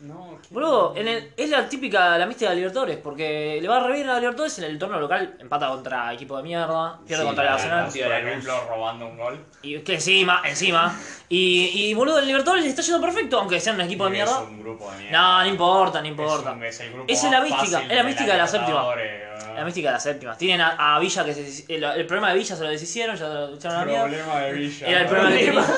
Speaker 2: No, ¿qué?
Speaker 4: Boludo, en el- es la típica, la mística de Libertadores, porque le va a re bien a Libertadores en el torneo local, empata contra equipo de mierda, pierde
Speaker 1: Sí,
Speaker 4: contra el
Speaker 1: la
Speaker 4: Arsenal.
Speaker 1: verdad.
Speaker 2: Partido de la Luz. Eh, robando un gol.
Speaker 4: Y que encima, encima. Y, y boludo, el Libertadores le está yendo perfecto, aunque sea un equipo de
Speaker 2: Y
Speaker 4: mierda.
Speaker 2: Es un grupo de mierda.
Speaker 4: No, no importa, no
Speaker 2: Es,
Speaker 4: importa.
Speaker 2: un- es el grupo
Speaker 4: Esa es la
Speaker 2: más
Speaker 4: mística,
Speaker 2: fácil
Speaker 4: es la mística de la séptima.
Speaker 2: Libertadores,
Speaker 4: La mística de la séptima. Tienen a, a Villa que se, el, el problema de Villa se lo deshicieron, ya lo echaron a la mierda.
Speaker 2: Problema de Villa.
Speaker 4: Era el problema que tenían.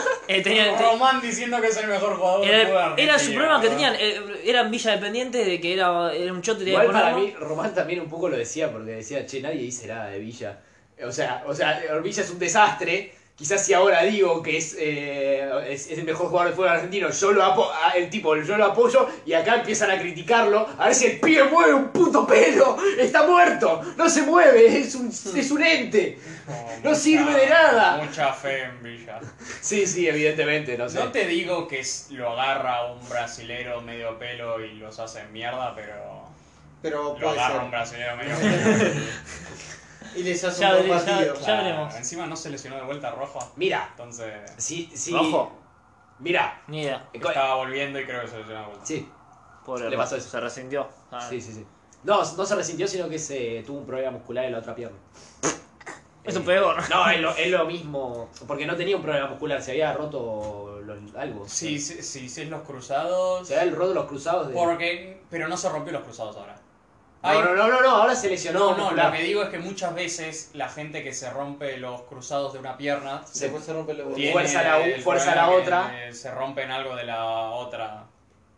Speaker 4: eh, tenían- te-
Speaker 2: Román diciendo que es el mejor jugador
Speaker 4: era,
Speaker 2: del mundo de
Speaker 4: el- era su
Speaker 2: Argentina,
Speaker 4: problema que
Speaker 2: ¿verdad?
Speaker 4: tenían. eh, eran Villa dependientes de que era, era un chote y tenía que
Speaker 1: Igual para
Speaker 4: ponerlo.
Speaker 1: mí, Román también un poco lo decía, porque decía, che, nadie dice nada de Villa. O sea, o sea, Villa es un desastre. Quizás si ahora digo que es, eh, es, es el mejor jugador de fútbol argentino, yo lo apo- a- el tipo, yo lo apoyo y acá empiezan a criticarlo. A ver si el pibe mueve un puto pelo. Está muerto. No se mueve. Es un, es un ente.
Speaker 2: Oh,
Speaker 1: No sirve de nada.
Speaker 2: Mucha fe en Villa.
Speaker 1: Sí, sí, evidentemente. No sé.
Speaker 2: No te digo que es- lo agarra un brasilero medio pelo y los hace mierda, pero
Speaker 3: Pero
Speaker 2: lo
Speaker 3: puede
Speaker 2: agarra un
Speaker 3: ser.
Speaker 2: brasilero medio pelo.
Speaker 3: Y les hace
Speaker 4: Ya
Speaker 3: un buen
Speaker 4: veré, ya-
Speaker 3: partido.
Speaker 4: ya- veremos.
Speaker 2: Encima no se lesionó de vuelta rojo,
Speaker 1: Mira,
Speaker 2: entonces
Speaker 1: sí, sí.
Speaker 4: Ojo.
Speaker 1: Mira. eh,
Speaker 4: Ni idea.
Speaker 2: estaba volviendo y creo que se lesionó de vuelta.
Speaker 1: Sí,
Speaker 4: Pobre
Speaker 1: Le pasó eso.
Speaker 4: Racing, Se resintió. Ah.
Speaker 1: sí, sí, sí. No, no se resintió, sino que se tuvo un problema muscular en la otra pierna.
Speaker 4: Eso es
Speaker 1: Eh,
Speaker 4: peor.
Speaker 1: No, es lo, es lo mismo. Porque no tenía un problema muscular, se había roto los- algo.
Speaker 2: Sí, sí, sí, sí, es los cruzados.
Speaker 1: Se había roto los cruzados. De...
Speaker 2: Porque, pero no se rompió los cruzados ahora. Hay-
Speaker 1: No, no, no, no, no, ahora se lesionó.
Speaker 2: No, no,
Speaker 1: muscular.
Speaker 2: lo que digo es que muchas veces la gente que se rompe los cruzados de una pierna
Speaker 1: Se-
Speaker 3: Después se rompe los
Speaker 1: Bien.
Speaker 2: tiene
Speaker 1: Fuerza la u-
Speaker 2: el
Speaker 1: fuerza
Speaker 2: problema
Speaker 1: la
Speaker 2: que,
Speaker 1: otra.
Speaker 2: eh, se rompen algo de la otra,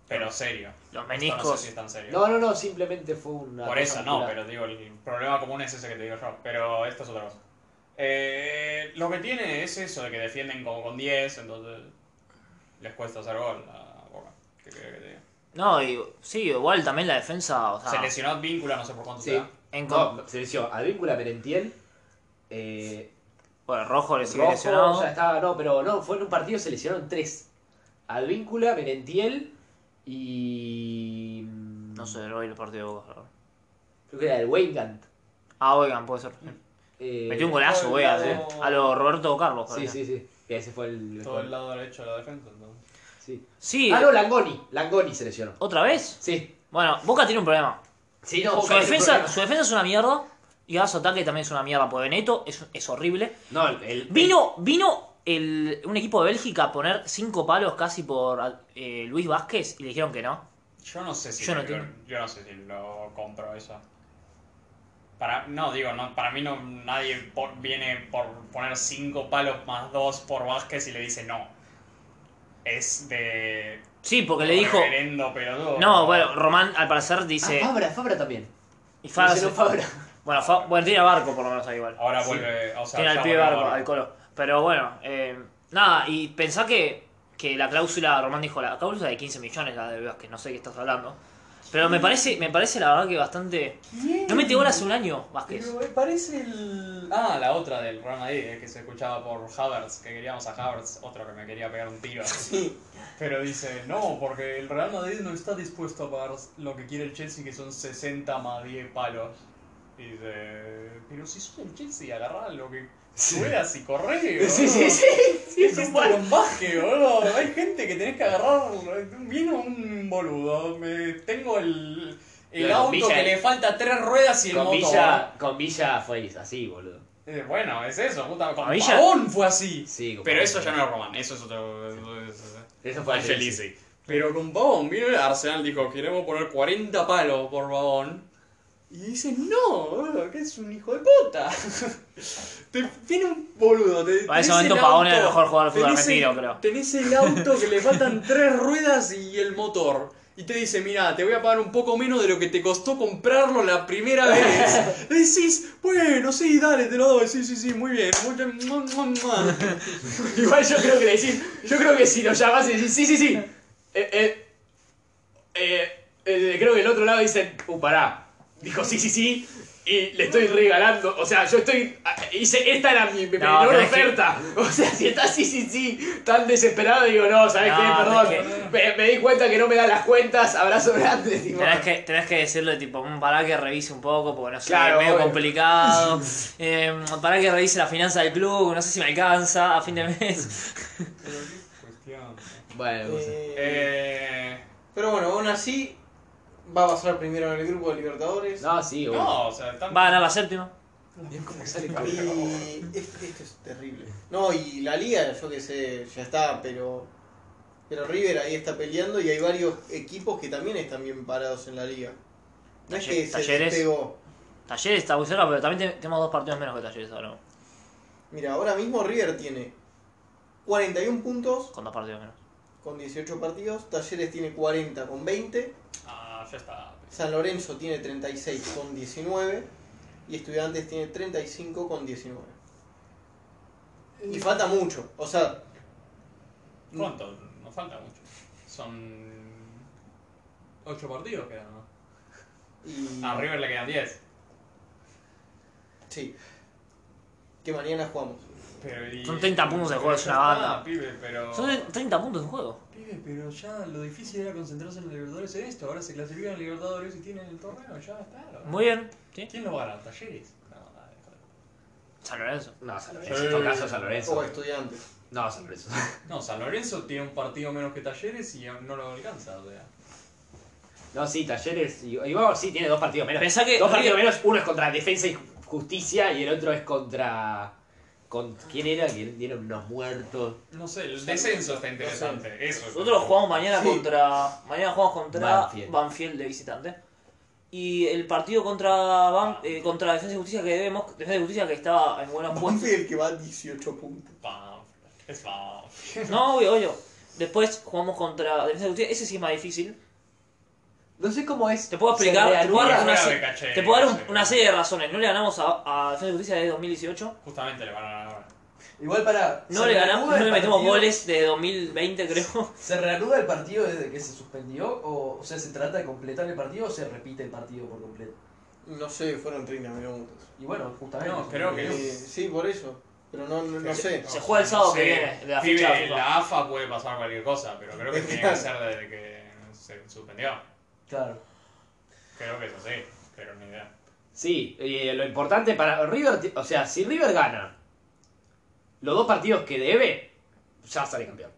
Speaker 2: pero serio. Esto
Speaker 4: Los
Speaker 2: No sé si
Speaker 4: meniscos.
Speaker 2: es tan serio.
Speaker 1: No, no, no, simplemente fue una.
Speaker 2: Por
Speaker 1: cosa
Speaker 2: eso no,
Speaker 1: muscular.
Speaker 2: pero digo, el problema común es ese que te digo yo, pero esto es otra cosa. Eh, lo que tiene es eso de que defienden como con 10, entonces les cuesta hacer gol a Boca. ¿Qué querés que te diga?
Speaker 4: No, y, sí, igual también la defensa, o sea,
Speaker 2: Se lesionó Víncula, no sé por cuánto
Speaker 10: Sí.
Speaker 2: será.
Speaker 4: en con-
Speaker 1: No, se lesionó Advíncula Perentiel. Eh,
Speaker 4: bueno, Rojo le sigue
Speaker 1: Rojo,
Speaker 4: lesionado.
Speaker 1: ya estaba, no, pero no, fue en un partido se lesionaron tres. Advíncula, Perentiel y. mm,
Speaker 4: No sé, hoy el partido de Boca. la verdad.
Speaker 1: Creo que era el Weigand.
Speaker 4: Ah, oigan, puede ser.
Speaker 1: Eh,
Speaker 4: Metió un golazo, weón,
Speaker 2: lado-
Speaker 4: eh. A lo Roberto Carlos,
Speaker 1: Sí,
Speaker 4: parece.
Speaker 1: sí, sí. Y ese fue el.
Speaker 2: Todo el lado derecho de la defensa, entonces.
Speaker 1: sí.
Speaker 4: Sí,
Speaker 1: Ah, no, Langoni. Langoni se lesionó.
Speaker 4: ¿otra vez?
Speaker 1: Sí.
Speaker 4: Bueno, Boca tiene un problema.
Speaker 1: Sí, no,
Speaker 4: Su
Speaker 1: Boca es el
Speaker 4: defensa,
Speaker 1: problema.
Speaker 4: su defensa es una mierda. Y ahora su ataque también es una mierda. Porque Neto es, es horrible.
Speaker 1: No, el- el-
Speaker 4: Vino, vino el, un equipo de Bélgica a poner cinco palos casi por eh, Luis Vázquez y le dijeron que no.
Speaker 2: Yo no sé si
Speaker 4: Yo no
Speaker 2: lo-
Speaker 4: tengo-
Speaker 2: yo no sé si lo compro eso. Para, no, digo, no, para mí no nadie por- viene por poner cinco palos más dos por Vázquez y le dice no. Es de.
Speaker 4: Sí, porque le dijo.
Speaker 2: Reverendo pelotudo.
Speaker 4: No, bueno, Román al parecer dice.
Speaker 1: Ah, Fabra, Fabra también.
Speaker 4: y Fabra
Speaker 1: Lesionó
Speaker 4: se-
Speaker 1: Fabra.
Speaker 4: bueno, Fa- bueno, tiene a barco por lo menos ahí igual.
Speaker 2: Ahora
Speaker 4: Sí.
Speaker 2: vuelve. O sea,
Speaker 4: Tiene al
Speaker 2: ya
Speaker 4: pibe
Speaker 2: volvió
Speaker 4: barco,
Speaker 2: Barba.
Speaker 4: al colo. Pero bueno, eh, nada, y pensá que, que la cláusula, Román dijo, la cláusula de 15 millones, la de que no sé qué estás hablando. Pero me parece, me parece la verdad que bastante. No mete gol hace un año, Vázquez.
Speaker 2: Pero me parece el. Ah, la otra del Real Madrid, eh, que se escuchaba por Havertz, que queríamos a Havertz, otro que me quería pegar un tiro. Pero dice, no, porque el Real Madrid no está dispuesto a pagar lo que quiere el Chelsea, que son 60 más 10 palos. Y dice, pero si sos el Chelsea, agarrá lo que puedas y corre, boludo.
Speaker 1: Sí, sí, sí. sí
Speaker 2: Es
Speaker 1: es un
Speaker 2: un
Speaker 1: palo.
Speaker 2: bombaje, boludo. Hay gente que tenés que agarrar. Vino un boludo. Me, tengo el, el
Speaker 1: Claro,
Speaker 2: auto
Speaker 1: Villa,
Speaker 2: que
Speaker 1: eh.
Speaker 2: le falta tres ruedas y el
Speaker 1: Con
Speaker 2: motor.
Speaker 1: Villa, Ah, con Villa fue así, boludo.
Speaker 2: Eh, bueno, es eso, puta. Con
Speaker 4: Villa.
Speaker 2: Pavón fue así.
Speaker 1: Sí, con-
Speaker 2: Pero eso ya no es Román, eso es otro. es- es-
Speaker 1: Eso fue
Speaker 2: fue Angelisi. Pero con Pavón, vino el Arsenal, dijo: Queremos poner 40 palos por Pavón. Y dice: No, boludo, que es un hijo de puta. te viene un boludo. Te,
Speaker 4: Para ese
Speaker 2: tenés
Speaker 4: momento
Speaker 2: el
Speaker 4: Pavón era el
Speaker 2: auto,
Speaker 4: mejor jugador del fútbol
Speaker 2: tenés el-
Speaker 4: argentino, creo.
Speaker 2: Tenés el auto que le faltan tres ruedas y el motor. Y te dice, mira, te voy a pagar un poco menos de lo que te costó comprarlo la primera vez. Decís, bueno, sí, dale, te lo doy. Sí, sí, sí, muy bien. Mucha- mua, mua, mua".
Speaker 1: Igual yo creo que le decís, yo creo que si lo llamás y decís, sí, sí, sí. Eh, eh, eh, eh, creo que el otro lado dicen, uh, pará. Dijo, sí, sí, sí. Y le estoy regalando. O sea, yo estoy. ah, Hice, esta era mi, mi
Speaker 4: No,
Speaker 1: menor
Speaker 4: tenés que-
Speaker 1: oferta. O sea, si está sí, sí, sí, tan desesperado, digo, no, ¿sabes
Speaker 4: No,
Speaker 1: qué?
Speaker 4: tenés
Speaker 1: Perdón. Me, me di cuenta que no me dan las cuentas. Abrazo grande. tipo.
Speaker 4: Tenés que, tenés que decirle, tipo, "Mm, pará que revise un poco, porque no sé,
Speaker 1: Claro,
Speaker 4: medio
Speaker 1: obvio.
Speaker 4: complicado. Eh, pará que revise la finanza del club, no sé si me alcanza a fin de mes.
Speaker 1: Bueno, cosa.
Speaker 3: Eh,
Speaker 2: Eh,
Speaker 3: pero bueno, aún así va a pasar primero en el grupo de Libertadores.
Speaker 1: No, sí, bueno.
Speaker 2: no, o sea, están-
Speaker 4: Va a ganar la séptima.
Speaker 3: Y es- esto es terrible. No, y la liga, yo que sé, ya está, pero. Pero River ahí está peleando y hay varios equipos que también están bien parados en la liga. No es
Speaker 4: Talle-
Speaker 3: que se
Speaker 4: Talleres.
Speaker 3: despegó.
Speaker 4: Talleres está muy cerca, pero también te- tenemos dos partidos menos que Talleres ahora,
Speaker 3: Mira, ahora mismo River tiene 41 puntos
Speaker 4: con dos partidos menos.
Speaker 3: con 18 partidos, Talleres tiene 40 con 20,
Speaker 2: Ah, ya está.
Speaker 3: San Lorenzo tiene 36 con 19 y Estudiantes tiene 35 con 19. Y falta mucho, o sea,
Speaker 2: ¿Cuánto? No falta mucho. Son. 8 partidos quedan, ¿no?
Speaker 3: y-
Speaker 2: A River le quedan 10.
Speaker 3: Sí. Que mañana jugamos.
Speaker 2: Pero y-
Speaker 4: Son 30 puntos de
Speaker 2: pero
Speaker 4: juego, es
Speaker 2: ya
Speaker 4: una
Speaker 2: está,
Speaker 4: banda.
Speaker 2: pibe, pero...
Speaker 4: Son 30 puntos en juego.
Speaker 2: Pibe, pero ya lo difícil era concentrarse en los Libertadores en esto. Ahora se clasifican en Libertadores y tienen el torneo, ya está.
Speaker 4: Muy bien, ¿sí?
Speaker 2: ¿Quién lo va a ganar? ¿Talleres? No, nada, déjalo.
Speaker 4: San Lorenzo.
Speaker 1: No, San Lorenzo.
Speaker 2: Eh,
Speaker 1: En todo caso, San
Speaker 3: O
Speaker 1: Lorenzo.
Speaker 3: estudiantes.
Speaker 1: No, San Lorenzo.
Speaker 2: No, San Lorenzo tiene un partido menos que Talleres y no lo alcanza, o sea.
Speaker 1: No, sí, Talleres. y- Igual sí, tiene dos partidos menos.
Speaker 4: Pensá que
Speaker 1: Dos partidos menos, uno es contra Defensa y Justicia y el otro es contra. con- ¿Quién era? Que dieron unos muertos.
Speaker 2: No sé, el descenso está interesante. Eso. es-
Speaker 4: nosotros jugamos mañana
Speaker 3: Sí.
Speaker 4: contra. Mañana jugamos contra
Speaker 1: Banfield.
Speaker 4: Banfield. de visitante. Y el partido contra Ban- eh, contra Defensa y Justicia que debemos. Defensa y Justicia que estaba en buenos puestos.
Speaker 3: el que va a 18 puntos.
Speaker 2: Pam, Es pam.
Speaker 4: No, obvio, obvio. Después jugamos contra Defensa y Justicia. Ese sí es más difícil.
Speaker 1: No sé cómo es.
Speaker 4: Te puedo explicar.
Speaker 1: Se
Speaker 4: Te puedo dar,
Speaker 1: reanuda.
Speaker 4: una,
Speaker 2: Fuera de
Speaker 4: se-
Speaker 2: caché,
Speaker 4: te puedo dar un-
Speaker 2: sí.
Speaker 4: una serie de razones. No le ganamos a, a Defensa y Justicia desde 2018.
Speaker 2: Justamente le van a ganar ahora.
Speaker 7: Igual para.
Speaker 4: No le ganamos, no le metemos
Speaker 7: goles.
Speaker 4: goles de 2020, creo.
Speaker 7: ¿Se reanuda el partido desde que se suspendió? O, o sea, ¿se trata de completar el partido o se repite el partido por completo?
Speaker 3: No sé, fueron 30 minutos.
Speaker 7: Y bueno, justamente.
Speaker 2: No, creo que-
Speaker 3: Eh, sí, por eso. Pero no, no, no sé.
Speaker 4: Se juega el sábado
Speaker 2: Sí.
Speaker 4: que viene, de la
Speaker 2: Pibe,
Speaker 4: fecha.
Speaker 2: en la AFA puede pasar cualquier cosa, pero creo que tiene que ser desde que se suspendió.
Speaker 7: Claro.
Speaker 2: Creo que es así, pero ni idea.
Speaker 1: Sí, y lo importante para River, ti- o sea, si River gana los dos partidos que debe, ya sale campeón.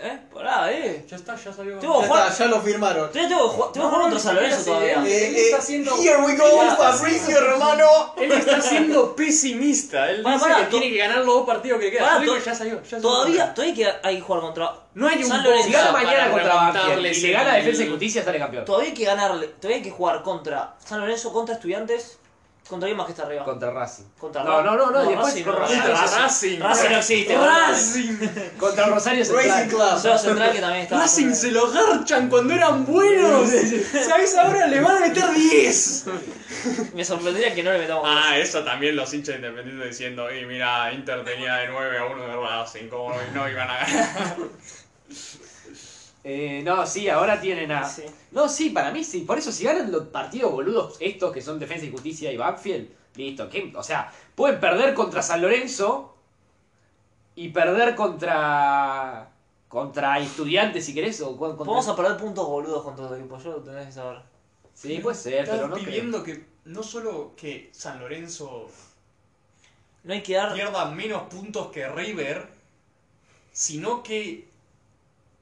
Speaker 4: ¿Eh? Pará, eh.
Speaker 2: Ya está, ya salió.
Speaker 4: Tengo
Speaker 3: Ya,
Speaker 4: que jugar.
Speaker 3: está, ya lo firmaron.
Speaker 4: Todavía tengo que jugar, tengo que jugar contra San Lorenzo todavía.
Speaker 3: Eh,
Speaker 2: Él está
Speaker 3: eh,
Speaker 2: haciendo-
Speaker 3: Here we
Speaker 2: él
Speaker 3: go,
Speaker 2: está
Speaker 3: Fabricio Romano.
Speaker 2: Él está siendo pesimista. Él
Speaker 4: Pará,
Speaker 2: dice
Speaker 4: pará,
Speaker 2: que
Speaker 4: to-
Speaker 2: tiene que ganar los dos partidos que quedan.
Speaker 4: Pará,
Speaker 2: Yo digo,
Speaker 4: to-
Speaker 2: ya salió, ya salió.
Speaker 4: Todavía, todavía que hay que jugar contra.
Speaker 1: No hay un
Speaker 4: San Lorenzo
Speaker 1: Si gana
Speaker 4: para
Speaker 1: mañana contra Banfield
Speaker 2: remontarles
Speaker 1: y le gana
Speaker 2: el-
Speaker 1: Defensa y Justicia, sale campeón.
Speaker 4: Todavía hay que ganarle. Todavía hay que jugar contra San Lorenzo, contra Estudiantes. ¿Contra quién más que está arriba?
Speaker 1: Contra Racing.
Speaker 4: Contra
Speaker 1: No, no, no, no, y después
Speaker 4: Racing,
Speaker 1: con
Speaker 4: no,
Speaker 1: Racing.
Speaker 2: Contra
Speaker 4: Racing.
Speaker 2: Racing.
Speaker 4: Racing no existe. Racing.
Speaker 1: Contra Rosario
Speaker 3: Racing
Speaker 1: Central.
Speaker 3: Club.
Speaker 4: Rosario Central que también está.
Speaker 2: Racing se lo garchan cuando eran buenos. ¿Sabes? Ahora le van a meter 10.
Speaker 4: Me sorprendería que no le metamos.
Speaker 2: Ah, eso también los hinchas independientes diciendo, y mira, Inter tenía de 9 a 1 de Racing, como no iban a ganar.
Speaker 1: Eh, no, sí, ahora tienen
Speaker 2: Ah,
Speaker 1: a.
Speaker 4: Sí.
Speaker 1: No, sí, para mí sí. Por eso, si ganan los partidos boludos estos que son Defensa y Justicia y Banfield, listo. ¿qué? O sea, pueden perder contra San Lorenzo y perder contra. contra Estudiantes, si querés, o con- contra.
Speaker 4: Vamos a perder puntos boludos contra los equipos, yo lo tenés que saber.
Speaker 1: Sí, puede ser, pero no. creo.
Speaker 2: que no solo que San Lorenzo
Speaker 4: No hay que dar.
Speaker 2: pierda menos puntos que River, sino que.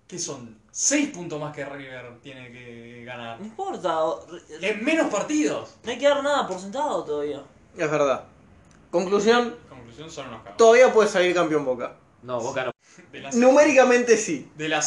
Speaker 2: que son 6 puntos más que River tiene que ganar.
Speaker 4: No importa. o- re-
Speaker 2: En menos partidos.
Speaker 4: No hay que dar nada por sentado todavía.
Speaker 3: Es verdad. Conclusión,
Speaker 2: Conclusión son unos cabros.
Speaker 3: todavía puede salir campeón Boca.
Speaker 1: No, Boca no.
Speaker 2: De la,
Speaker 3: Numéricamente sí.
Speaker 2: de la